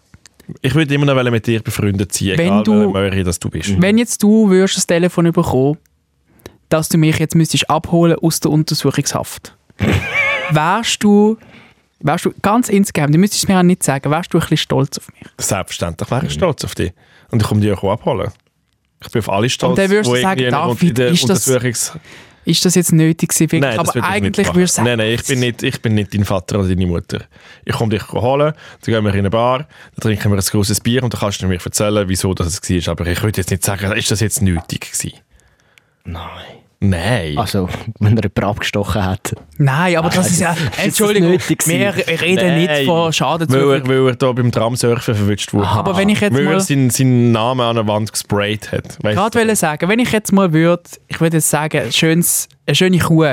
[SPEAKER 1] Ich würde immer noch wollen mit dir befreundet sein,
[SPEAKER 3] Wenn
[SPEAKER 1] egal
[SPEAKER 3] du- Mhm.
[SPEAKER 1] welcher Möri das du bist.
[SPEAKER 3] Wenn jetzt du würdest das Telefon bekommen, dass du mich jetzt müsstest abholen aus der Untersuchungshaft, wärst du, wärst du ganz insgeheim, du müsstest es mir auch nicht sagen, wärst du ein bisschen stolz auf mich?
[SPEAKER 1] Selbstverständlich wäre ich stolz auf dich. Und ich komme dich auch abholen. Ich bin auf alle stolz.
[SPEAKER 3] Und dann würdest
[SPEAKER 1] wo
[SPEAKER 3] du sagen,
[SPEAKER 1] irgendjemand
[SPEAKER 3] David,
[SPEAKER 1] in der
[SPEAKER 3] ist das-
[SPEAKER 1] Untersuchungs-
[SPEAKER 3] Ist das jetzt nötig gewesen? wirklich?
[SPEAKER 1] Nein, das
[SPEAKER 3] Aber
[SPEAKER 1] würde ich nicht
[SPEAKER 3] eigentlich
[SPEAKER 1] machen.
[SPEAKER 3] würdest du sagen,
[SPEAKER 1] Nein, nein, ich bin, nicht, ich bin nicht dein Vater oder deine Mutter. Ich komme dich holen, dann gehen wir in eine Bar, dann trinken wir ein großes Bier und dann kannst du mir erzählen, wieso das es war. Aber ich würde jetzt nicht sagen, ist das jetzt nötig gewesen? Nein. Nein.
[SPEAKER 2] Also, wenn er jemanden abgestochen hat.
[SPEAKER 3] Nein, aber das ist ja.
[SPEAKER 2] das
[SPEAKER 3] Entschuldigung,
[SPEAKER 2] nötig
[SPEAKER 3] wir
[SPEAKER 2] gewesen?
[SPEAKER 3] reden nicht von Schaden
[SPEAKER 1] zu weil
[SPEAKER 3] zu.
[SPEAKER 1] er, weil er da beim Tramsurfen verwünscht wurde.
[SPEAKER 3] Aber wenn ich jetzt
[SPEAKER 1] weil er
[SPEAKER 3] mal
[SPEAKER 1] seinen, seinen Namen an der Wand gesprayt hat. Weißt
[SPEAKER 3] gerade
[SPEAKER 1] du?
[SPEAKER 3] wollte sagen, wenn ich jetzt mal würde, ich würde jetzt sagen, ein schönes, eine schöne Kuh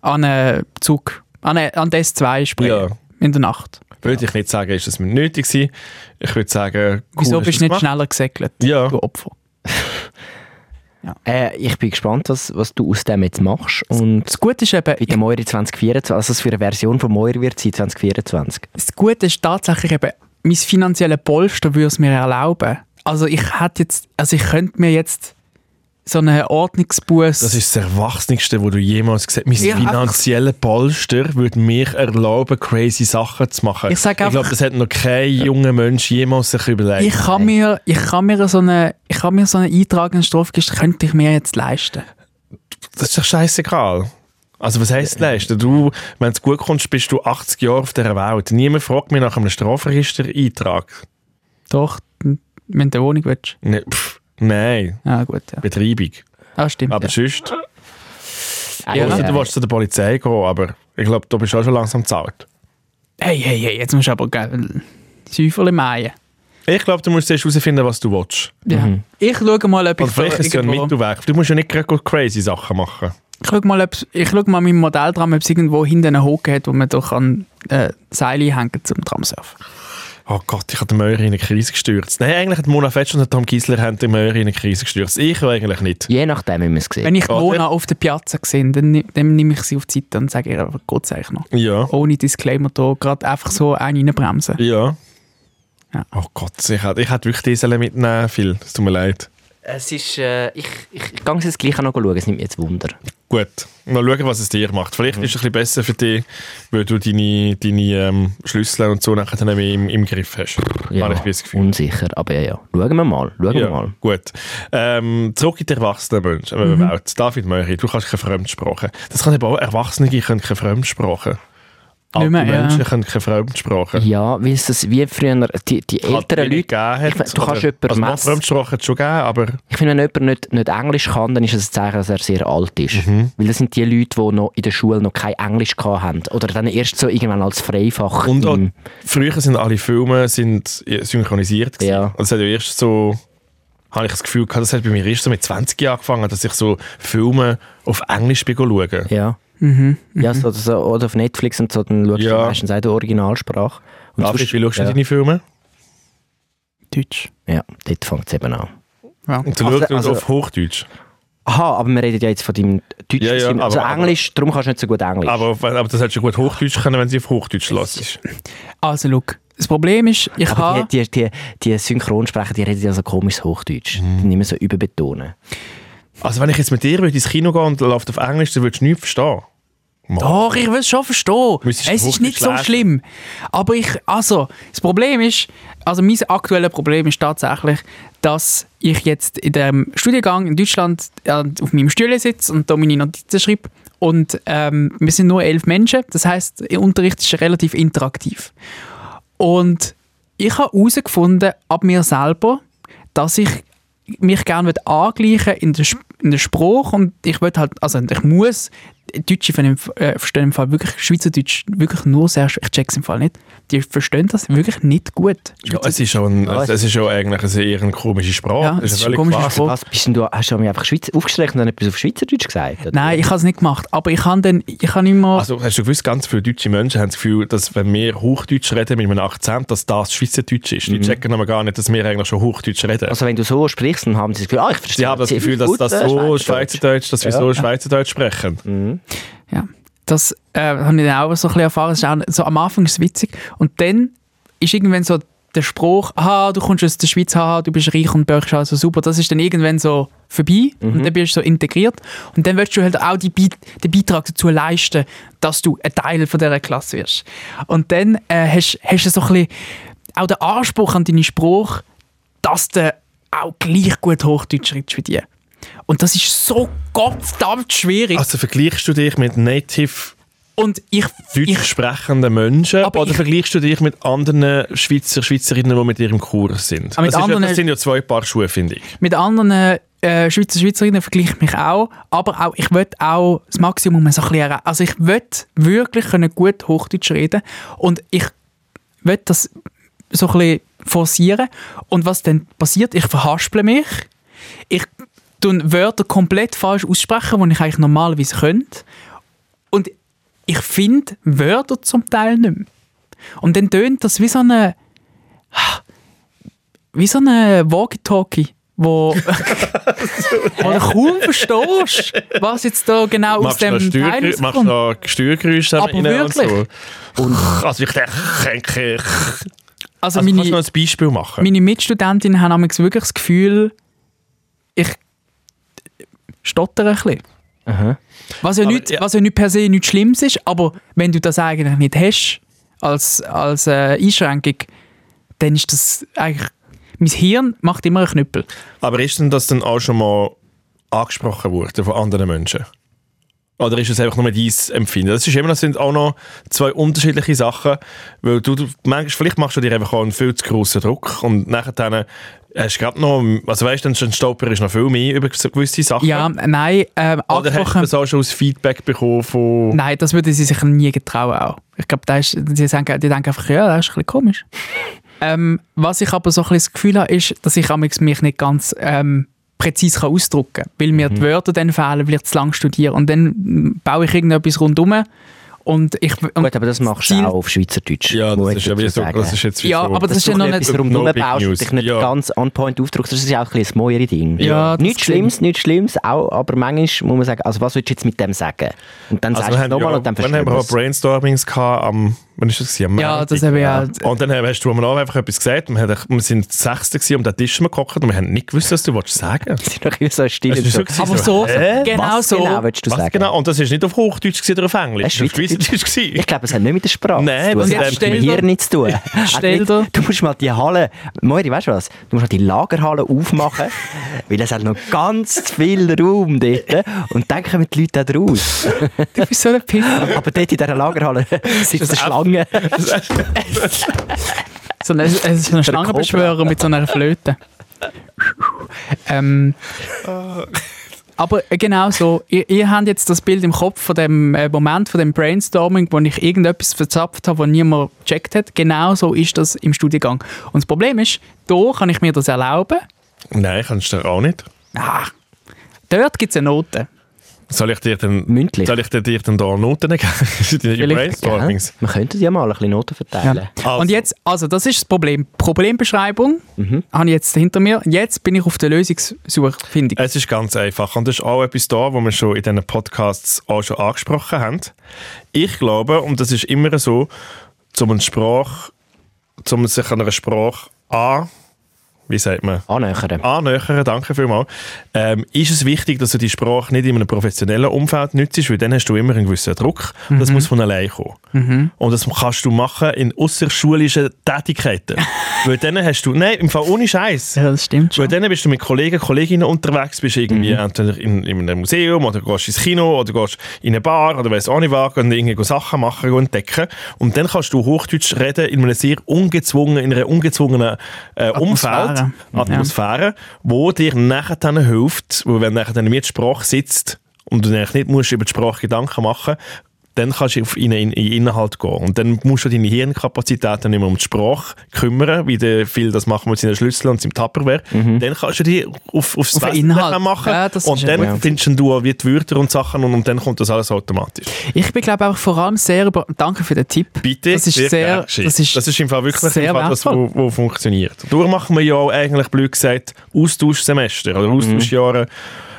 [SPEAKER 3] an einen Zug, an, eine, an das 2 springen
[SPEAKER 1] Ja.
[SPEAKER 3] in der Nacht.
[SPEAKER 1] Würde ich nicht sagen, ist das mir nötig gewesen. Ich würde sagen, cool,
[SPEAKER 3] Wieso
[SPEAKER 1] hast das
[SPEAKER 3] bist du nicht
[SPEAKER 1] gemacht.
[SPEAKER 3] schneller gesegelt,
[SPEAKER 1] Ja.
[SPEAKER 3] du Opfer?
[SPEAKER 2] Äh, ich bin gespannt, was, was du aus dem jetzt machst. Und
[SPEAKER 3] Das Gute ist eben,
[SPEAKER 2] wie
[SPEAKER 3] ich,
[SPEAKER 2] der Moiri 2024, also was für eine Version von Moiri wird sein 2024.
[SPEAKER 3] das Gute ist tatsächlich eben, mein finanzielles Polster würde es mir erlauben. Also ich hätte jetzt, also ich könnte mir jetzt so einen Ordnungsbuß.
[SPEAKER 1] Das ist das Erwachsenste, wo du jemals gesehen hast.
[SPEAKER 3] Ja,
[SPEAKER 1] Mein finanzielles Polster würde mir erlauben, crazy Sachen zu machen.
[SPEAKER 3] Ich sag
[SPEAKER 1] ich glaube,
[SPEAKER 3] einfach-
[SPEAKER 1] das hat noch kein junger Mensch jemals sich überlegt.
[SPEAKER 3] ich kann mir, ich kann mir so eine, ich kann mir so einen Eintrag in Strafgericht könnte ich mir jetzt leisten.
[SPEAKER 1] das ist doch scheißegal. Also was heisst leisten? Du, wenn es gut kommt, bist du 80 Jahre auf dieser Welt. Niemand fragt mich nach einem Strafregister-Eintrag.
[SPEAKER 3] Doch, n- wenn du eine Wohnung willst.
[SPEAKER 1] Ne, pff, nein,
[SPEAKER 3] Ah, gut, ja.
[SPEAKER 1] Betreibung.
[SPEAKER 3] Ah, stimmt.
[SPEAKER 1] Aber
[SPEAKER 3] ja.
[SPEAKER 1] sonst,
[SPEAKER 2] Ja.
[SPEAKER 1] also, du willst zu der Polizei gehen, aber ich glaube, du bist auch schon langsam zahlt.
[SPEAKER 3] Hey, hey, hey, jetzt musst du aber geil Säuferle meien.
[SPEAKER 1] Ich glaube, du musst erst herausfinden, was du willst.
[SPEAKER 3] Ja. Ich schaue mal, ob
[SPEAKER 1] Mhm.
[SPEAKER 3] ich...
[SPEAKER 1] Oder vielleicht ist es ja ein
[SPEAKER 3] irgendwo-
[SPEAKER 1] Mittelweg. Du musst ja nicht gerade crazy Sachen machen.
[SPEAKER 3] Ich schaue mal, ob, ich schaue mal meinem Modell dran, ob es irgendwo hinten einen Haken hat, wo man doch an äh, Seile hängen zum Tramsurfen.
[SPEAKER 1] Oh Gott, ich habe den Möhrer in eine Krise gestürzt. Nein, eigentlich hat Mona Fetsch und der Tom Giesler haben den Möhrer in eine Krise gestürzt. Ich eigentlich nicht.
[SPEAKER 2] Je nachdem, wie man es sieht.
[SPEAKER 3] Wenn ich die
[SPEAKER 1] Oder-
[SPEAKER 3] Mona auf der Piazza sehe, dann, ni- dann nehme ich sie auf die Seite und sage ihr, aber Gott sei noch.
[SPEAKER 1] Ja.
[SPEAKER 3] Ohne Disclaimer da, gerade einfach so einen reinbremsen.
[SPEAKER 1] Ja.
[SPEAKER 3] Ja.
[SPEAKER 1] Oh Gott, ich hätte ich hätte wirklich diese mitnehmen Phil. Es tut mir leid.
[SPEAKER 2] Es ist, äh, ich, ich, ich gehe es jetzt gleich auch noch schauen, es nimmt mich jetzt Wunder.
[SPEAKER 1] Gut, mal schauen, was es dir macht. Vielleicht ist es ein bisschen besser für dich, weil du deine, deine ähm, Schlüssel und so nachher dann mehr im, im Griff hast. Habe ich das Gefühl.
[SPEAKER 2] unsicher, aber ja, ja. Schauen wir mal, schauen wir
[SPEAKER 1] Ja,
[SPEAKER 2] mal. Mhm.
[SPEAKER 1] gut. Ähm, zurück in die Erwachsenenwelt. Welt. David Möri, du kannst keine Fremdsprache. Das kann eben auch Erwachsene können keine Fremdsprache. Alte
[SPEAKER 3] Nicht mehr, ja.
[SPEAKER 1] Menschen können keine Fremdsprache.
[SPEAKER 2] Ja, weil es das wie früher, die, die
[SPEAKER 1] Hat
[SPEAKER 2] älteren
[SPEAKER 1] wenig
[SPEAKER 2] Leute,
[SPEAKER 1] gegeben,
[SPEAKER 2] ich mein, du
[SPEAKER 1] oder-
[SPEAKER 2] kannst jemanden
[SPEAKER 1] also, mal
[SPEAKER 2] messen.
[SPEAKER 1] Fremdsprache hat es schon gegeben, aber
[SPEAKER 2] ich finde, wenn jemand nicht, nicht Englisch kann, dann ist es ein Zeichen, dass er sehr alt ist.
[SPEAKER 1] Mhm.
[SPEAKER 2] Weil das sind die Leute, die noch in der Schule noch kein Englisch gehabt haben. Oder dann erst so irgendwann als Freifach.
[SPEAKER 1] Und auch,
[SPEAKER 2] im-
[SPEAKER 1] früher sind alle Filme sind synchronisiert. gewesen.
[SPEAKER 2] Ja.
[SPEAKER 1] Und es hat ja erst so, habe ich das Gefühl gehabt, das hat bei mir erst so mit 20 Jahren angefangen, dass ich so Filme auf Englisch bin schauen. Ja.
[SPEAKER 2] ja.
[SPEAKER 3] Mhm.
[SPEAKER 2] ja so, so, oder auf Netflix und so, dann schaust
[SPEAKER 1] Mhm. Ja.
[SPEAKER 2] du meistens auch die Originalsprache. Und
[SPEAKER 1] David,
[SPEAKER 2] sonst-
[SPEAKER 1] wie schaust du
[SPEAKER 2] ja.
[SPEAKER 1] deine Filme?
[SPEAKER 3] Deutsch.
[SPEAKER 2] Ja, dort fängt es eben an.
[SPEAKER 3] Ja.
[SPEAKER 1] Und du
[SPEAKER 2] Also-
[SPEAKER 1] schaust
[SPEAKER 2] also-
[SPEAKER 1] Um auf Hochdeutsch.
[SPEAKER 2] Aha, aber wir reden ja jetzt von deinem deutschen
[SPEAKER 1] Ja, ja,
[SPEAKER 2] Film. Also
[SPEAKER 1] aber- aber-
[SPEAKER 2] Englisch, darum kannst du nicht so gut Englisch.
[SPEAKER 1] Aber, aber das hättest du gut Hochdeutsch können, wenn sie auf Hochdeutsch lässt.
[SPEAKER 3] Also, schau. Das Problem ist, ich
[SPEAKER 2] Aber
[SPEAKER 3] habe...
[SPEAKER 2] die, die, die, die Synchronsprecher, die reden ja so komisches Hochdeutsch.
[SPEAKER 1] Mhm.
[SPEAKER 2] Die nicht mehr so überbetonen.
[SPEAKER 1] Also wenn ich jetzt mit dir würde ins Kino gehen und läuft auf Englisch, dann würdest du nichts verstehen.
[SPEAKER 3] Doch, ich will es schon verstehen.
[SPEAKER 1] Müsstest du
[SPEAKER 3] es ist
[SPEAKER 1] Hochdeutsch
[SPEAKER 3] nicht so
[SPEAKER 1] lesen.
[SPEAKER 3] schlimm. Aber ich, also, das Problem ist, also mein aktuelles Problem ist tatsächlich, dass ich jetzt in dem Studiengang in Deutschland äh, auf meinem Stühle sitze und da meine Notizen schreibe. Und ähm, wir sind nur elf Menschen, das heißt, der Unterricht ist relativ interaktiv. Und ich habe herausgefunden, ab mir selber, dass ich mich gerne angleichen in der, Sp- in der Sprache und ich will halt, also ich muss Deutsche von dem, äh, verstehen im Fall wirklich, Schweizerdeutsch wirklich nur sehr, sch- ich check's im Fall nicht, die verstehen das
[SPEAKER 1] Mhm.
[SPEAKER 3] wirklich nicht gut.
[SPEAKER 1] Ja, es ist schon,
[SPEAKER 2] Ja,
[SPEAKER 1] es ist schon eigentlich eine sehr eine komische Sprache.
[SPEAKER 3] Ja,
[SPEAKER 1] Oh, Das
[SPEAKER 3] es ist eine
[SPEAKER 1] völlig
[SPEAKER 3] komische
[SPEAKER 1] Quatsch.
[SPEAKER 3] Sprache.
[SPEAKER 2] Was, bist denn du, hast du mir einfach Schweiz aufgeschreckt und dann etwas auf Schweizerdeutsch gesagt? Oder?
[SPEAKER 3] Nein, ich habe es nicht gemacht, aber ich habe dann, ich habe immer,
[SPEAKER 1] Also hast du gewusst, ganz viele deutsche Menschen haben das Gefühl, dass wenn wir Hochdeutsch reden mit einem Akzent, dass das Schweizerdeutsch ist. Die checken aber gar nicht, dass wir eigentlich schon Hochdeutsch reden.
[SPEAKER 2] Also wenn du so sprichst, dann haben sie das Gefühl, ah, ich verstehe
[SPEAKER 1] die haben das
[SPEAKER 2] sehr
[SPEAKER 1] Gefühl, dass
[SPEAKER 2] gut,
[SPEAKER 1] das
[SPEAKER 2] äh,
[SPEAKER 1] so
[SPEAKER 2] Schweizerdeutsch.
[SPEAKER 1] Schweizerdeutsch, Mhm. dass wir so Schweizerdeutsch sprechen.
[SPEAKER 3] Ja, das äh, habe ich dann auch so ein bisschen erfahren. Das ist auch, so, am Anfang ist es witzig und dann ist irgendwann so der Spruch, «Aha, du kommst aus der Schweiz, haha, du bist reich und bürgst also super», das ist dann irgendwann so vorbei und dann bist du so integriert und dann willst du halt auch die Beit den Beitrag dazu leisten, dass du ein Teil von dieser Klasse wirst. Und dann äh, hast, hast du so ein bisschen auch den Anspruch an deine Sprache, dass du auch gleich gut Hochdeutsch schreibst wie die. Und das ist so gottverdammt schwierig.
[SPEAKER 1] Also vergleichst du dich mit native
[SPEAKER 3] Und ich,
[SPEAKER 1] deutsch
[SPEAKER 3] ich
[SPEAKER 1] sprechenden Menschen
[SPEAKER 3] Aber
[SPEAKER 1] oder
[SPEAKER 3] ich-
[SPEAKER 1] vergleichst du dich mit anderen Schweizer, Schweizerinnen, die mit dir im Kurs sind?
[SPEAKER 3] Aber Ah,
[SPEAKER 1] das,
[SPEAKER 3] mit
[SPEAKER 1] ist, ja-
[SPEAKER 3] anderen-
[SPEAKER 1] das sind ja zwei Paar Schuhe, finde ich.
[SPEAKER 3] mit anderen äh, Schweizer Schweizerinnen vergleiche ich mich auch, aber auch, ich will auch das Maximum so ein bisschen erreichen. Also ich will wirklich können gut Hochdeutsch reden und ich will das so ein bisschen forcieren und was dann passiert, ich verhaspele mich, ich tun Wörter komplett falsch aussprechen, die ich eigentlich normalerweise könnte und ich finde Wörter zum Teil nicht mehr. Und dann tönt das wie so eine wie so eine Walkie-Talkie, wo, wo du kaum verstehst, was jetzt da genau
[SPEAKER 1] Machst du
[SPEAKER 3] aus
[SPEAKER 1] noch
[SPEAKER 3] dem Teil
[SPEAKER 1] Steuergrü- machst du
[SPEAKER 3] rauskommt.
[SPEAKER 1] noch Steuergeräusche
[SPEAKER 3] Aber
[SPEAKER 1] rein und so?
[SPEAKER 3] wirklich?
[SPEAKER 1] Und also ich denke, ich-
[SPEAKER 3] Also,
[SPEAKER 1] also kannst du
[SPEAKER 3] meine,
[SPEAKER 1] noch ein Beispiel machen?
[SPEAKER 3] meine Mitstudentinnen haben manchmal wirklich das Gefühl, ich stottere ein bisschen.
[SPEAKER 2] Aha.
[SPEAKER 3] Was ja,
[SPEAKER 1] Aber,
[SPEAKER 3] nicht,
[SPEAKER 1] ja.
[SPEAKER 3] was ja nicht per se nichts Schlimmes ist, aber wenn du das eigentlich nicht hast, als, als äh, Einschränkung, dann ist das eigentlich... Mein Hirn macht immer einen Knüppel.
[SPEAKER 1] Aber ist denn das dann auch schon mal angesprochen worden von anderen Menschen? Oder ist es einfach nur dein Empfinden? Das, ist immer, das sind auch noch zwei unterschiedliche Sachen, weil du, du manchmal, vielleicht machst du dir einfach auch einen viel zu grossen Druck und nachher dann hast du gerade noch, also weißt du, dann stolperst du noch viel mehr über gewisse Sachen.
[SPEAKER 3] Ja, nein, ähm,
[SPEAKER 1] Oder hast du
[SPEAKER 3] angesprochen...
[SPEAKER 1] das auch schon als Feedback bekommen
[SPEAKER 2] Oh.
[SPEAKER 1] von...
[SPEAKER 3] Nein, das würden sie sich nie getrauen auch. Ich glaube, da ist- die, sagen, die denken einfach, ja, das ist ein bisschen komisch. Ähm, was ich aber so ein bisschen das Gefühl habe, ist, dass ich amigs mich nicht ganz ähm, präzise kann ausdrücken kann, weil
[SPEAKER 2] Mhm.
[SPEAKER 3] mir die Wörter dann fehlen, weil ich zu lange studiere. Und dann mm, baue ich irgendetwas rundherum und ich... Und
[SPEAKER 2] Gut, aber das machst du
[SPEAKER 3] Ziel-
[SPEAKER 2] auch auf Schweizerdeutsch.
[SPEAKER 1] Ja, das
[SPEAKER 2] muss ich
[SPEAKER 1] ist, ja
[SPEAKER 2] dazu
[SPEAKER 1] wie so,
[SPEAKER 2] sagen.
[SPEAKER 1] das ist jetzt wie
[SPEAKER 3] Ja,
[SPEAKER 1] so.
[SPEAKER 3] aber das
[SPEAKER 2] dass
[SPEAKER 3] ist ja
[SPEAKER 2] du
[SPEAKER 3] noch
[SPEAKER 2] etwas
[SPEAKER 3] nicht...
[SPEAKER 1] drum-
[SPEAKER 2] drum
[SPEAKER 1] No big
[SPEAKER 2] baust und
[SPEAKER 1] news.
[SPEAKER 2] dich nicht
[SPEAKER 1] Ja.
[SPEAKER 2] ganz on point aufdrückst. Das ist ja auch ein bisschen das moire Ding.
[SPEAKER 3] Ja, das
[SPEAKER 2] nichts
[SPEAKER 3] stimmt.
[SPEAKER 2] Schlimmes, nichts Schlimmes, auch, aber manchmal muss man sagen, also was willst du jetzt mit dem sagen? Und dann
[SPEAKER 1] Also, wir
[SPEAKER 2] sagst du es
[SPEAKER 1] haben,
[SPEAKER 2] nochmal
[SPEAKER 1] ja,
[SPEAKER 2] und dann
[SPEAKER 1] wir
[SPEAKER 2] verstehst
[SPEAKER 1] haben
[SPEAKER 2] du
[SPEAKER 1] aber
[SPEAKER 2] es.
[SPEAKER 1] Brainstormings gehabt am, wann ist das gewesen? Am
[SPEAKER 3] Ja, das
[SPEAKER 1] Montag.
[SPEAKER 3] habe ich ja...
[SPEAKER 1] Und dann hast du am Abend einfach etwas gesagt. Wir, haben, wir sind Sechste gewesen, um den Tisch gekocht und wir haben nicht gewusst, was du wolltest sagen.
[SPEAKER 2] Es ist noch immer so still.
[SPEAKER 1] Es
[SPEAKER 2] und
[SPEAKER 1] ist
[SPEAKER 2] so.
[SPEAKER 1] so gewesen,
[SPEAKER 3] Aber so,
[SPEAKER 1] hä?
[SPEAKER 3] genau
[SPEAKER 2] was
[SPEAKER 3] so.
[SPEAKER 2] genau willst du
[SPEAKER 1] Was
[SPEAKER 2] sagen?
[SPEAKER 1] genau? Und das ist nicht auf Hochdeutsch gewesen oder auf Englisch.
[SPEAKER 2] Es ist
[SPEAKER 1] Das war auf
[SPEAKER 2] Schweizerdeutsch.
[SPEAKER 1] gewesen.
[SPEAKER 2] Ich glaube, es hat nicht mit der Sprache
[SPEAKER 1] Nein,
[SPEAKER 2] zu
[SPEAKER 1] das
[SPEAKER 2] tun.
[SPEAKER 1] hat
[SPEAKER 2] hat mit
[SPEAKER 3] mit
[SPEAKER 2] mir
[SPEAKER 3] dir-
[SPEAKER 2] nichts zu tun. Hat
[SPEAKER 3] Stell
[SPEAKER 2] nicht-
[SPEAKER 3] dir-
[SPEAKER 2] Du musst mal die Halle, Moiri, weißt du was? Du musst mal die Lagerhalle aufmachen, weil es hat noch ganz viel Raum dort. Und dann kommen die Leute auch raus.
[SPEAKER 3] Du bist so ein Pisser.
[SPEAKER 2] Aber dort in dieser Lagerhalle sitzt eine Schlange.
[SPEAKER 3] So ein, es ist so ein Schlangenbeschwörer mit so einer Flöte. ähm, aber genau so, ihr, ihr habt jetzt das Bild im Kopf von dem äh, Moment, von dem Brainstorming, wo ich irgendetwas verzapft habe, was niemand gecheckt hat. Genau so ist das im Studiengang. Und das Problem ist, da kann ich mir das erlauben,
[SPEAKER 1] Nein, kannst du auch nicht.
[SPEAKER 3] dort gibt es eine Note.
[SPEAKER 1] Soll ich dir dann,
[SPEAKER 2] Mündlich.
[SPEAKER 1] Soll ich dir- dir dann da Noten geben? Für Deine
[SPEAKER 3] Vielleicht,
[SPEAKER 2] Man
[SPEAKER 1] Brainstormings.
[SPEAKER 2] könnte ja mal ein bisschen Noten verteilen.
[SPEAKER 1] Also.
[SPEAKER 3] Und jetzt, also das ist das Problem. Problembeschreibung habe ich jetzt hinter mir. Jetzt bin ich auf der Lösungssuche, finde ich.
[SPEAKER 1] Es ist ganz einfach. Und das ist auch etwas da, wo wir schon in diesen Podcasts auch schon angesprochen haben. Ich glaube, und das ist immer so, zum eine Sprache, zum sich an einer Sprache an, wie sagt man,
[SPEAKER 2] Annähern.
[SPEAKER 1] Ah. annähern, danke vielmals, ähm, ist es wichtig, dass du die Sprache nicht in einem professionellen Umfeld nützt, weil dann hast du immer einen gewissen Druck. Und das muss von allein kommen. Und das kannst du machen in außerschulischen Tätigkeiten. weil dann hast du, nein, im Fall ohne Scheiß.
[SPEAKER 3] Ja, das stimmt
[SPEAKER 1] Weil dann bist du mit Kollegen, Kolleginnen unterwegs, bist irgendwie entweder in, in einem Museum oder gehst ins Kino oder gehst in eine Bar oder weiss auch nicht was, und irgendwie Sachen machen und entdecken. Und dann kannst du Hochdeutsch reden in einem sehr ungezwungenen, in einer ungezwungenen äh, Umfeld,
[SPEAKER 3] Atmosphäre.
[SPEAKER 1] Atmosphäre, wo dir nachher dann hilft, wo wenn nachher dann mit Sprache sitzt und du eigentlich nicht musst über die Sprache Gedanken machen dann kannst du auf in, in, in Inhalt gehen. Und dann musst du deine Hirnkapazitäten nicht mehr um die Sprache kümmern, wie der viel das machen mit seinen Schlüsseln und seinem Tupperware. Dann kannst du dich auf, aufs
[SPEAKER 3] Mhm. Auf den
[SPEAKER 1] Wesentliche
[SPEAKER 3] Inhalt.
[SPEAKER 1] machen.
[SPEAKER 3] Ja, das
[SPEAKER 1] und
[SPEAKER 3] ist
[SPEAKER 1] dann
[SPEAKER 3] ja gut.
[SPEAKER 1] findest du auch wie die Wörter und Sachen und, und dann kommt das alles automatisch.
[SPEAKER 3] Ich bin, glaube ich, auch vor allem sehr über... Danke für den Tipp.
[SPEAKER 1] Bitte,
[SPEAKER 3] Das ist
[SPEAKER 1] sehr
[SPEAKER 3] sehr-
[SPEAKER 1] gerne geschickt.
[SPEAKER 3] das ist
[SPEAKER 1] das ist im Fall wirklich
[SPEAKER 3] sehr
[SPEAKER 1] im Fall das, wo,
[SPEAKER 3] wertvoll.
[SPEAKER 1] wo funktioniert. Dadurch machen wir ja auch eigentlich, blöd gesagt, Austauschsemester oder Austauschjahre.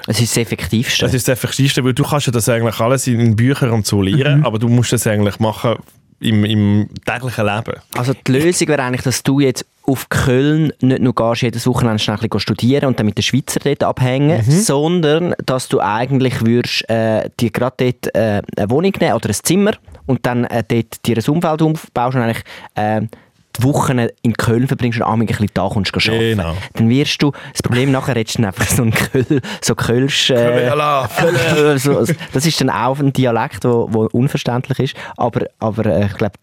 [SPEAKER 2] Es ist das Effektivste.
[SPEAKER 1] Das ist das Effektivste, weil du kannst ja das eigentlich alles in Büchern und so lernen, aber du musst das eigentlich machen im, im täglichen Leben.
[SPEAKER 2] also die Lösung wäre eigentlich, dass du jetzt auf Köln nicht nur gehst, jedes Wochenende schnell ein bisschen studieren und dann mit den Schweizer dort abhängen, sondern dass du eigentlich würdest, äh, dir gerade dort äh, eine Wohnung nehmen oder ein Zimmer und dann äh, dort dir ein Umfeld aufbaust und eigentlich äh, die Wochen in Köln verbringst und am Abend ein bisschen da kommst du arbeiten.
[SPEAKER 1] Genau.
[SPEAKER 2] Dann wirst du, das Problem nachher redest du dann einfach so ein Köln, so Kölsch... Äh, so, so. das ist dann auch ein Dialekt, der wo, wo unverständlich ist. Aber, aber äh, ich glaube,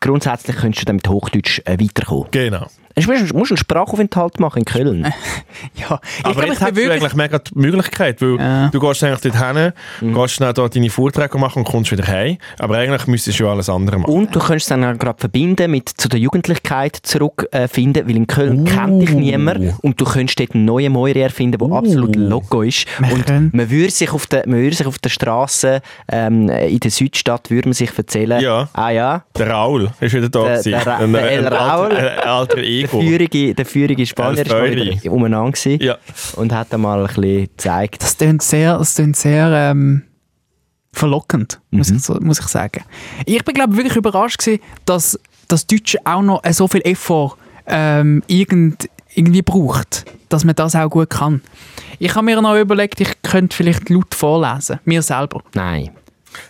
[SPEAKER 2] grundsätzlich könntest du dann mit Hochdeutsch äh, weiterkommen.
[SPEAKER 1] Genau.
[SPEAKER 2] Du musst, musst einen Sprachaufenthalt machen in Köln.
[SPEAKER 3] Ja, ich
[SPEAKER 1] Aber
[SPEAKER 3] glaube, ich
[SPEAKER 1] jetzt hast
[SPEAKER 3] bin
[SPEAKER 1] du
[SPEAKER 3] wirklich...
[SPEAKER 1] eigentlich mega die Möglichkeit, weil
[SPEAKER 3] Ja.
[SPEAKER 1] du gehst eigentlich dort hin, gehst schnell dort deine Vorträge machen und kommst wieder heim. Aber eigentlich müsstest du ja alles andere machen.
[SPEAKER 2] Und du könntest es dann auch gerade verbinden mit zu der Jugendlichkeit zurückfinden, äh, finden, weil in Köln kennt dich niemand und du könntest dort einen neuen Moiri erfinden, der absolut loco ist.
[SPEAKER 3] Wir können-
[SPEAKER 2] Und man würde sich auf der, man würde sich auf der Straße ähm, in der Südstadt würde man sich erzählen,
[SPEAKER 1] Ja.
[SPEAKER 2] ah ja,
[SPEAKER 1] Der Raul ist wieder da.
[SPEAKER 2] Der-
[SPEAKER 1] gewesen.
[SPEAKER 2] der Ra-
[SPEAKER 1] Ein-
[SPEAKER 2] der
[SPEAKER 1] ein
[SPEAKER 2] El
[SPEAKER 1] alter-
[SPEAKER 2] Raul.
[SPEAKER 1] Ein alter
[SPEAKER 2] der
[SPEAKER 1] Ego.
[SPEAKER 2] führige, der führige Spanier
[SPEAKER 1] El
[SPEAKER 2] ist mal
[SPEAKER 1] Feuri.
[SPEAKER 2] wieder umeinander gewesen.
[SPEAKER 1] Ja.
[SPEAKER 2] und hat dann mal ein bisschen gezeigt.
[SPEAKER 3] Das klingt sehr, das klingt sehr ähm, verlockend,
[SPEAKER 1] Mhm.
[SPEAKER 3] muss, ich, so- muss ich sagen. Ich bin, glaube ich, wirklich überrascht gewesen, dass das Deutsche auch noch äh, so viel Effort ähm, irgend, irgendwie braucht, dass man das auch gut kann. Ich habe mir noch überlegt, ich könnte vielleicht laut vorlesen, mir selber.
[SPEAKER 2] Nein.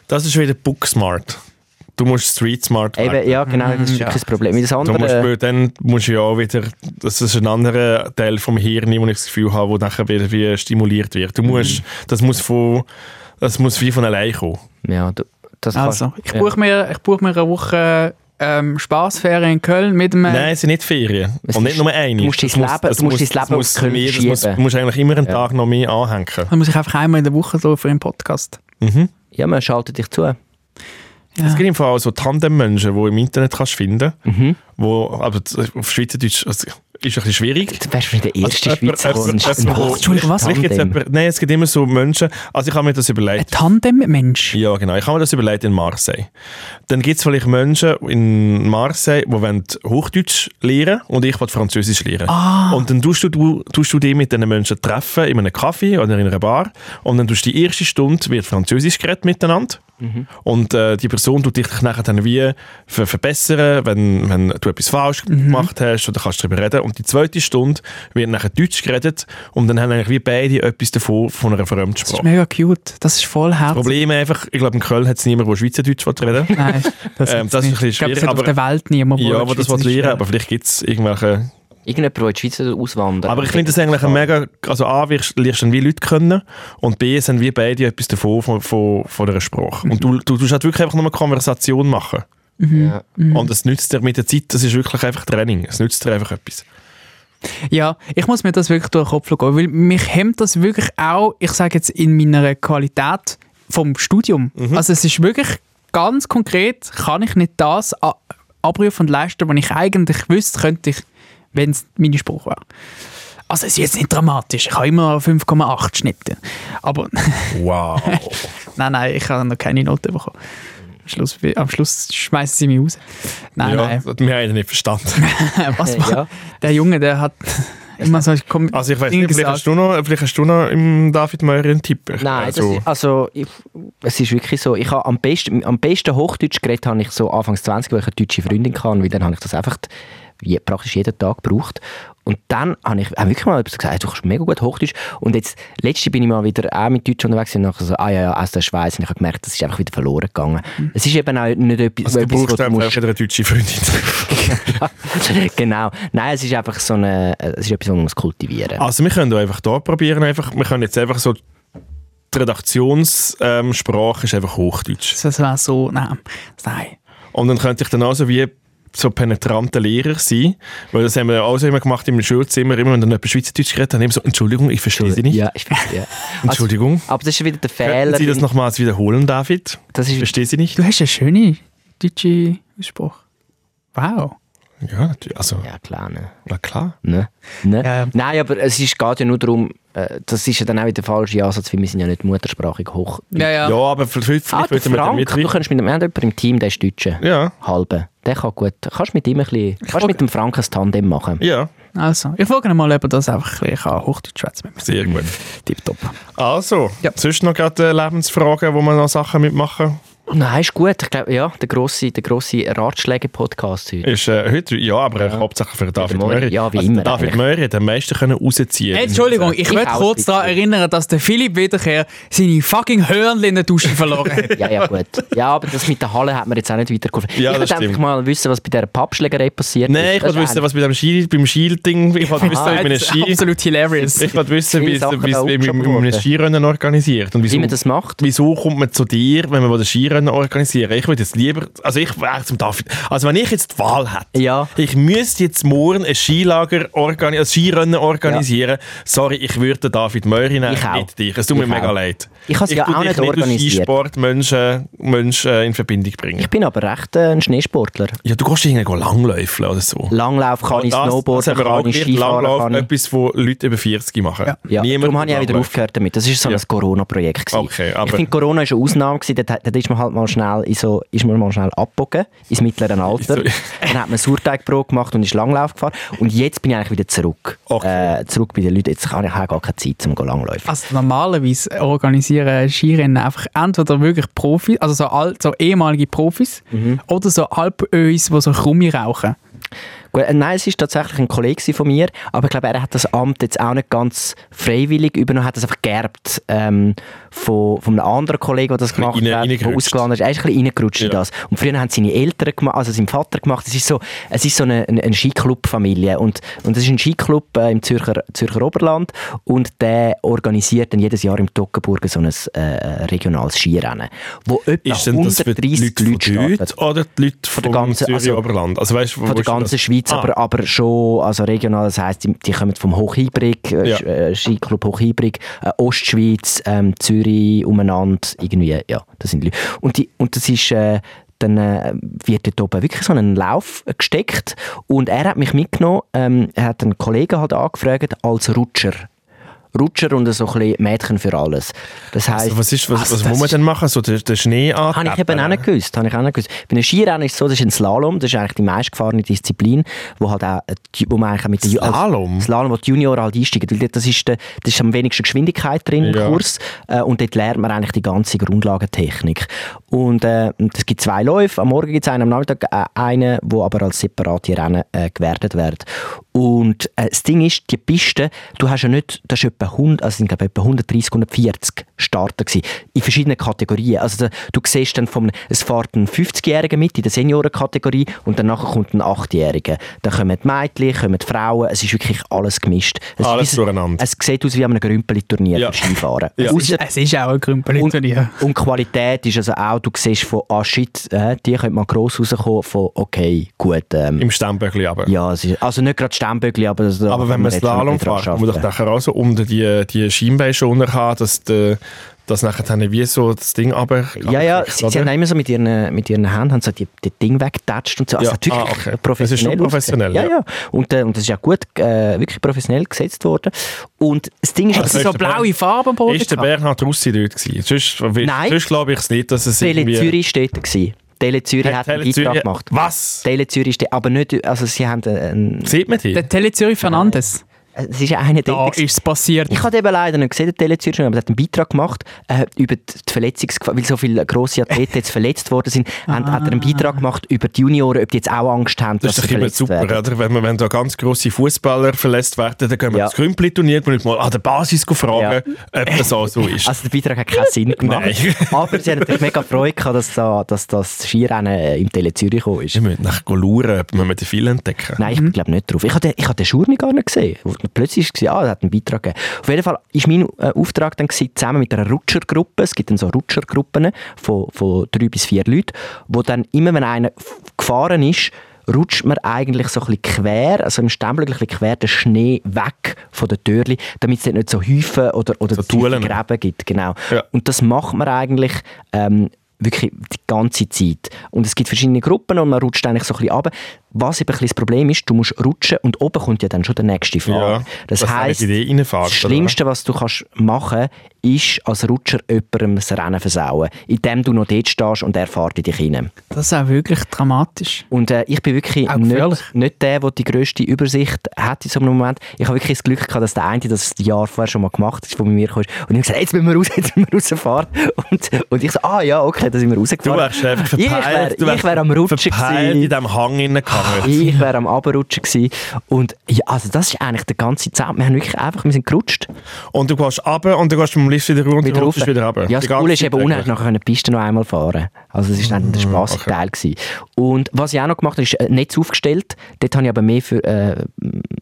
[SPEAKER 1] Das ist wieder Booksmart. Du musst Street Smart werden.
[SPEAKER 2] Eben, ja, genau, das ist
[SPEAKER 3] Ja.
[SPEAKER 2] kein Problem. Wie das
[SPEAKER 1] Mhm, Du musst,
[SPEAKER 2] andere.
[SPEAKER 1] weil dann musst du ja auch wieder, das ist ein anderer Teil vom Hirn, wo ich das Gefühl habe, wo nachher wieder wie stimuliert wird. Du
[SPEAKER 2] Mhm.
[SPEAKER 1] musst, das muss von, das muss wie von allein kommen.
[SPEAKER 2] Ja, du, das
[SPEAKER 3] Also,
[SPEAKER 2] kannst-
[SPEAKER 3] ich
[SPEAKER 2] ja.
[SPEAKER 3] buche mir, ich buche mir eine Woche ähm, Spaßferien in Köln mit einem...
[SPEAKER 1] Nein, es sind nicht Ferien.
[SPEAKER 2] Es
[SPEAKER 1] und
[SPEAKER 2] ist-
[SPEAKER 1] nicht nur eine.
[SPEAKER 2] du musst
[SPEAKER 1] Das
[SPEAKER 2] dein
[SPEAKER 1] muss-
[SPEAKER 2] Leben-
[SPEAKER 1] das
[SPEAKER 2] du musst
[SPEAKER 1] muss-
[SPEAKER 2] dein Leben
[SPEAKER 1] das muss
[SPEAKER 2] auf Köln
[SPEAKER 1] mehr- das muss-
[SPEAKER 2] schieben.
[SPEAKER 1] Du musst eigentlich immer einen
[SPEAKER 2] Ja.
[SPEAKER 1] Tag noch mehr anhängen.
[SPEAKER 3] Dann muss ich einfach einmal in der Woche so für eine Podcast.
[SPEAKER 2] ja, man schaltet dich zu.
[SPEAKER 1] Es gibt im Fall auch so Tandem-Menschen, die du im Internet kannst finden kannst.
[SPEAKER 2] Mhm.
[SPEAKER 1] Wo, aber z- auf Schweizerdeutsch also, ist ein bisschen schwierig.
[SPEAKER 2] Du wärst wieder der erste
[SPEAKER 1] Also,
[SPEAKER 2] Schweizer,
[SPEAKER 1] jemand-
[SPEAKER 2] der einen
[SPEAKER 1] jemand-
[SPEAKER 2] Ach,
[SPEAKER 3] Entschuldigung, was?
[SPEAKER 1] Vielleicht gibt's
[SPEAKER 2] Tandem.
[SPEAKER 1] jemand- Nein, es gibt immer so Menschen. Also ich habe mir das
[SPEAKER 3] Ein
[SPEAKER 1] überlegt.
[SPEAKER 3] Tandem-Mensch.
[SPEAKER 1] Ja, genau. Ich habe mir das überlegt in Marseille. Dann gibt es vielleicht Menschen in Marseille, die wollen Hochdeutsch lernen und ich will Französisch lernen. Und dann tust du, du, tust du dich mit diesen Menschen treffen in einem Kaffee oder in einer Bar und dann tust du die erste Stunde wird Französisch geredet miteinander. Und äh, die Person tut dich nachher dann wie ver verbessern, wenn, wenn du etwas falsch gemacht hast oder kannst darüber reden. Und die zweite Stunde wird nachher Deutsch geredet und dann haben eigentlich wie beide etwas davon von einer
[SPEAKER 3] Das ist
[SPEAKER 1] Fremdsprache.
[SPEAKER 3] mega cute. Das ist voll
[SPEAKER 1] Das
[SPEAKER 3] herzig.
[SPEAKER 1] Problem einfach, ich glaube, in Köln hat es niemanden, der Schweizerdeutsch will reden will.
[SPEAKER 3] Nein, das,
[SPEAKER 1] Ähm,
[SPEAKER 3] gibt's
[SPEAKER 1] das ist ein
[SPEAKER 3] nicht.
[SPEAKER 1] bisschen
[SPEAKER 3] Ich glaube, es
[SPEAKER 1] schwierig,
[SPEAKER 3] hat auf
[SPEAKER 1] aber-
[SPEAKER 3] der Welt niemand,
[SPEAKER 1] Ja,
[SPEAKER 3] der
[SPEAKER 1] aber das will
[SPEAKER 3] Schweizerdeutsch
[SPEAKER 1] lernen,
[SPEAKER 3] lernt.
[SPEAKER 1] aber vielleicht gibt es irgendwelche...
[SPEAKER 2] Irgendjemand, der in die Schweiz auswandert.
[SPEAKER 1] Aber ich finde das eigentlich ein mega... Also A, wirst- lernst dann wie Leute kennen und B, sind wir beide etwas davon, von, von, von dieser Sprache. Und du, du tust halt wirklich einfach nur eine Konversation machen.
[SPEAKER 3] Mhm.
[SPEAKER 2] Ja.
[SPEAKER 1] Und es nützt dir mit der Zeit, das ist wirklich einfach Training. Es nützt dir einfach etwas.
[SPEAKER 3] Ja, ich muss mir das wirklich durch den Kopf gehen, weil mich hemmt das wirklich auch, ich sage jetzt, in meiner Qualität vom Studium.
[SPEAKER 1] Mhm.
[SPEAKER 3] Also es ist wirklich ganz konkret, kann ich nicht das a- abrufen und leisten, was ich eigentlich wüsste, könnte ich, wenn es meine Spruch wäre. Also es ist jetzt nicht dramatisch, ich habe immer 5,8 Schnitte. Aber
[SPEAKER 1] Wow.
[SPEAKER 3] nein, nein, ich habe noch keine Note bekommen. Am Schluss, am Schluss schmeißen sie mich raus. Nein,
[SPEAKER 1] ja,
[SPEAKER 3] nein.
[SPEAKER 1] das- Wir haben ihn nicht verstanden.
[SPEAKER 3] Was war?
[SPEAKER 2] Ja.
[SPEAKER 3] Der Junge, der hat immer so...
[SPEAKER 1] Also ich weiß
[SPEAKER 3] Dinge
[SPEAKER 1] nicht, vielleicht
[SPEAKER 3] gesagt.
[SPEAKER 1] hast, du noch, vielleicht hast du noch im David Meurer einen Tipp.
[SPEAKER 2] Nein,
[SPEAKER 1] also,
[SPEAKER 2] das ist, also ich, es ist wirklich so, ich habe am besten, am besten Hochdeutsch geredet habe ich so anfangs 20, weil ich eine deutsche Freundin kann, weil dann habe ich das einfach je, praktisch jeden Tag gebraucht. Und dann habe ich auch wirklich mal etwas gesagt, du kannst mega gut Hochdeutsch. Und jetzt, letzte bin ich mal wieder auch mit Deutsch unterwegs und nachher so, ah ja, ja, aus der Schweiz. Und ich habe gemerkt, das ist einfach wieder verloren gegangen. Es ist eben auch nicht etwas,
[SPEAKER 1] Mhm. also du
[SPEAKER 2] etwas
[SPEAKER 1] brauchst
[SPEAKER 2] wo
[SPEAKER 1] einfach wieder eine deutsche Freundin.
[SPEAKER 2] genau. Nein, es ist einfach so eine, es ist etwas, was man muss kultivieren muss.
[SPEAKER 1] Also wir können auch einfach da probieren, einfach, wir können jetzt einfach so, die Redaktionssprache ist einfach Hochdeutsch.
[SPEAKER 3] Das war so, nein, nein.
[SPEAKER 1] Und dann könnte ich dann auch so wie so penetranter Lehrer sein, weil das haben wir auch so immer gemacht im Schulzimmer, immer wenn dann jemand Schweizerdeutsch geredet hat, dann immer so, Entschuldigung, ich verstehe Sie nicht.
[SPEAKER 2] Ja, ich verstehe. Ja. Also,
[SPEAKER 1] Entschuldigung.
[SPEAKER 2] aber das ist wieder der
[SPEAKER 1] Könnten
[SPEAKER 2] Fehler.
[SPEAKER 1] Sie das nochmals wiederholen, David?
[SPEAKER 2] Das
[SPEAKER 1] Ich
[SPEAKER 2] ist
[SPEAKER 1] verstehe Sie nicht.
[SPEAKER 3] Du hast einen schönen deutschen Spruch. Wow.
[SPEAKER 1] Ja, natürlich. Also,
[SPEAKER 2] Ja, klar. Ne?
[SPEAKER 1] na klar.
[SPEAKER 2] Ne? Ne?
[SPEAKER 3] Ja.
[SPEAKER 2] Nein, aber es ist, geht ja nur darum, äh, das ist ja dann auch wieder der falsche Ansatz, weil wir sind ja nicht muttersprachig hoch.
[SPEAKER 1] Ja, aber vielleicht,
[SPEAKER 2] Ah,
[SPEAKER 1] vielleicht würden
[SPEAKER 2] der
[SPEAKER 1] wir
[SPEAKER 2] Frank,
[SPEAKER 1] damit
[SPEAKER 2] du
[SPEAKER 1] rein.
[SPEAKER 2] kannst mit dem wir haben jemanden im Team, der ist Deutscher.
[SPEAKER 1] Ja,
[SPEAKER 2] Halbe. Der kann gut. Kannst mit ihm ein bisschen, kannst mit dem Frank ein Tandem machen.
[SPEAKER 1] ja,
[SPEAKER 3] Also, ich frage ihn mal, ob er das einfach ein bisschen kann. Hochdeutsch schwätzen mit mir.
[SPEAKER 1] sehr gut.
[SPEAKER 3] Tipptopp.
[SPEAKER 1] Also,
[SPEAKER 3] Ja.
[SPEAKER 1] sonst noch gerade äh, Lebensfragen, wo man noch Sachen mitmachen
[SPEAKER 2] Oh Nein, ist gut. Ich glaube, ja, der grosse, der grosse Ratschläge-Podcast heute.
[SPEAKER 1] Ist, äh, heute, ja, aber hauptsächlich für David
[SPEAKER 2] Meury.
[SPEAKER 1] Möri.
[SPEAKER 2] Ja, wie
[SPEAKER 1] also,
[SPEAKER 2] immer
[SPEAKER 1] David
[SPEAKER 2] eigentlich.
[SPEAKER 1] Möri hat am meisten können rausziehen
[SPEAKER 3] Entschuldigung, ich
[SPEAKER 2] Ich
[SPEAKER 3] möchte
[SPEAKER 2] auch
[SPEAKER 3] kurz
[SPEAKER 2] ein bisschen.
[SPEAKER 3] daran erinnern, dass der Philipp Wiederkehr seine fucking Hörnli in der Dusche verloren hat.
[SPEAKER 2] Ja, ja, gut. Ja, aber das mit der Halle hat mir jetzt auch nicht weitergeholfen.
[SPEAKER 1] Ja,
[SPEAKER 2] ich
[SPEAKER 1] das
[SPEAKER 2] würde einfach
[SPEAKER 1] stimmt.
[SPEAKER 2] mal wissen, was bei dieser Pappschlägerei passiert
[SPEAKER 1] Nein, ich
[SPEAKER 2] ist. Das
[SPEAKER 1] wollte
[SPEAKER 2] ist
[SPEAKER 1] wissen, was bei dem Ski, beim Skiding, ich wollte wissen, wie man einen
[SPEAKER 3] Das ist
[SPEAKER 1] Ski,
[SPEAKER 3] absolut hilarious.
[SPEAKER 1] ich wollte wissen, wie es-
[SPEAKER 2] Sachen
[SPEAKER 1] wie es
[SPEAKER 2] da
[SPEAKER 1] wie man- wie man
[SPEAKER 2] hochgeschoben
[SPEAKER 1] ein
[SPEAKER 2] wurden.
[SPEAKER 1] Skirennen organisiert und
[SPEAKER 2] Wie
[SPEAKER 1] wieso,
[SPEAKER 2] man das macht?
[SPEAKER 1] wieso kommt man zu dir, wenn man ein Skirennen organisieren will. Ich würde jetzt lieber, also ich wäre zum David, also wenn ich jetzt die Wahl hätte,
[SPEAKER 2] Ja.
[SPEAKER 1] ich müsste jetzt morgen ein Skilager organi ein Skirennen organisieren, sorry, ich würde den David Möri nehmen,
[SPEAKER 2] Ich auch.
[SPEAKER 1] nicht dich, es tut mir
[SPEAKER 2] Ich
[SPEAKER 1] mega
[SPEAKER 2] auch.
[SPEAKER 1] leid.
[SPEAKER 2] Ich habe es ja
[SPEAKER 1] tu
[SPEAKER 2] auch
[SPEAKER 1] dich
[SPEAKER 2] nicht
[SPEAKER 1] als
[SPEAKER 2] organisiert.
[SPEAKER 1] Skisport Menschen, Menschen äh, in Verbindung bringen.
[SPEAKER 2] Ich bin aber recht äh, ein Schneesportler.
[SPEAKER 1] Ja, du kannst irgendwie langläufeln oder so.
[SPEAKER 2] Langlauf kann ich,
[SPEAKER 1] Das-
[SPEAKER 2] Snowboarden
[SPEAKER 1] das haben wir
[SPEAKER 2] kann
[SPEAKER 1] auch
[SPEAKER 2] ich,
[SPEAKER 1] gelernt.
[SPEAKER 2] Skifahren
[SPEAKER 1] Langlauf,
[SPEAKER 2] kann ich.
[SPEAKER 1] etwas, wo Leute über 40 machen.
[SPEAKER 2] Ja,
[SPEAKER 1] Niemand
[SPEAKER 2] darum habe ich auch wieder
[SPEAKER 1] Langlauf.
[SPEAKER 2] aufgehört damit. Das war so ein
[SPEAKER 1] Ja.
[SPEAKER 2] Corona-Projekt. gewesen.
[SPEAKER 1] Okay, aber-
[SPEAKER 2] ich finde, Corona war eine Ausnahme. Gewesen. Dort, dort ist man halt mal schnell, in so, ist man mal schnell abgebogen, ins mittlere Alter.
[SPEAKER 1] Sorry.
[SPEAKER 2] Dann hat man Sauerteigbrot gemacht und ist Langlauf gefahren. Und jetzt bin ich eigentlich wieder zurück.
[SPEAKER 1] Okay.
[SPEAKER 2] Äh, zurück bei den Leuten. Jetzt habe ich habe gar keine Zeit, um Langläufen
[SPEAKER 3] Also normalerweise organisieren Skirennen einfach entweder wirklich Profis, also so, al- so ehemalige Profis,
[SPEAKER 2] Mhm.
[SPEAKER 3] oder so Alpöis, die so Krummi rauchen.
[SPEAKER 2] Gut, äh, Nein, es ist tatsächlich ein Kollege gewesen von mir, aber ich glaube, er hat das Amt jetzt auch nicht ganz freiwillig übernommen, hat das einfach geerbt ähm, von, von einem anderen Kollegen, der das gemacht
[SPEAKER 1] rein-
[SPEAKER 2] hat, der
[SPEAKER 1] reingerutscht.
[SPEAKER 2] ausgelandet ist. Er ist ein bisschen reingerutscht in
[SPEAKER 1] Ja.
[SPEAKER 2] das. Und früher haben seine Eltern gemacht, also sein Vater gemacht. Es ist so, es ist so eine, eine, eine Skiclub-Familie und, und es ist ein Skiclub äh, im Zürcher, Zürcher Oberland und der organisiert dann jedes Jahr im Toggenburgen so ein äh, regionales Skirennen, wo etwa
[SPEAKER 1] Ist denn das für die Leute,
[SPEAKER 2] 130 Leute
[SPEAKER 1] von
[SPEAKER 2] starten.
[SPEAKER 1] dort oder die Leute
[SPEAKER 2] der
[SPEAKER 1] vom
[SPEAKER 2] ganzen-
[SPEAKER 1] Zürich
[SPEAKER 2] also-
[SPEAKER 1] Oberland? Also weißt,
[SPEAKER 2] Von der ganzen
[SPEAKER 1] Ah,
[SPEAKER 2] Schweiz, aber, aber schon also regional. Das heisst, die, die kommen vom Hochhybrig, äh,
[SPEAKER 1] Ja.
[SPEAKER 2] Sch- äh, Skiclub Hochhybrig, äh, Ostschweiz, ähm, Zürich, umeinander, irgendwie, ja, das sind die Leute. Und, die, und das ist... Äh, dann äh, wird dort oben wirklich so einen Lauf gesteckt und er hat mich mitgenommen, ähm, er hat einen Kollegen halt angefragt als Rutscher. Rutscher und so ein bisschen Mädchen für alles. Das heisst,
[SPEAKER 1] Also, was ist, was,
[SPEAKER 2] Also,
[SPEAKER 1] was
[SPEAKER 2] das
[SPEAKER 1] muss man
[SPEAKER 2] ist-
[SPEAKER 1] denn machen? So den, den Schnee an?
[SPEAKER 2] habe ich eben auch nicht gewusst. Habe ich auch nicht gewusst. Bei einem Skirennen ist es so, das ist ein Slalom, das ist eigentlich die meistgefahrene Disziplin, wo, halt auch, äh, die- wo man eigentlich auch mit den Ju- als-
[SPEAKER 1] Slalom?
[SPEAKER 2] Slalom, wo die Junioren halt einsteigen, weil dort- das ist, der, das ist am wenigsten Geschwindigkeit drin im
[SPEAKER 1] Ja.
[SPEAKER 2] Kurs äh, und dort lernt man eigentlich die ganze Grundlagentechnik. Und äh, es gibt zwei Läufe, am Morgen gibt es einen, am Nachmittag äh, einen, wo aber als separate Rennen äh, gewertet wird. Und äh, das Ding ist, die Piste, du hast ja nicht, das ist etwa 100, also sind glaube ich etwa 130, 140 Starter gewesen, in verschiedenen Kategorien. Also da, du siehst dann vom, es fährt ein 50-Jähriger mit in der Seniorenkategorie und danach kommt ein 8-Jähriger. Dann kommen die Mädchen, kommen die Frauen, es ist wirklich alles gemischt. Es
[SPEAKER 1] Alles
[SPEAKER 2] ist wie-
[SPEAKER 1] durcheinander.
[SPEAKER 2] Es sieht aus wie an einem Grümpeli-Turnier
[SPEAKER 1] Ja.
[SPEAKER 2] für Skifahren.
[SPEAKER 1] Ja.
[SPEAKER 2] Ausser-
[SPEAKER 3] Es ist auch ein Grümpel-Turnier.
[SPEAKER 2] und die Qualität ist also auch, du siehst von, ah shit, äh, die könnte mal gross rauskommen, von okay, gut, ähm,
[SPEAKER 1] Im Stemmböckli aber.
[SPEAKER 2] ja, es ist, also nicht gerade Stemmböckli, aber... Das,
[SPEAKER 1] Aber wenn man Slalom fährt, muss man doch nachher auch so unter die, die Schienbeine schon haben, dass, die, dass nachher dann wie so das Ding aber
[SPEAKER 2] Ja, ja, sie, sie haben immer so mit ihren, mit ihren Händen haben so die, die Ding weggetatscht und so. Also
[SPEAKER 1] Ja,
[SPEAKER 2] natürlich
[SPEAKER 1] ah, okay.
[SPEAKER 2] professionell.
[SPEAKER 1] Es ist schon professionell,
[SPEAKER 2] ausgesehen. ja. ja, Und, äh, und das ist ja gut, äh, wirklich professionell gesetzt worden. Und das Ding ist...
[SPEAKER 3] Hat sie
[SPEAKER 1] ist
[SPEAKER 3] so
[SPEAKER 1] der
[SPEAKER 3] blaue
[SPEAKER 1] Berg.
[SPEAKER 3] Farbe am Boden
[SPEAKER 1] Ist der
[SPEAKER 3] gehabt?
[SPEAKER 1] Bernhard Russi dort gewesen? Sonst,
[SPEAKER 2] Nein.
[SPEAKER 1] sonst glaube ich es nicht, dass es
[SPEAKER 2] Tele
[SPEAKER 1] irgendwie...
[SPEAKER 2] Zürich steht da gewesen. Tele Zürich hat einen
[SPEAKER 1] Tele Zürich-
[SPEAKER 2] Beitrag gemacht.
[SPEAKER 1] Was?
[SPEAKER 2] Tele Zürich steht, aber nicht, also sie haben einen,
[SPEAKER 1] Sieht man die?
[SPEAKER 3] Der Telezürich Fernandes.
[SPEAKER 2] es ist ja einer
[SPEAKER 3] Da
[SPEAKER 2] dort gewesen.
[SPEAKER 3] ist es passiert.
[SPEAKER 2] Ich habe eben leider nicht gesehen, den Telezürcher, aber er hat einen Beitrag gemacht äh, über die die Verletzungsgefahr, weil so viele grosse Athleten jetzt verletzt worden sind, hat, hat er einen Beitrag gemacht über die Junioren, ob die jetzt auch Angst haben,
[SPEAKER 1] Das
[SPEAKER 2] dass
[SPEAKER 1] ist
[SPEAKER 2] sie
[SPEAKER 1] doch immer
[SPEAKER 2] verletzt
[SPEAKER 1] super,
[SPEAKER 2] werden.
[SPEAKER 1] oder? Wenn, man, wenn da ganz grosse Fußballer verletzt werden, dann können wir
[SPEAKER 2] Ja.
[SPEAKER 1] das Krümpli-Turnier muss ich mal an der Basis fragen, ob das auch so ist.
[SPEAKER 2] Also der Beitrag hat keinen Sinn gemacht.
[SPEAKER 1] Nein.
[SPEAKER 2] Aber sie haben natürlich mega Freude gehabt, dass, da, dass das Skirennen äh, im Tele Zürich gekommen ist.
[SPEAKER 1] Wir müssen nachher schauen, ob wir den viel entdecken.
[SPEAKER 2] Nein, ich glaube nicht drauf. Ich habe den, ich hab den Schurni gar nicht gesehen. Wo Plötzlich war ah, er hat einen Beitrag gegeben. Auf jeden Fall war mein äh, Auftrag dann, gewesen, zusammen mit einer Rutschergruppe, es gibt dann so Rutschergruppen von, von drei bis vier Leuten, wo dann immer, wenn einer f- gefahren ist, rutscht man eigentlich so ein bisschen quer, also im Stempel ein bisschen quer den Schnee weg von der Türli, damit es dort nicht so Häufen oder, oder
[SPEAKER 1] So
[SPEAKER 2] so
[SPEAKER 1] Tulen.
[SPEAKER 2] Gräben gibt. Genau.
[SPEAKER 1] Ja.
[SPEAKER 2] Und das macht man eigentlich ähm, wirklich die ganze Zeit. Und es gibt verschiedene Gruppen und man rutscht eigentlich so ein bisschen runter. Was eben ein bisschen das Problem ist, du musst rutschen und oben kommt ja dann schon der nächste Fahrer.
[SPEAKER 1] Ja,
[SPEAKER 2] das
[SPEAKER 1] dass du
[SPEAKER 2] heisst,
[SPEAKER 1] in die Idee reinfährst,
[SPEAKER 2] das
[SPEAKER 1] oder?
[SPEAKER 2] Schlimmste, was du kannst machen kannst, ist als Rutscher jemandem das Rennen versauen, indem du noch dort stehst und er fährt in dich hinein.
[SPEAKER 3] Das ist auch wirklich dramatisch.
[SPEAKER 2] Und äh, ich bin wirklich
[SPEAKER 3] Auch gefährlich.
[SPEAKER 2] nicht, nicht der, der die grösste Übersicht hat in so einem Moment. Ich habe wirklich das Glück gehabt, dass der eine das Jahr vorher schon mal gemacht hat, der bei mir kam. Und ich habe gesagt, jetzt müssen wir raus, jetzt müssen wir rausfahren. Und, und ich so, ah ja, okay, dann sind wir
[SPEAKER 1] Du
[SPEAKER 2] rausgefahren.
[SPEAKER 1] wärst einfach
[SPEAKER 2] Ich
[SPEAKER 1] verpeilt.
[SPEAKER 2] wär-
[SPEAKER 1] du wärst
[SPEAKER 2] ich wär am Rutschen
[SPEAKER 1] Verpeilt
[SPEAKER 2] gewesen.
[SPEAKER 1] in diesem Hang reingegangen.
[SPEAKER 2] Ich wäre am Abrutschen gewesen. Und ja, also das ist eigentlich der ganze Zeit. Wir haben wirklich einfach, wir sind gerutscht.
[SPEAKER 1] Und du gehst runter und dann gehst du mit dem Lift wieder runter und rutschst
[SPEAKER 2] rauf.
[SPEAKER 1] wieder runter.
[SPEAKER 2] Ja,
[SPEAKER 1] Die
[SPEAKER 2] das
[SPEAKER 1] ganze
[SPEAKER 2] Coole ist
[SPEAKER 1] Zeit
[SPEAKER 2] eben, unten
[SPEAKER 1] eigentlich. Mhm.
[SPEAKER 2] hast du nachher die Piste noch einmal fahren. Also es war dann der spaßige Teil. Gewesen. Und was ich auch noch gemacht habe, ist äh, Netz aufgestellt. Dort habe ich aber mehr, für, äh,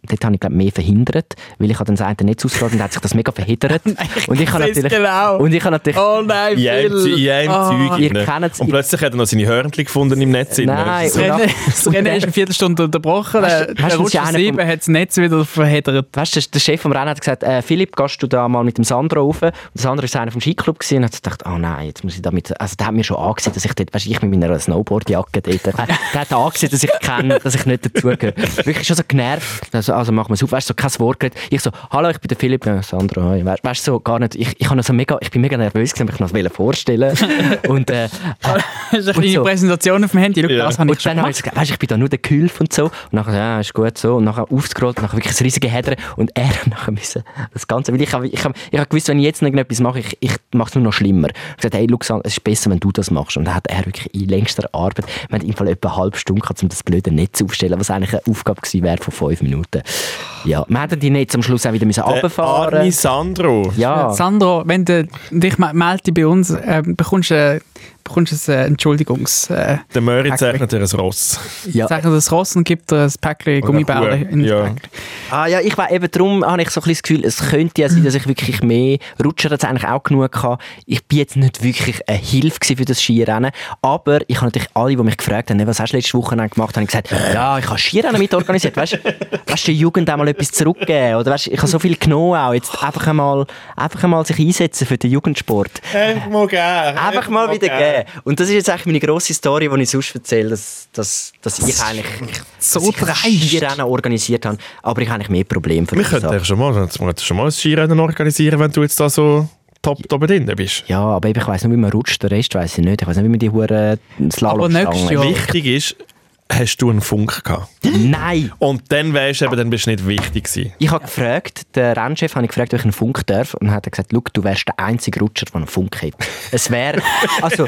[SPEAKER 2] dort habe ich, glaub, mehr verhindert, weil ich habe dann das eine Netz ausgeladen und hat sich das mega verheddert. und ich habe
[SPEAKER 3] seh's
[SPEAKER 2] natürlich...
[SPEAKER 3] genau.
[SPEAKER 2] Und ich habe natürlich...
[SPEAKER 3] Oh nein,
[SPEAKER 1] In einem Zü- in einem Zeug
[SPEAKER 2] Ah, ihr
[SPEAKER 1] rein.
[SPEAKER 2] kennt's-
[SPEAKER 1] Und plötzlich hat er noch seine Hörnchen gefunden im Netz. innen.
[SPEAKER 2] Nein,
[SPEAKER 1] Das
[SPEAKER 3] Das Rennen,
[SPEAKER 2] Und-
[SPEAKER 3] das Rennen ist eine Viertelstunde unterbrochen.
[SPEAKER 2] Weißt du-
[SPEAKER 3] der
[SPEAKER 2] weißt du,
[SPEAKER 3] der
[SPEAKER 2] das ist ja
[SPEAKER 3] Rutscher
[SPEAKER 2] einer
[SPEAKER 3] 7
[SPEAKER 2] vom-
[SPEAKER 3] hat das Netz wieder verheddert.
[SPEAKER 2] Weißt du, der Chef vom Rennen hat gesagt, äh, Philipp, gehst du da mal mit dem Sandro rauf? Und der Sandro war einer vom Skiclub gewesen und hat gedacht, oh nein, jetzt muss ich damit. Also, der hat mir schon angesehen, dass ich dort, weißt du, ich mit meiner Snowboardjacke dort. der, der hat angesehen, dass ich kenne, dass ich nicht dazugehöre. Wirklich schon so genervt. Also, also machen wir es auf, weißt du, so kein Wort geredet. Ich so, hallo, ich bin der Philipp, ja, Sandro, hi. Weißt weißt du, so gar nicht. Ich, ich, hab noch so mega, ich bin mega nervös, gewesen, hab mich noch vorstellen wollte. und, äh,
[SPEAKER 3] Das ist eine
[SPEAKER 2] Und
[SPEAKER 3] kleine
[SPEAKER 2] so.
[SPEAKER 3] Präsentation auf dem Handy. Schau, das habe ich
[SPEAKER 2] und
[SPEAKER 3] schon
[SPEAKER 2] dann habe ich
[SPEAKER 3] gemacht.
[SPEAKER 2] gesagt, weisst, ich bin da nur der Gehilfe und so. Und nachher, ja, ist gut so. Und nachher aufgerollt, nachher wirklich ein riesiges Hedern. Und er hat nachher müssen das Ganze, weil ich habe ich hab, ich hab gewusst, wenn ich jetzt noch etwas mache, ich, ich mache es nur noch schlimmer. Ich habe gesagt, hey, Luxan, es ist besser, wenn du das machst. Und dann hat er wirklich in längster Arbeit, wir hatten im Fall etwa eine halbe Stunde gehabt, um das blöde Netz aufzustellen, was eigentlich eine Aufgabe gewesen wäre von fünf Minuten. Ja, wir hätten die Netz am Schluss auch wieder müssen
[SPEAKER 1] Der Arne
[SPEAKER 2] runterfahren.
[SPEAKER 1] Äh, Sandro.
[SPEAKER 3] Ah.
[SPEAKER 2] Ja,
[SPEAKER 3] Sandro, wenn du dich me- meldest bei uns, äh, bekommst du äh, bekommst du ein äh, Entschuldigungs... Äh,
[SPEAKER 1] Der Möri
[SPEAKER 3] Packli.
[SPEAKER 1] zeichnet dir ein Ross.
[SPEAKER 2] ja.
[SPEAKER 3] Zeichnet das Ross und gibt dir ein Päckchen
[SPEAKER 1] Oder eine
[SPEAKER 3] Gummibärle
[SPEAKER 1] Kuh,
[SPEAKER 3] in das
[SPEAKER 1] ja.
[SPEAKER 3] Päckchen.
[SPEAKER 2] Ah ja, ich war eben darum, habe ich so ein bisschen das Gefühl, es könnte ja sein, dass ich wirklich mehr Rutscher jetzt eigentlich auch genug gehabt. Ich bin jetzt nicht wirklich eine Hilfe gewesen für das Skirennen, aber ich habe natürlich alle, die mich gefragt haben, «Ne, was hast du letzte Woche denn gemacht, habe ich gesagt, ja, ich habe Skirennen mitorganisiert. Weißt du, weißt du, der Jugend einmal etwas zurückgeben oder weißt, du, ich habe so viel genommen auch. Jetzt einfach einmal, einfach einmal sich einsetzen für den Jugendsport.
[SPEAKER 1] Einfach mal geben.
[SPEAKER 2] Einfach mal wieder geben. Eben. Und das ist jetzt eigentlich meine grosse Story, die ich sonst erzähle, dass, dass, dass ich eigentlich
[SPEAKER 3] So
[SPEAKER 2] dass ich
[SPEAKER 3] dreist.
[SPEAKER 2] Skirennen organisiert habe. Aber ich habe eigentlich mehr Probleme für
[SPEAKER 1] Wir
[SPEAKER 2] diese
[SPEAKER 1] könnten
[SPEAKER 2] Sache.
[SPEAKER 1] eigentlich schon mal, wir könnten schon mal ein Skirennen organisieren, wenn du jetzt da so top da drin bist.
[SPEAKER 2] Ja, aber eben, ich weiss nur, wie man rutscht, den Rest weiss ich nicht. Ich weiss nicht, wie man die äh, Huren Slalom
[SPEAKER 3] Aber nächstes Jahr. Ja.
[SPEAKER 1] Wichtig ist, hast du einen Funk gehabt?
[SPEAKER 2] Nein!
[SPEAKER 1] Und dann weisst du eben, dann bist du nicht wichtig gewesen.
[SPEAKER 2] Ich habe gefragt, den Rennchef habe ich gefragt, ob ich einen Funk darf. Und dann hat er gesagt, «Schau, du wärst der einzige Rutscher, der einen Funk hat. Es wäre. Also.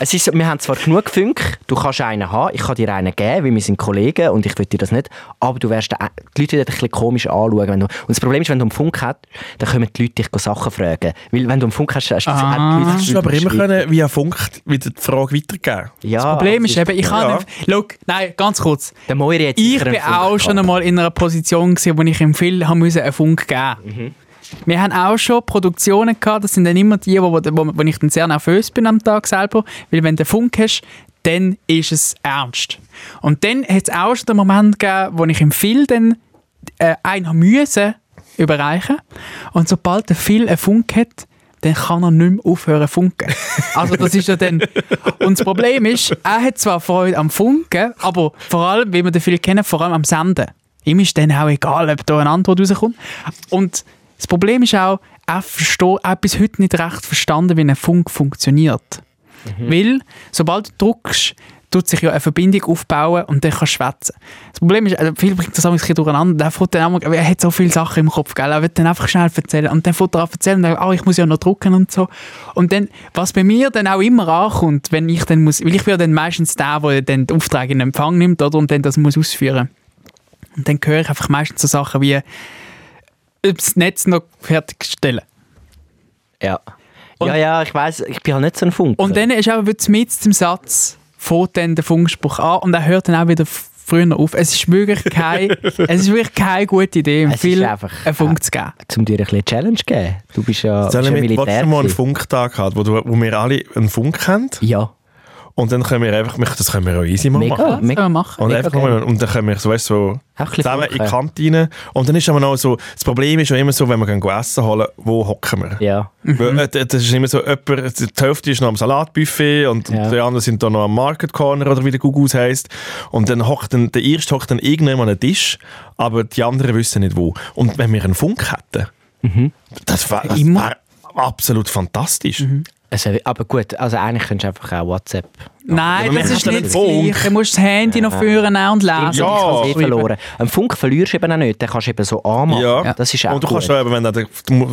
[SPEAKER 2] Es ist, so, wir haben zwar genug Funk, du kannst einen haben, ich kann dir einen geben, weil wir sind Kollegen und ich will dir das nicht, aber du wärst der, ein- die Leute werden dich ein bisschen komisch anschauen. Wenn du, und das Problem ist, wenn du einen Funk hast, dann können die Leute dich Sachen fragen. Weil wenn du einen Funk hast, hast du
[SPEAKER 3] Ah.
[SPEAKER 2] haben die
[SPEAKER 1] Hast
[SPEAKER 2] Leute
[SPEAKER 1] du aber immer
[SPEAKER 2] Schweiz-
[SPEAKER 1] können, via Funk wieder die Frage weitergeben
[SPEAKER 2] ja,
[SPEAKER 3] Ah, Das Problem
[SPEAKER 2] aber
[SPEAKER 3] ist eben, ich kann
[SPEAKER 1] Ja.
[SPEAKER 3] nicht... Schau, nein, ganz kurz.
[SPEAKER 2] Der Moiri hat
[SPEAKER 3] Ich
[SPEAKER 2] sicher einen
[SPEAKER 3] bin
[SPEAKER 2] Funk
[SPEAKER 3] auch schon
[SPEAKER 2] gehabt.
[SPEAKER 3] einmal in einer Position, gewesen, wo ich ihm viel haben müssen, einen Funk geben
[SPEAKER 2] Mhm.
[SPEAKER 3] Wir haben auch schon Produktionen gehabt, das sind dann immer die, wo, wo, wo ich dann sehr nervös bin am Tag selber, weil wenn du einen Funk hast, dann ist es ernst. Und dann hat es auch schon den Moment gegeben, wo ich ihm viel dann äh, einen haben müssen überreichen und sobald der Phil einen Funk hat, dann kann er nicht mehr aufhören zu funken. Also das ist ja dann... Und das Problem ist, er hat zwar Freude am Funken, aber vor allem, wie wir den Phil kennen, vor allem am Senden. Ihm ist dann auch egal, ob da eine Antwort rauskommt. Und das Problem ist auch, er versteht, er hat bis heute nicht recht verstanden, wie ein Funk funktioniert. Weil, sobald du druckst, tut sich ja eine Verbindung aufbauen und dann kannst du schwätzen. Das Problem ist, also viel bringt das auch ein bisschen durcheinander. Der fährt dann auch mal, er hat so viele Sachen im Kopf, gell? er will dann einfach schnell erzählen und dann fährt er an erzählen und dann, ah, ich muss ja noch drucken und so. Und dann, was bei mir dann auch immer ankommt, wenn ich dann muss, weil ich bin ja dann meistens der, der dann den Auftrag in Empfang nimmt oder, und dann das muss ausführen. Und dann höre ich einfach meistens so Sachen wie, ob das Netz noch fertigstellen.
[SPEAKER 2] Ja.
[SPEAKER 3] Und-
[SPEAKER 2] ja, ja, ich weiss, ich bin halt nicht so ein Funk.
[SPEAKER 1] Also-
[SPEAKER 3] Und dann ist aber wieder mit dem Satz fängt dann der Funkspruch an und er hört dann auch wieder f- früher auf. Es ist wirklich keine, es ist wirklich keine gute Idee,
[SPEAKER 2] Es ist
[SPEAKER 3] viel
[SPEAKER 2] einfach-
[SPEAKER 3] einen Funk zu geben.
[SPEAKER 2] um dir ein bisschen Challenge zu geben. Du bist ja, bist ja
[SPEAKER 1] Sollen wir
[SPEAKER 2] Militär.
[SPEAKER 1] trotzdem mal einen
[SPEAKER 2] gewesen.
[SPEAKER 1] Funktag haben, wo, du, wo wir alle einen Funk haben?
[SPEAKER 2] Ja,
[SPEAKER 1] Und dann können wir einfach, das können wir auch easy mal
[SPEAKER 2] Mega.
[SPEAKER 1] machen.
[SPEAKER 3] Das können wir machen.
[SPEAKER 1] Und,
[SPEAKER 2] Mega
[SPEAKER 1] einfach
[SPEAKER 2] gerne.
[SPEAKER 1] nur, und dann können wir so, weißt, du,
[SPEAKER 2] Auch ein
[SPEAKER 1] so
[SPEAKER 2] bisschen
[SPEAKER 1] zusammen in die
[SPEAKER 2] funken.
[SPEAKER 1] Kantine. Und dann ist aber noch so, das Problem ist ja immer so, wenn wir gehen essen holen, wo hocken wir?
[SPEAKER 2] ja.
[SPEAKER 1] Weil, äh, d- das ist immer so, jemand, die Hälfte ist noch am Salatbuffet und
[SPEAKER 2] Ja.
[SPEAKER 1] die anderen sind da noch am Market Corner oder wie der Gugus heisst. Und dann hockt dann, der Erste hockt dann irgendjemand an den Tisch, aber die anderen wissen nicht wo. Und wenn wir einen Funk hätten,
[SPEAKER 2] Mhm.
[SPEAKER 1] das wäre das
[SPEAKER 3] Immer.
[SPEAKER 1] wär absolut fantastisch.
[SPEAKER 2] Also, aber gut, also eigentlich könntest du einfach auch WhatsApp.
[SPEAKER 3] Nein,
[SPEAKER 1] aber
[SPEAKER 3] das
[SPEAKER 1] wir
[SPEAKER 3] ist
[SPEAKER 1] haben
[SPEAKER 3] nicht das
[SPEAKER 1] doch einen Funk.
[SPEAKER 3] Gleiche. Du musst das Handy noch führen und lesen.
[SPEAKER 1] Ja.
[SPEAKER 3] Ich kann's
[SPEAKER 2] Eh
[SPEAKER 1] Schreiben.
[SPEAKER 2] verloren. Am Funk verlierst du eben auch nicht, den kannst du eben so anmachen.
[SPEAKER 1] Ja.
[SPEAKER 2] Das ist auch
[SPEAKER 1] Und du
[SPEAKER 2] gut.
[SPEAKER 1] kannst auch, eben, wenn du, du,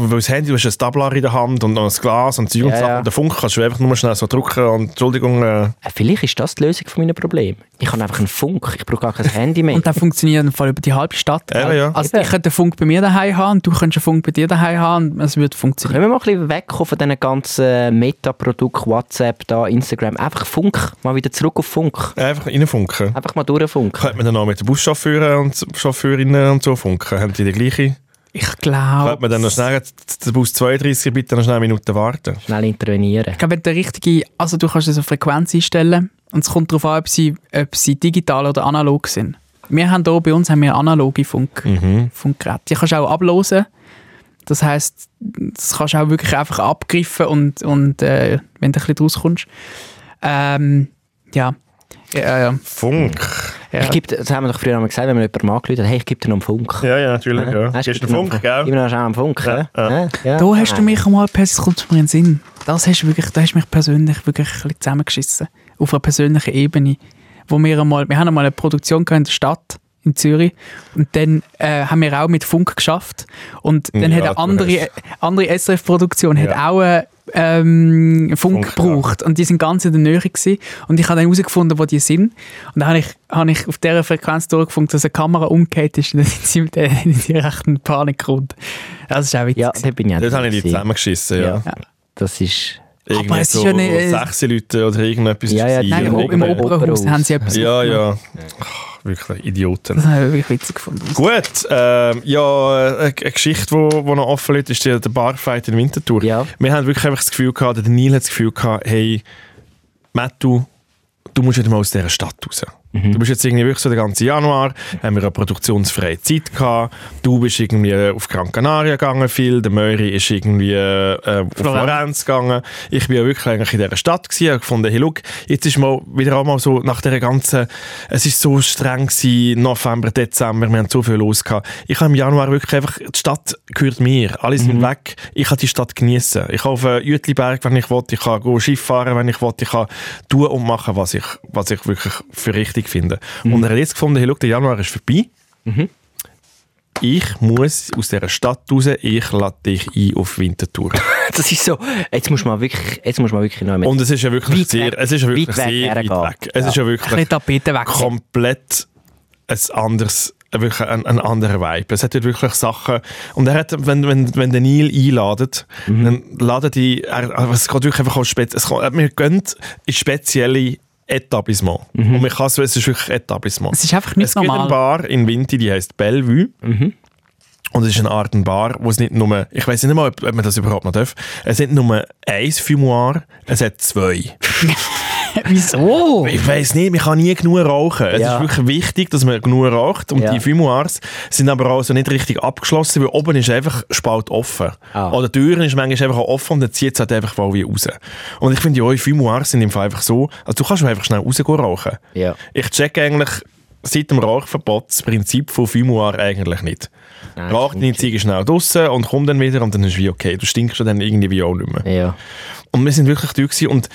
[SPEAKER 1] weil das Handy, du hast ein Tablar in der Hand und noch ein Glas und Zeug und
[SPEAKER 2] Ja,
[SPEAKER 1] Sachen.
[SPEAKER 2] ja.
[SPEAKER 1] Und den Funk kannst du einfach nur schnell so drücken und Entschuldigung, äh,
[SPEAKER 2] Äh, Vielleicht ist das die Lösung von meinem Problem. Ich habe einfach einen Funk, ich brauche gar kein Handy mehr.
[SPEAKER 3] Und dann funktioniert im Fall über die halbe Stadt.
[SPEAKER 1] Eben,
[SPEAKER 3] gell?
[SPEAKER 1] ja.
[SPEAKER 3] Also ich könnte einen Funk bei mir daheim haben und du könntest einen Funk bei dir daheim haben und es würde funktionieren.
[SPEAKER 2] Können wir mal ein bisschen wegkommen von diesen ganzen Meta-Produkten, WhatsApp, da, Instagram. Einfach Funk, mal wieder zurück auf Funk.
[SPEAKER 1] einfach reinfunken.
[SPEAKER 2] Einfach mal durchfunken.
[SPEAKER 1] Könnte man dann noch mit den Buschauffeuren und Chauffeurinnen und so funken? Haben die die gleiche?
[SPEAKER 3] Ich glaube,
[SPEAKER 1] Könnte man dann noch schnell, der Bus 32 bitte noch schnell eine Minute warten?
[SPEAKER 2] Schnell intervenieren.
[SPEAKER 3] Ich glaube, wenn der richtige, also du kannst es auf Frequenz einstellen und es kommt darauf an, ob sie, ob sie digital oder analog sind. Wir haben hier bei uns haben wir analoge Funk, Funkgeräte. Die kannst du auch ablosen. Das heißt, das kannst du auch wirklich einfach abgreifen und, und äh, wenn du ein bisschen draus kommst. Ähm, ja. Ja, ja,
[SPEAKER 1] Funk.
[SPEAKER 3] ja.
[SPEAKER 2] Ich gebe, das haben wir doch früher einmal gesagt, wenn wir jemanden angerufen haben, hey, ich gebe dir noch einen Funk.
[SPEAKER 1] Ja, ja, natürlich. Ja.
[SPEAKER 2] Hast du
[SPEAKER 1] Gibst du
[SPEAKER 2] gib mir
[SPEAKER 1] einen Funk,
[SPEAKER 2] noch einen Gib
[SPEAKER 1] gell?
[SPEAKER 2] mir noch einen Funk. Ja. Ja. Ja.
[SPEAKER 3] da hast du mich einmal persönlich, kommt mir in den Sinn. Das hast du wirklich, da hast du mich persönlich wirklich ein bisschen zusammengeschissen. Auf einer persönlichen Ebene. Wo wir einmal, wir haben einmal eine Produktion gehabt in der Stadt, in Zürich. Und dann äh, haben wir auch mit Funk geschafft. Und dann
[SPEAKER 1] Ja,
[SPEAKER 3] hat eine
[SPEAKER 1] du
[SPEAKER 3] andere, äh,
[SPEAKER 1] hast-
[SPEAKER 3] andere SRF-Produktion hat
[SPEAKER 1] Ja.
[SPEAKER 3] auch äh, ähm,
[SPEAKER 1] Funk,
[SPEAKER 3] Funk,
[SPEAKER 1] ja.
[SPEAKER 3] gebraucht. Und die sind ganz in der Nähe gewesen. Und ich habe dann herausgefunden, wo die sind. Und dann habe ich, habe ich auf dieser Frequenz durchgefunden, dass eine Kamera umgekehrt ist. Und dann sind sie mit äh, der direkten Panik rund. Das ist auch witzig.
[SPEAKER 2] Ja, da bin ich auch
[SPEAKER 1] Dort habe ich die
[SPEAKER 2] gewesen.
[SPEAKER 1] zusammengeschissen, ja.
[SPEAKER 2] Ja. Das ist...
[SPEAKER 1] Irgendwie
[SPEAKER 3] Aber es ist
[SPEAKER 1] so
[SPEAKER 3] ja nicht-
[SPEAKER 1] sechs Leute oder irgendetwas.
[SPEAKER 2] Ja, ja,
[SPEAKER 1] gewesen.
[SPEAKER 3] Nein, im,
[SPEAKER 2] Nein,
[SPEAKER 3] im
[SPEAKER 2] im
[SPEAKER 3] Opernhaus
[SPEAKER 2] Opernhaus.
[SPEAKER 3] haben sie etwas.
[SPEAKER 1] Ja, ja. Ach, wirklich, Idioten.
[SPEAKER 3] Das habe ich wirklich witzig gefunden.
[SPEAKER 1] Gut, ähm, ja, äh, eine Geschichte, die wo noch offen liegt, ist die, der Barfight in Winterthur.
[SPEAKER 2] Ja.
[SPEAKER 1] Wir haben wirklich einfach das Gefühl gehabt, oder der Neil hat das Gefühl gehabt, hey, Mattu, du musst wieder mal aus dieser Stadt raus.
[SPEAKER 2] Mhm.
[SPEAKER 1] Du bist jetzt irgendwie wirklich so den ganzen Januar, haben wir eine produktionsfreie Zeit gehabt. Du bist irgendwie auf Gran Canaria gegangen viel, der Möri ist irgendwie äh, auf
[SPEAKER 3] Florenz.
[SPEAKER 1] Florenz gegangen. Ich bin ja wirklich eigentlich in dieser Stadt gewesen, habe gefunden, hey, look, jetzt ist mal wieder einmal so nach der ganzen, es ist so streng gewesen, November, Dezember, wir haben so viel los gehabt. Ich habe im Januar wirklich einfach, die Stadt gehört mir, alle
[SPEAKER 2] Mhm.
[SPEAKER 1] sind weg, ich kann die Stadt genießen. Ich kann auf den Jütliberg, wenn ich will, ich kann go Schiff fahren, wenn ich will, ich kann tun und machen, was ich, was ich wirklich für richtig finde.
[SPEAKER 2] Mhm.
[SPEAKER 1] Und er hat jetzt gefunden, hey, schau, der Januar ist vorbei. Ich muss aus dieser Stadt raus, ich lade dich ein auf Winterthur.
[SPEAKER 2] Das ist so, jetzt muss man wirklich, jetzt muss man wirklich noch mit.
[SPEAKER 1] Und es ist ja wirklich
[SPEAKER 2] Weit
[SPEAKER 1] sehr,
[SPEAKER 2] weg.
[SPEAKER 1] es ist ja wirklich
[SPEAKER 2] Weit weg
[SPEAKER 1] sehr weit
[SPEAKER 2] hergehen.
[SPEAKER 1] weg. Es ist ja
[SPEAKER 3] Ein bisschen
[SPEAKER 1] wirklich
[SPEAKER 3] Tapeten weg.
[SPEAKER 1] komplett ein anderes, wirklich ein, ein anderer Vibe. Es hat dort wirklich Sachen, und er hat, wenn, wenn, wenn der Neil einladet, dann ladet die, er, aber es geht wirklich einfach auch speziell, es kommt, wir gehen in spezielle Etablissement. Und man kann so, es ist wirklich Etablissement.
[SPEAKER 3] Es ist einfach nicht
[SPEAKER 1] Es gibt eine
[SPEAKER 3] normal.
[SPEAKER 1] Bar in Winti, die heißt Bellevue. Und es ist eine Art Bar, wo es nicht nur, ich weiß nicht mal, ob, ob man das überhaupt noch darf, es sind nur ein Fumoir, es hat zwei.
[SPEAKER 3] Wieso?
[SPEAKER 1] Ich weiß nicht, man kann nie genug rauchen. Es
[SPEAKER 2] Ja.
[SPEAKER 1] ist wirklich wichtig, dass man genug raucht. Und
[SPEAKER 2] Ja.
[SPEAKER 1] die Fumoirs sind aber auch so nicht richtig abgeschlossen, weil oben ist einfach Spalt offen.
[SPEAKER 2] Ah.
[SPEAKER 1] Oder die Türen ist manchmal einfach auch offen und dann zieht es halt einfach mal wie raus. Und ich finde, ja, Fumoirs sind im Fall einfach so, also du kannst einfach schnell rausgehen rauchen.
[SPEAKER 2] Ja.
[SPEAKER 1] Ich check eigentlich seit dem Rauchverbot das Prinzip von Fumoir eigentlich nicht.
[SPEAKER 2] Nein,
[SPEAKER 1] Rauch deine
[SPEAKER 2] stimmt.
[SPEAKER 1] Ziege schnell draussen und komm dann wieder und dann ist wie okay. Du stinkst ja dann irgendwie auch nicht mehr.
[SPEAKER 2] Ja.
[SPEAKER 1] Und wir sind wirklich dort gewesen. und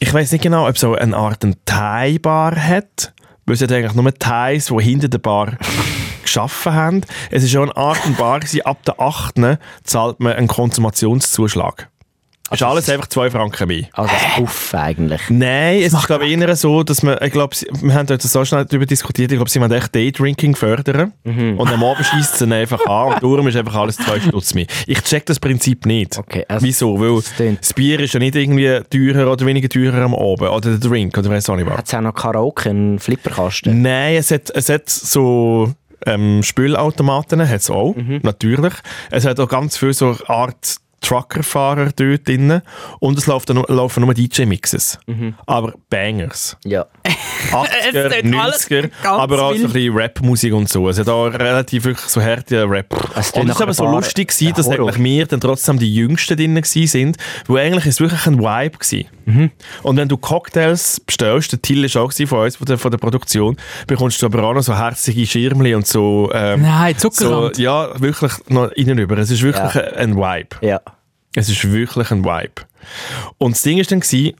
[SPEAKER 1] ich weiß nicht genau, ob es so eine Art eine Thai-Bar hat, weil es hat eigentlich nur Thais, die hinter der Bar geschaffen haben. Es ist schon eine Art eine Bar gewesen, ab der 8. zahlt man einen Konsumationszuschlag. Ist alles einfach 2 Franken mehr.
[SPEAKER 2] Also das Uff eigentlich.
[SPEAKER 1] Nein, es ist glaube ich eher so, dass man, ich glaube, sie- wir haben dort so schnell darüber diskutiert, ich glaube, sie wollen echt Daydrinking fördern
[SPEAKER 2] Mhm.
[SPEAKER 1] und am Abend schießt es dann einfach an und darum ist einfach alles zwei Stutz mehr. Ich check das Prinzip nicht.
[SPEAKER 2] Okay, also-
[SPEAKER 1] Wieso? Weil
[SPEAKER 2] Das klingt-
[SPEAKER 1] das Bier ist ja nicht irgendwie teurer oder weniger teurer am Abend oder der Drink oder weiss auch nicht was.
[SPEAKER 2] Hat es auch noch Karaoke, einen Flipperkasten?
[SPEAKER 1] Nein, es hat, es hat so ähm, Spülautomaten, hat es auch, natürlich. Es hat auch ganz viele so Art Truckerfahrer dort drin und es laufen, nur- laufen nur DJ-Mixes, aber Bangers.
[SPEAKER 2] Ja.
[SPEAKER 1] 80er,
[SPEAKER 3] Es tut alles
[SPEAKER 1] 90er,
[SPEAKER 3] ganz
[SPEAKER 1] aber auch so ein
[SPEAKER 3] wild.
[SPEAKER 1] bisschen Rap-Musik und so. Es hat auch relativ wirklich so harte Rap.
[SPEAKER 2] Es
[SPEAKER 1] und
[SPEAKER 2] tut
[SPEAKER 1] es war
[SPEAKER 2] nach
[SPEAKER 1] aber
[SPEAKER 2] einer
[SPEAKER 1] so
[SPEAKER 2] Bar-
[SPEAKER 1] lustig, gewesen,
[SPEAKER 2] Ja,
[SPEAKER 1] dass
[SPEAKER 2] Horror.
[SPEAKER 1] eigentlich wir dann trotzdem die Jüngsten drin waren, wo eigentlich ist es wirklich ein Vibe gewesen.
[SPEAKER 2] Mhm.
[SPEAKER 1] Und wenn du Cocktails bestellst, der Till war auch gewesen von uns, von der, von der Produktion, bekommst du aber auch noch so herzige Schirmli und so... Ähm,
[SPEAKER 3] Nein,
[SPEAKER 1] so,
[SPEAKER 3] Zuckerrand.
[SPEAKER 1] ja, wirklich noch innenüber. Es ist wirklich
[SPEAKER 2] Ja.
[SPEAKER 1] ein Vibe.
[SPEAKER 2] Ja.
[SPEAKER 1] Es ist wirklich ein Vibe. Und das Ding ist dann gewesen,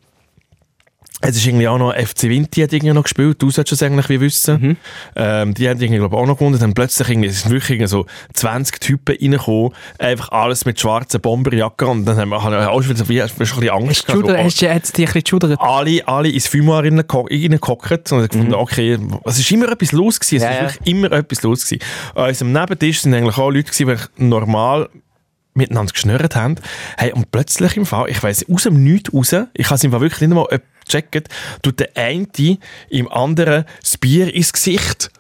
[SPEAKER 1] es ist irgendwie auch noch FC Vinti hat irgendwie noch gespielt, du solltest es eigentlich wie wissen. Ähm, die haben irgendwie glaube ich auch noch gewonnen, dann plötzlich irgendwie, es sind wirklich irgendwie so 20 Typen reingekommen, einfach alles mit schwarzen Bomberjacken und dann haben wir haben wir auch schon wieder so wie, hast du schon ein bisschen Angst gehabt. so,
[SPEAKER 3] Schuder,
[SPEAKER 1] oh,
[SPEAKER 3] hast du hast du dich ein bisschen geschudert?
[SPEAKER 1] alle, alle ins Fumar reingehockt und ich gefunden, okay, es ist immer etwas los gewesen. Es
[SPEAKER 2] Mhm. Ja,
[SPEAKER 1] ist
[SPEAKER 2] ja.
[SPEAKER 1] wirklich immer etwas los gewesen. An unserem Nebentisch sind eigentlich auch Leute gewesen, die normal miteinander geschnurrt haben. Hey, und plötzlich im Fall, ich weiss, aus dem Nichts raus, ich habe es im Fall wirklich nicht mal gecheckt, tut der eine im anderen das Bier ins Gesicht.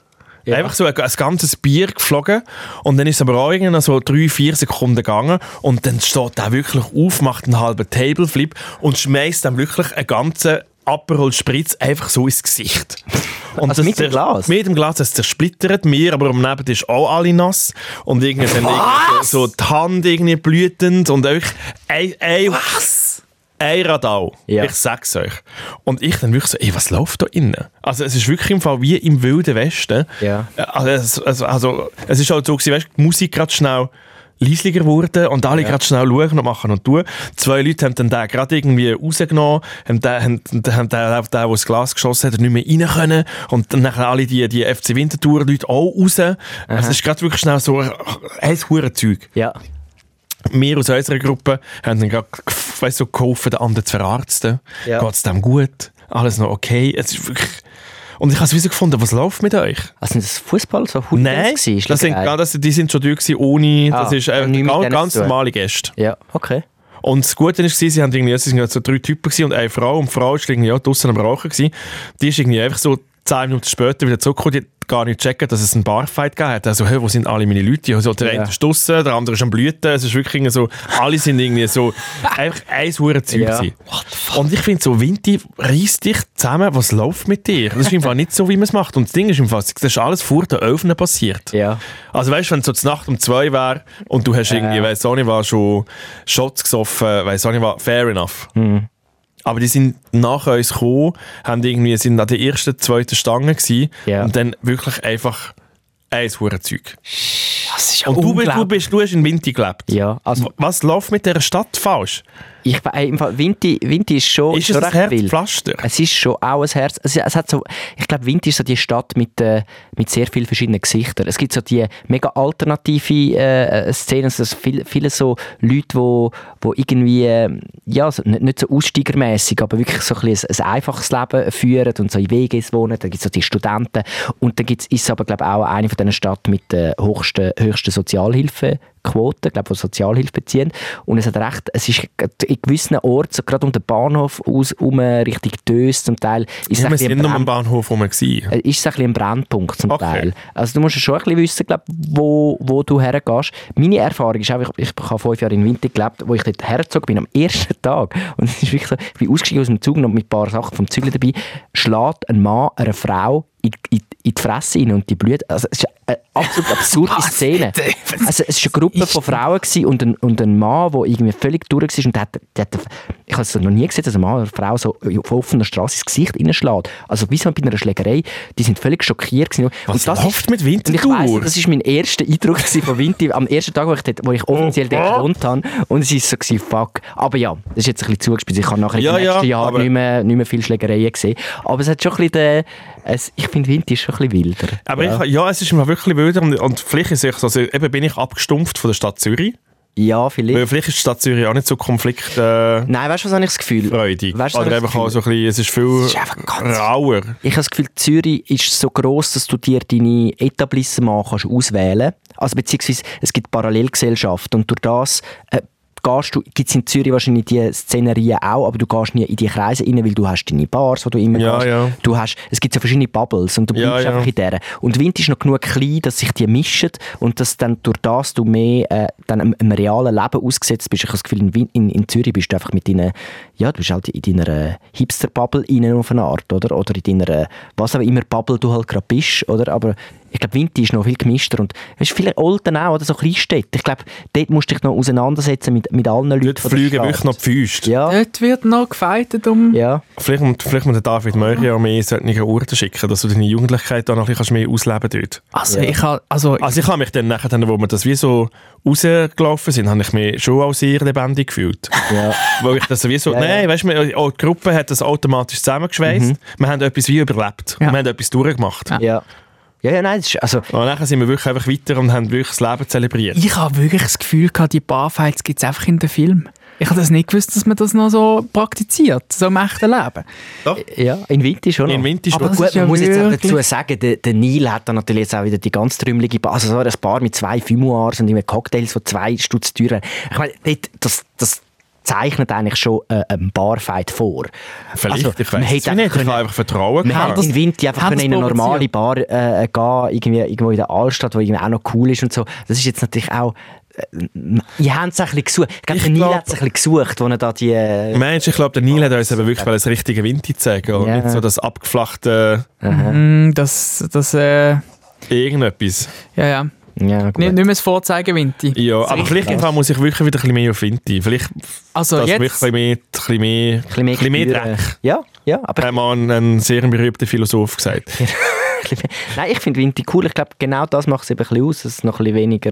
[SPEAKER 1] Einfach so ein, ein ganzes Bier geflogen und dann ist es aber auch irgendwie noch so drei, vier Sekunden gegangen und dann steht der wirklich auf, macht einen halben Tableflip und schmeißt dann wirklich einen ganzen Aperol Spritz einfach so ins Gesicht. Und
[SPEAKER 2] Also mit dem
[SPEAKER 1] zer-
[SPEAKER 2] Glas?
[SPEAKER 1] Mit dem Glas, das zersplittert mir, aber am Nebentisch auch alle nass und irgendwie dann irgendwie so, so die Hand irgendwie blütend und euch ein, ein, ein Radau.
[SPEAKER 2] Ja.
[SPEAKER 1] Ich sag's euch. Und ich dann wirklich so, ey, was läuft da innen? Also es ist wirklich im Fall wie im Wilden Westen.
[SPEAKER 2] Ja.
[SPEAKER 1] Äh, Also, es- also, also es ist halt so gewesen, weißt, die Musik gerade schnell leislicher wurde und alle gerade schnell schauen und machen und tun. Zwei Leute haben dann den gerade irgendwie rausgenommen, haben den, haben, den- haben den, den, der das Glas geschossen hat, nicht mehr rein können und dann nachher alle die, die FC Winterthur-Leute auch raus. Also es ist gerade wirklich schnell so ein hure Zeug
[SPEAKER 2] Ja.
[SPEAKER 1] wir aus unserer Gruppe haben dann gerade gef- weißt, so geholfen, den anderen zu verarzten.
[SPEAKER 2] Ja.
[SPEAKER 1] Geht es dem gut? Alles noch okay? Es ist wirklich und ich habe es wieso gefunden, was läuft mit euch?
[SPEAKER 2] Also sind das Fußball so Hooligans
[SPEAKER 1] Nein,
[SPEAKER 2] gewesen?
[SPEAKER 1] das sind,
[SPEAKER 2] Schlägerei?
[SPEAKER 1] das, die sind schon durch ohne,
[SPEAKER 2] Ah,
[SPEAKER 1] das ist
[SPEAKER 2] hat nichts
[SPEAKER 1] äh,
[SPEAKER 2] mit
[SPEAKER 1] ganz,
[SPEAKER 2] denen
[SPEAKER 1] ganz
[SPEAKER 2] zu tun.
[SPEAKER 1] normale Gäste.
[SPEAKER 2] Ja, okay.
[SPEAKER 1] Und das Gute war, sie haben irgendwie, es waren so drei Typen gewesen und eine Frau. Und die Frau war irgendwie auch draußen am Rauchen. Gewesen. Die ist irgendwie einfach so zehn Minuten später wieder zurückgekommen. Die hat gar nicht checken, dass es einen Barfight gegeben hat. Also, hey, wo sind alle meine Leute? Also, der
[SPEAKER 2] Ja.
[SPEAKER 1] eine ist draussen, der andere ist am Blüten. Es ist wirklich so, alle sind irgendwie so, einfach ein hoher Zeug
[SPEAKER 2] Ja.
[SPEAKER 1] gewesen. Und ich finde so, Winti, reiss dich zusammen, was läuft mit dir? Das ist im Fall nicht so, wie man es macht. Und das Ding ist im Fall, das ist alles vor der Öfen passiert.
[SPEAKER 2] Ja.
[SPEAKER 1] Also weißt du, wenn es so zur Nacht um zwei wäre und du hast irgendwie, weiss auch nicht was, schon Shots gesoffen, weiss auch nicht was, fair enough.
[SPEAKER 2] Mhm.
[SPEAKER 1] Aber die sind nach uns gekommen, haben irgendwie, sind an der ersten, zweiten Stange gewesen
[SPEAKER 2] Ja.
[SPEAKER 1] und dann wirklich einfach ein hure Zeug.
[SPEAKER 3] Das ist ja
[SPEAKER 1] Und du, bist- du,
[SPEAKER 3] unglaublich.
[SPEAKER 1] bist, du hast in Winti gelebt.
[SPEAKER 2] Ja, also
[SPEAKER 1] W- Was läuft mit dieser Stadt falsch?
[SPEAKER 2] ich bin im Fall, Vinti, Vinti Oh, ist schon,
[SPEAKER 1] Ist
[SPEAKER 2] schon
[SPEAKER 1] es ein
[SPEAKER 2] recht wild.
[SPEAKER 1] Herzpflaster?
[SPEAKER 2] Es ist schon auch ein Herz. Es, es hat so, ich glaube, Winter ist so die Stadt mit, äh, mit sehr vielen verschiedenen Gesichtern. Es gibt so die mega alternative äh, äh, Szenen, also es viel, viele so Leute, wo, wo irgendwie, äh, ja, so, nicht, nicht so aussteigermässig, aber wirklich so ein, bisschen ein, ein einfaches Leben führen und so in WGs wohnen. Dann gibt es so die Studenten. Und dann gibt's, ist es aber, glaube ich, auch eine von diesen Städten mit der höchsten, höchsten Sozialhilfe. Quote, glaube, die Sozialhilfe beziehen. Und es hat recht, es ist g- in gewissen Orten, so gerade um den Bahnhof aus, um äh, Richtung Dös zum Teil, ist
[SPEAKER 1] Ja,
[SPEAKER 2] es
[SPEAKER 1] wir
[SPEAKER 2] ein bisschen
[SPEAKER 1] sind
[SPEAKER 2] ein
[SPEAKER 1] noch am
[SPEAKER 2] Brand-
[SPEAKER 1] Bahnhof rum. gewesen.
[SPEAKER 2] äh, ist es ein bisschen ein Brennpunkt zum
[SPEAKER 1] Okay.
[SPEAKER 2] Teil. Also du musst schon ein bisschen wissen, glaub, wo, wo du hergehst. Meine Erfahrung ist auch, ich, ich habe fünf Jahre in Winter gelebt, wo ich dort hergezogen bin, am ersten Tag. Und es ist wirklich so, ich bin ausgestiegen aus dem Zug noch mit ein paar Sachen vom Zügel dabei, schlägt ein Mann einer Frau in, in, in die Fresse rein und die blüht. Also es ist eine absolut absurde Szene. Also es war eine Gruppe von Frauen gewesen und ein, und ein Mann, der irgendwie völlig durch war und der hat, der hat, ich habe es noch nie gesehen, dass ein Mann oder eine Frau so auf offener Straße ins Gesicht reinschlägt. Also bis bei einer Schlägerei, die sind völlig schockiert gewesen.
[SPEAKER 1] Was läuft mit Winterthur?
[SPEAKER 2] Und ich weiss, das war mein erster Eindruck gewesen von Winti, am ersten Tag, wo ich, dort, wo ich offiziell dort gewohnt habe. Und es war so, gewesen, fuck. Aber ja, das ist jetzt ein bisschen zugespitzt. Ich habe nachher
[SPEAKER 1] Ja,
[SPEAKER 2] in den
[SPEAKER 1] ja,
[SPEAKER 2] nächsten Jahren
[SPEAKER 1] aber-
[SPEAKER 2] nicht mehr, nicht mehr viele Schlägereien gesehen. Aber es hat schon ein bisschen den, es, ich finde Winti ist schon ein bisschen wilder.
[SPEAKER 1] Aber ja. Ich, ja, es ist mir wirklich wilder und, und vielleicht ist es, also, eben bin ich abgestumpft von der Stadt Zürich.
[SPEAKER 2] Ja, vielleicht.
[SPEAKER 1] Weil vielleicht ist die Stadt Zürich auch nicht so konfliktfreudig.
[SPEAKER 2] Nein, weißt du, was habe ich das Gefühl? Weißt du, was
[SPEAKER 1] Oder
[SPEAKER 2] habe ich das
[SPEAKER 1] einfach auch
[SPEAKER 2] Gefühl?
[SPEAKER 1] so ein bisschen, es ist viel
[SPEAKER 2] ist einfach ganz-
[SPEAKER 1] rauer.
[SPEAKER 2] Ich habe das Gefühl, Zürich ist so gross, dass du dir deine Etablissements kannst auswählen kannst. Also beziehungsweise es gibt Parallelgesellschaften und durch das äh, gehst du, gibt es in Zürich wahrscheinlich die Szenerien auch, aber du gehst nie in die Kreise rein, weil du hast deine Bars, wo du immer
[SPEAKER 1] Ja,
[SPEAKER 2] gehst.
[SPEAKER 1] ja.
[SPEAKER 2] Du hast, es gibt so verschiedene Bubbles und du
[SPEAKER 1] Ja,
[SPEAKER 2] bleibst
[SPEAKER 1] ja.
[SPEAKER 2] einfach in dieser. Und Wind ist noch genug klein, dass sich die mischen und dass dann durch das du mehr äh, dann im, im realen Leben ausgesetzt bist. Ich habe das Gefühl, in, Wien- in, in Zürich bist du einfach mit deinen, ja, du bist halt in deiner äh, Hipster-Bubble rein auf eine Art, oder? Oder in deiner, äh, was auch immer Bubble du halt gerade bist, oder? Aber ich glaube, Winti ist noch viel gemischter und weißt, du, viele Olten auch, oder so Kleinstädte. Ich glaube, dort musst du dich noch auseinandersetzen mit, mit allen Leuten
[SPEAKER 1] Dort
[SPEAKER 2] von der
[SPEAKER 1] fliegen
[SPEAKER 2] Stadt.
[SPEAKER 1] wirklich noch die Füße.
[SPEAKER 2] Ja,
[SPEAKER 3] Dort wird noch gefeitet um...
[SPEAKER 2] ja.
[SPEAKER 1] Vielleicht, muss- vielleicht muss der David Möcher auch mehr solche Orte schicken, dass du deine Jugendlichkeit da noch ein bisschen mehr ausleben kannst. dort.
[SPEAKER 3] Also ich habe... Also,
[SPEAKER 1] Also ich habe mich dann nachher, dann, wo wir das wie so rausgelaufen sind, habe ich mich schon auch sehr lebendig gefühlt.
[SPEAKER 2] ja.
[SPEAKER 1] Weil ich das wie so,
[SPEAKER 2] Ja, ja.
[SPEAKER 1] nein, weißt du, auch die Gruppe hat das automatisch zusammengeschweißt. Wir haben etwas wie überlebt.
[SPEAKER 3] Ja.
[SPEAKER 1] Wir haben etwas durchgemacht.
[SPEAKER 2] Ja. Ja, ja, nein, das ist, also,
[SPEAKER 1] Und nachher sind wir wirklich einfach weiter und haben wirklich das Leben zelebriert.
[SPEAKER 3] ich habe wirklich das Gefühl gehabt, die Barfights gibt es einfach in den Filmen. Ich habe das nicht gewusst, dass man das noch so praktiziert, so im echten Leben.
[SPEAKER 2] ja, in Winti schon.
[SPEAKER 1] In
[SPEAKER 2] noch.
[SPEAKER 1] Winter
[SPEAKER 3] Aber
[SPEAKER 1] schon.
[SPEAKER 2] Aber
[SPEAKER 3] Das
[SPEAKER 2] gut,
[SPEAKER 3] ist ja
[SPEAKER 2] man muss jetzt auch
[SPEAKER 3] wirklich-
[SPEAKER 2] dazu sagen, der, der Neil hat dann natürlich jetzt auch wieder die ganz trümmelige Bar, also so ein Bar mit zwei Fimoirs und irgendwie Cocktails, die zwei Stutz teurer Ich meine, dort- das, das zeichnet eigentlich schon äh, einen Barfight vor.
[SPEAKER 1] Vielleicht,
[SPEAKER 2] Also,
[SPEAKER 1] ich
[SPEAKER 2] man
[SPEAKER 1] weiß es
[SPEAKER 2] hätte
[SPEAKER 1] nicht. Ich
[SPEAKER 2] einfach
[SPEAKER 1] habe
[SPEAKER 2] können-
[SPEAKER 1] einfach Vertrauen
[SPEAKER 2] Man
[SPEAKER 1] gehabt.
[SPEAKER 2] hätte in Winti einfach
[SPEAKER 3] haben
[SPEAKER 2] können in
[SPEAKER 3] das
[SPEAKER 2] eine normale
[SPEAKER 3] provoziert.
[SPEAKER 2] Bar äh, äh, gehen, irgendwie, irgendwo in der Altstadt, wo irgendwie auch noch cool ist und so. Das ist jetzt natürlich auch... Äh, ich habe es ein bisschen gesucht. Ich glaube,
[SPEAKER 1] Ich
[SPEAKER 2] der Neil
[SPEAKER 1] glaub-
[SPEAKER 2] hat es ein bisschen gesucht, wo er da die... Äh,
[SPEAKER 1] Mensch, ich glaube, der Neil hat uns eben wirklich das richtige Winti zeigen und
[SPEAKER 2] Ja.
[SPEAKER 1] nicht so das abgeflachte
[SPEAKER 3] Mm, Das, das, äh, ja,
[SPEAKER 1] irgendetwas.
[SPEAKER 3] ja.
[SPEAKER 2] ja, gut.
[SPEAKER 3] Nicht, nicht mehr das Vorzeigen, Winti.
[SPEAKER 1] Ja, aber vielleicht im Fall muss ich wirklich wieder ein bisschen mehr auf Winti. Vielleicht,
[SPEAKER 3] Also
[SPEAKER 1] dass wir ein
[SPEAKER 3] jetzt,
[SPEAKER 1] bisschen mehr, ein bisschen mehr, ein
[SPEAKER 2] Ein
[SPEAKER 1] bisschen mehr
[SPEAKER 2] Gebühren.
[SPEAKER 1] Dreck.
[SPEAKER 2] Ja, ja, aber
[SPEAKER 1] Hat mal ein, ein sehr berühmter Philosoph gesagt.
[SPEAKER 2] ein bisschen mehr. Nein, ich finde Winti cool. Ich glaube, genau das macht es eben ein bisschen aus, dass es noch ein bisschen weniger,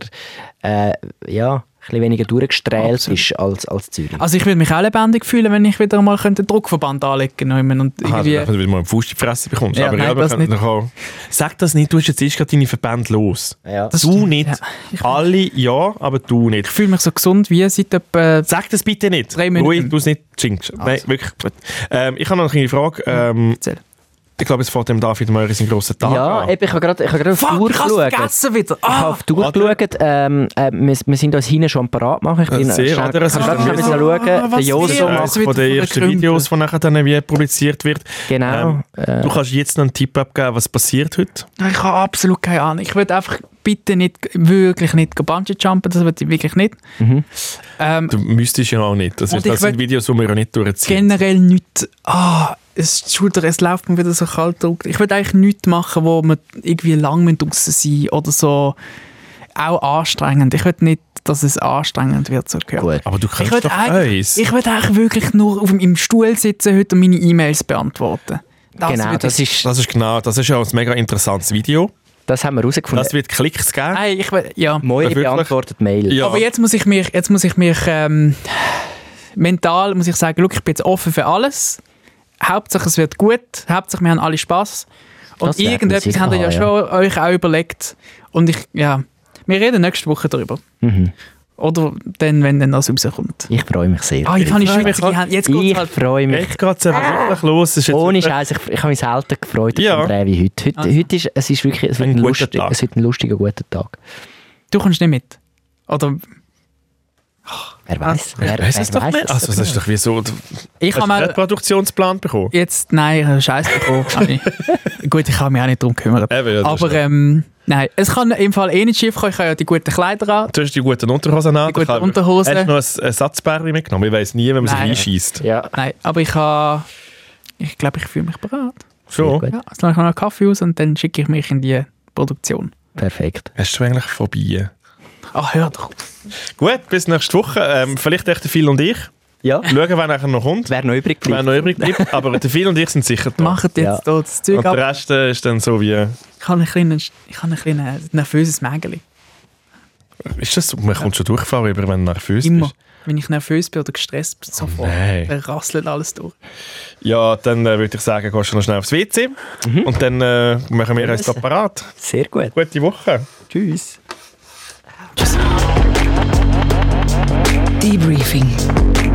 [SPEAKER 2] äh, ja, ein bisschen weniger durchgestrahlt ist als, als Zürich.
[SPEAKER 3] also ich würde mich auch lebendig fühlen, wenn ich wieder mal könnte einen Druckverband anlegen könnte. Und
[SPEAKER 1] Aha,
[SPEAKER 3] irgendwie,
[SPEAKER 1] dass du wieder mal einen Fuß in die Fresse bekommst.
[SPEAKER 3] Ja,
[SPEAKER 1] aber
[SPEAKER 3] nein,
[SPEAKER 1] ja, wir
[SPEAKER 3] das
[SPEAKER 1] könnten
[SPEAKER 3] nicht.
[SPEAKER 1] noch auch- Sag das nicht, du hast jetzt erst gerade deine Verbände los.
[SPEAKER 2] Ja.
[SPEAKER 3] Das
[SPEAKER 1] du
[SPEAKER 3] stimmt,
[SPEAKER 1] nicht.
[SPEAKER 3] ja.
[SPEAKER 1] Alle ja, aber du nicht.
[SPEAKER 3] ich fühle mich so gesund wie seit etwa...
[SPEAKER 1] Sag das bitte nicht.
[SPEAKER 3] Drei Minuten. Also.
[SPEAKER 1] Ruhig, du es nicht jinkst. Nein, wirklich. Ähm, ich habe noch eine kleine Frage. Ähm,
[SPEAKER 3] Hm, Erzähl.
[SPEAKER 1] Ich glaube, es fährt dem David Möhrer seinen grossen Tag
[SPEAKER 2] Ja,
[SPEAKER 1] an.
[SPEAKER 2] eben, ich habe gerade ich habe gerade auf die
[SPEAKER 3] Fuck,
[SPEAKER 2] Uhr
[SPEAKER 3] ich hab's
[SPEAKER 2] geschaut.
[SPEAKER 3] vergessen wieder.
[SPEAKER 2] Ich habe
[SPEAKER 3] Ah,
[SPEAKER 2] auf die Uhr geschaut, ähm, äh, wir, wir sind uns hinten schon parat machen. Ich
[SPEAKER 1] Ja,
[SPEAKER 2] bin
[SPEAKER 1] sehr,
[SPEAKER 2] schnell,
[SPEAKER 1] oder? Es
[SPEAKER 2] Ich
[SPEAKER 1] ist
[SPEAKER 2] kann
[SPEAKER 1] ein
[SPEAKER 2] schnell
[SPEAKER 1] bisschen-
[SPEAKER 2] schauen,
[SPEAKER 3] Ah,
[SPEAKER 2] der
[SPEAKER 3] was
[SPEAKER 1] Das
[SPEAKER 3] wir-
[SPEAKER 1] ist
[SPEAKER 2] Joso
[SPEAKER 3] Ja,
[SPEAKER 1] eines
[SPEAKER 2] macht,
[SPEAKER 3] also wieder
[SPEAKER 1] Äh, von den
[SPEAKER 3] von der
[SPEAKER 1] ersten
[SPEAKER 3] Krümpel.
[SPEAKER 1] Videos, die nachher dann wie publiziert wird. Ähm,
[SPEAKER 2] genau. äh,
[SPEAKER 1] Du kannst jetzt noch einen Tipp abgeben, was passiert heute.
[SPEAKER 3] ich habe absolut keine Ahnung. Ich würde einfach bitte nicht, wirklich nicht Bungee jumpen, das würde ich wirklich nicht. Ähm,
[SPEAKER 1] Mhm. Du müsstest ja auch nicht. Das,
[SPEAKER 3] Und
[SPEAKER 1] ist,
[SPEAKER 3] ich
[SPEAKER 1] das sind
[SPEAKER 3] will-
[SPEAKER 1] Videos, die wir ja nicht durchziehen.
[SPEAKER 3] generell nichts. Ah, es ist die Schulter, es läuft mir wieder so kalt drückt. Ich würde eigentlich nichts machen, wo man irgendwie lang draußen sein müssen oder so. Auch anstrengend. Ich würde nicht, dass es anstrengend wird, so gehört.
[SPEAKER 2] gut.
[SPEAKER 1] Aber du kannst
[SPEAKER 3] Ich würde
[SPEAKER 1] doch
[SPEAKER 3] eigentlich,
[SPEAKER 1] eins.
[SPEAKER 3] ich würde eigentlich wirklich nur auf dem, im Stuhl sitzen heute und meine E-Mails beantworten. Das
[SPEAKER 2] genau,
[SPEAKER 3] würde
[SPEAKER 2] das,
[SPEAKER 3] ich-
[SPEAKER 2] ist,
[SPEAKER 1] Das ist genau, das ist ja ein mega interessantes Video.
[SPEAKER 2] das haben wir
[SPEAKER 3] Äh.
[SPEAKER 2] herausgefunden.
[SPEAKER 1] Das wird Klicks geben.
[SPEAKER 3] Nein, ich würde, ja.
[SPEAKER 2] Moje
[SPEAKER 1] wirklich?
[SPEAKER 2] beantwortet Mail.
[SPEAKER 1] Ja.
[SPEAKER 3] Äh, Aber jetzt muss ich mich, jetzt muss ich mich ähm, mental muss ich sagen, look, ich bin jetzt offen für alles. Hauptsache es wird gut, Hauptsache wir haben alle Spass.
[SPEAKER 2] Das werden
[SPEAKER 3] Und
[SPEAKER 2] wir
[SPEAKER 3] irgendetwas
[SPEAKER 2] sicher Ah,
[SPEAKER 3] habt ihr ja
[SPEAKER 2] haben,
[SPEAKER 3] schon euch auch überlegt. Und ich, ja, wir reden nächste Woche darüber.
[SPEAKER 2] Mhm.
[SPEAKER 3] Oder dann, wenn dann das rauskommt.
[SPEAKER 2] Ich freue mich sehr.
[SPEAKER 3] Ah, ich habe
[SPEAKER 1] Ich
[SPEAKER 3] schon
[SPEAKER 1] freu mich-
[SPEAKER 3] jetzt geht's
[SPEAKER 2] ich
[SPEAKER 3] halt.
[SPEAKER 2] freue mich.
[SPEAKER 1] Jetzt geht es einfach wirklich los. Es Ist jetzt
[SPEAKER 2] Ohne
[SPEAKER 1] wirklich-
[SPEAKER 2] Scheiß, ich, ich habe mich selten gefreut auf
[SPEAKER 1] Ja. Ah.
[SPEAKER 2] den Dreh wie heute. Heute,
[SPEAKER 3] Also.
[SPEAKER 2] heute ist, es ist wirklich es wird
[SPEAKER 1] Ein
[SPEAKER 2] ein,
[SPEAKER 1] guter
[SPEAKER 2] lustig,
[SPEAKER 1] Tag.
[SPEAKER 2] es wird ein lustiger, guter Tag.
[SPEAKER 3] Du kommst nicht mit. Oder
[SPEAKER 2] Wer weiß? Wer,
[SPEAKER 1] Ah. Weiss es
[SPEAKER 2] wer
[SPEAKER 1] doch nicht. Also, das ist doch wie so. Du
[SPEAKER 3] ich
[SPEAKER 1] hast
[SPEAKER 3] habe
[SPEAKER 1] einen
[SPEAKER 3] mal
[SPEAKER 1] Produktionsplan bekommen.
[SPEAKER 3] jetzt, nein, Scheiße bekommen. habe ich. Gut, ich habe mich auch nicht darum gekümmert.
[SPEAKER 1] Eben, ja, das
[SPEAKER 3] Aber
[SPEAKER 1] ist ja-
[SPEAKER 3] ähm, nein, es kann im Fall eh nicht schief kommen. Ich habe ja die guten Kleider an.
[SPEAKER 1] Du hast die guten Unterhosen an.
[SPEAKER 3] Die guten
[SPEAKER 1] Ich habe-
[SPEAKER 3] Unterhosen.
[SPEAKER 1] Hast du noch ein, ein Satzbärli mitgenommen? Ich weiss nie, wenn man sich
[SPEAKER 3] Nein.
[SPEAKER 1] einschießt.
[SPEAKER 2] Ja.
[SPEAKER 3] Nein, aber ich habe. Ich glaube, ich fühle mich bereit.
[SPEAKER 1] Schon.
[SPEAKER 2] Sehr gut.
[SPEAKER 3] Ja, jetzt lasse ich noch einen Kaffee aus und dann schicke ich mich in die Produktion.
[SPEAKER 2] Perfekt.
[SPEAKER 1] Hast du eigentlich Phobien?
[SPEAKER 3] Ach, hör doch. auf.
[SPEAKER 1] Gut, bis nächste Woche. Ähm, vielleicht echt der Phil und ich.
[SPEAKER 2] Ja.
[SPEAKER 1] Schauen, wer nachher noch kommt.
[SPEAKER 2] Wer noch übrig
[SPEAKER 1] Wer
[SPEAKER 2] bleibt.
[SPEAKER 1] noch übrig bleibt. Aber der Phil und ich sind sicher da.
[SPEAKER 3] Macht jetzt
[SPEAKER 2] Ja.
[SPEAKER 3] hier das
[SPEAKER 1] Und
[SPEAKER 3] Zeug
[SPEAKER 1] der
[SPEAKER 3] ab.
[SPEAKER 1] Rest äh, ist dann so wie.
[SPEAKER 3] Ich habe ein kleines, ich habe ein kleines nervöses Mägeli.
[SPEAKER 1] Ist das so? Man kommt schon durchfahren, über, wenn du nervös
[SPEAKER 3] Immer.
[SPEAKER 1] bist.
[SPEAKER 3] Wenn ich nervös bin oder gestresst bin, sofort.
[SPEAKER 1] nein.
[SPEAKER 3] Dann rasselt alles durch.
[SPEAKER 1] Ja, dann äh, würde ich sagen, gehst du noch schnell aufs WC.
[SPEAKER 3] Mhm.
[SPEAKER 1] Und dann äh, machen wir uns parat.
[SPEAKER 2] Sehr gut.
[SPEAKER 1] Gute Woche.
[SPEAKER 2] Tschüss.
[SPEAKER 5] Debriefing.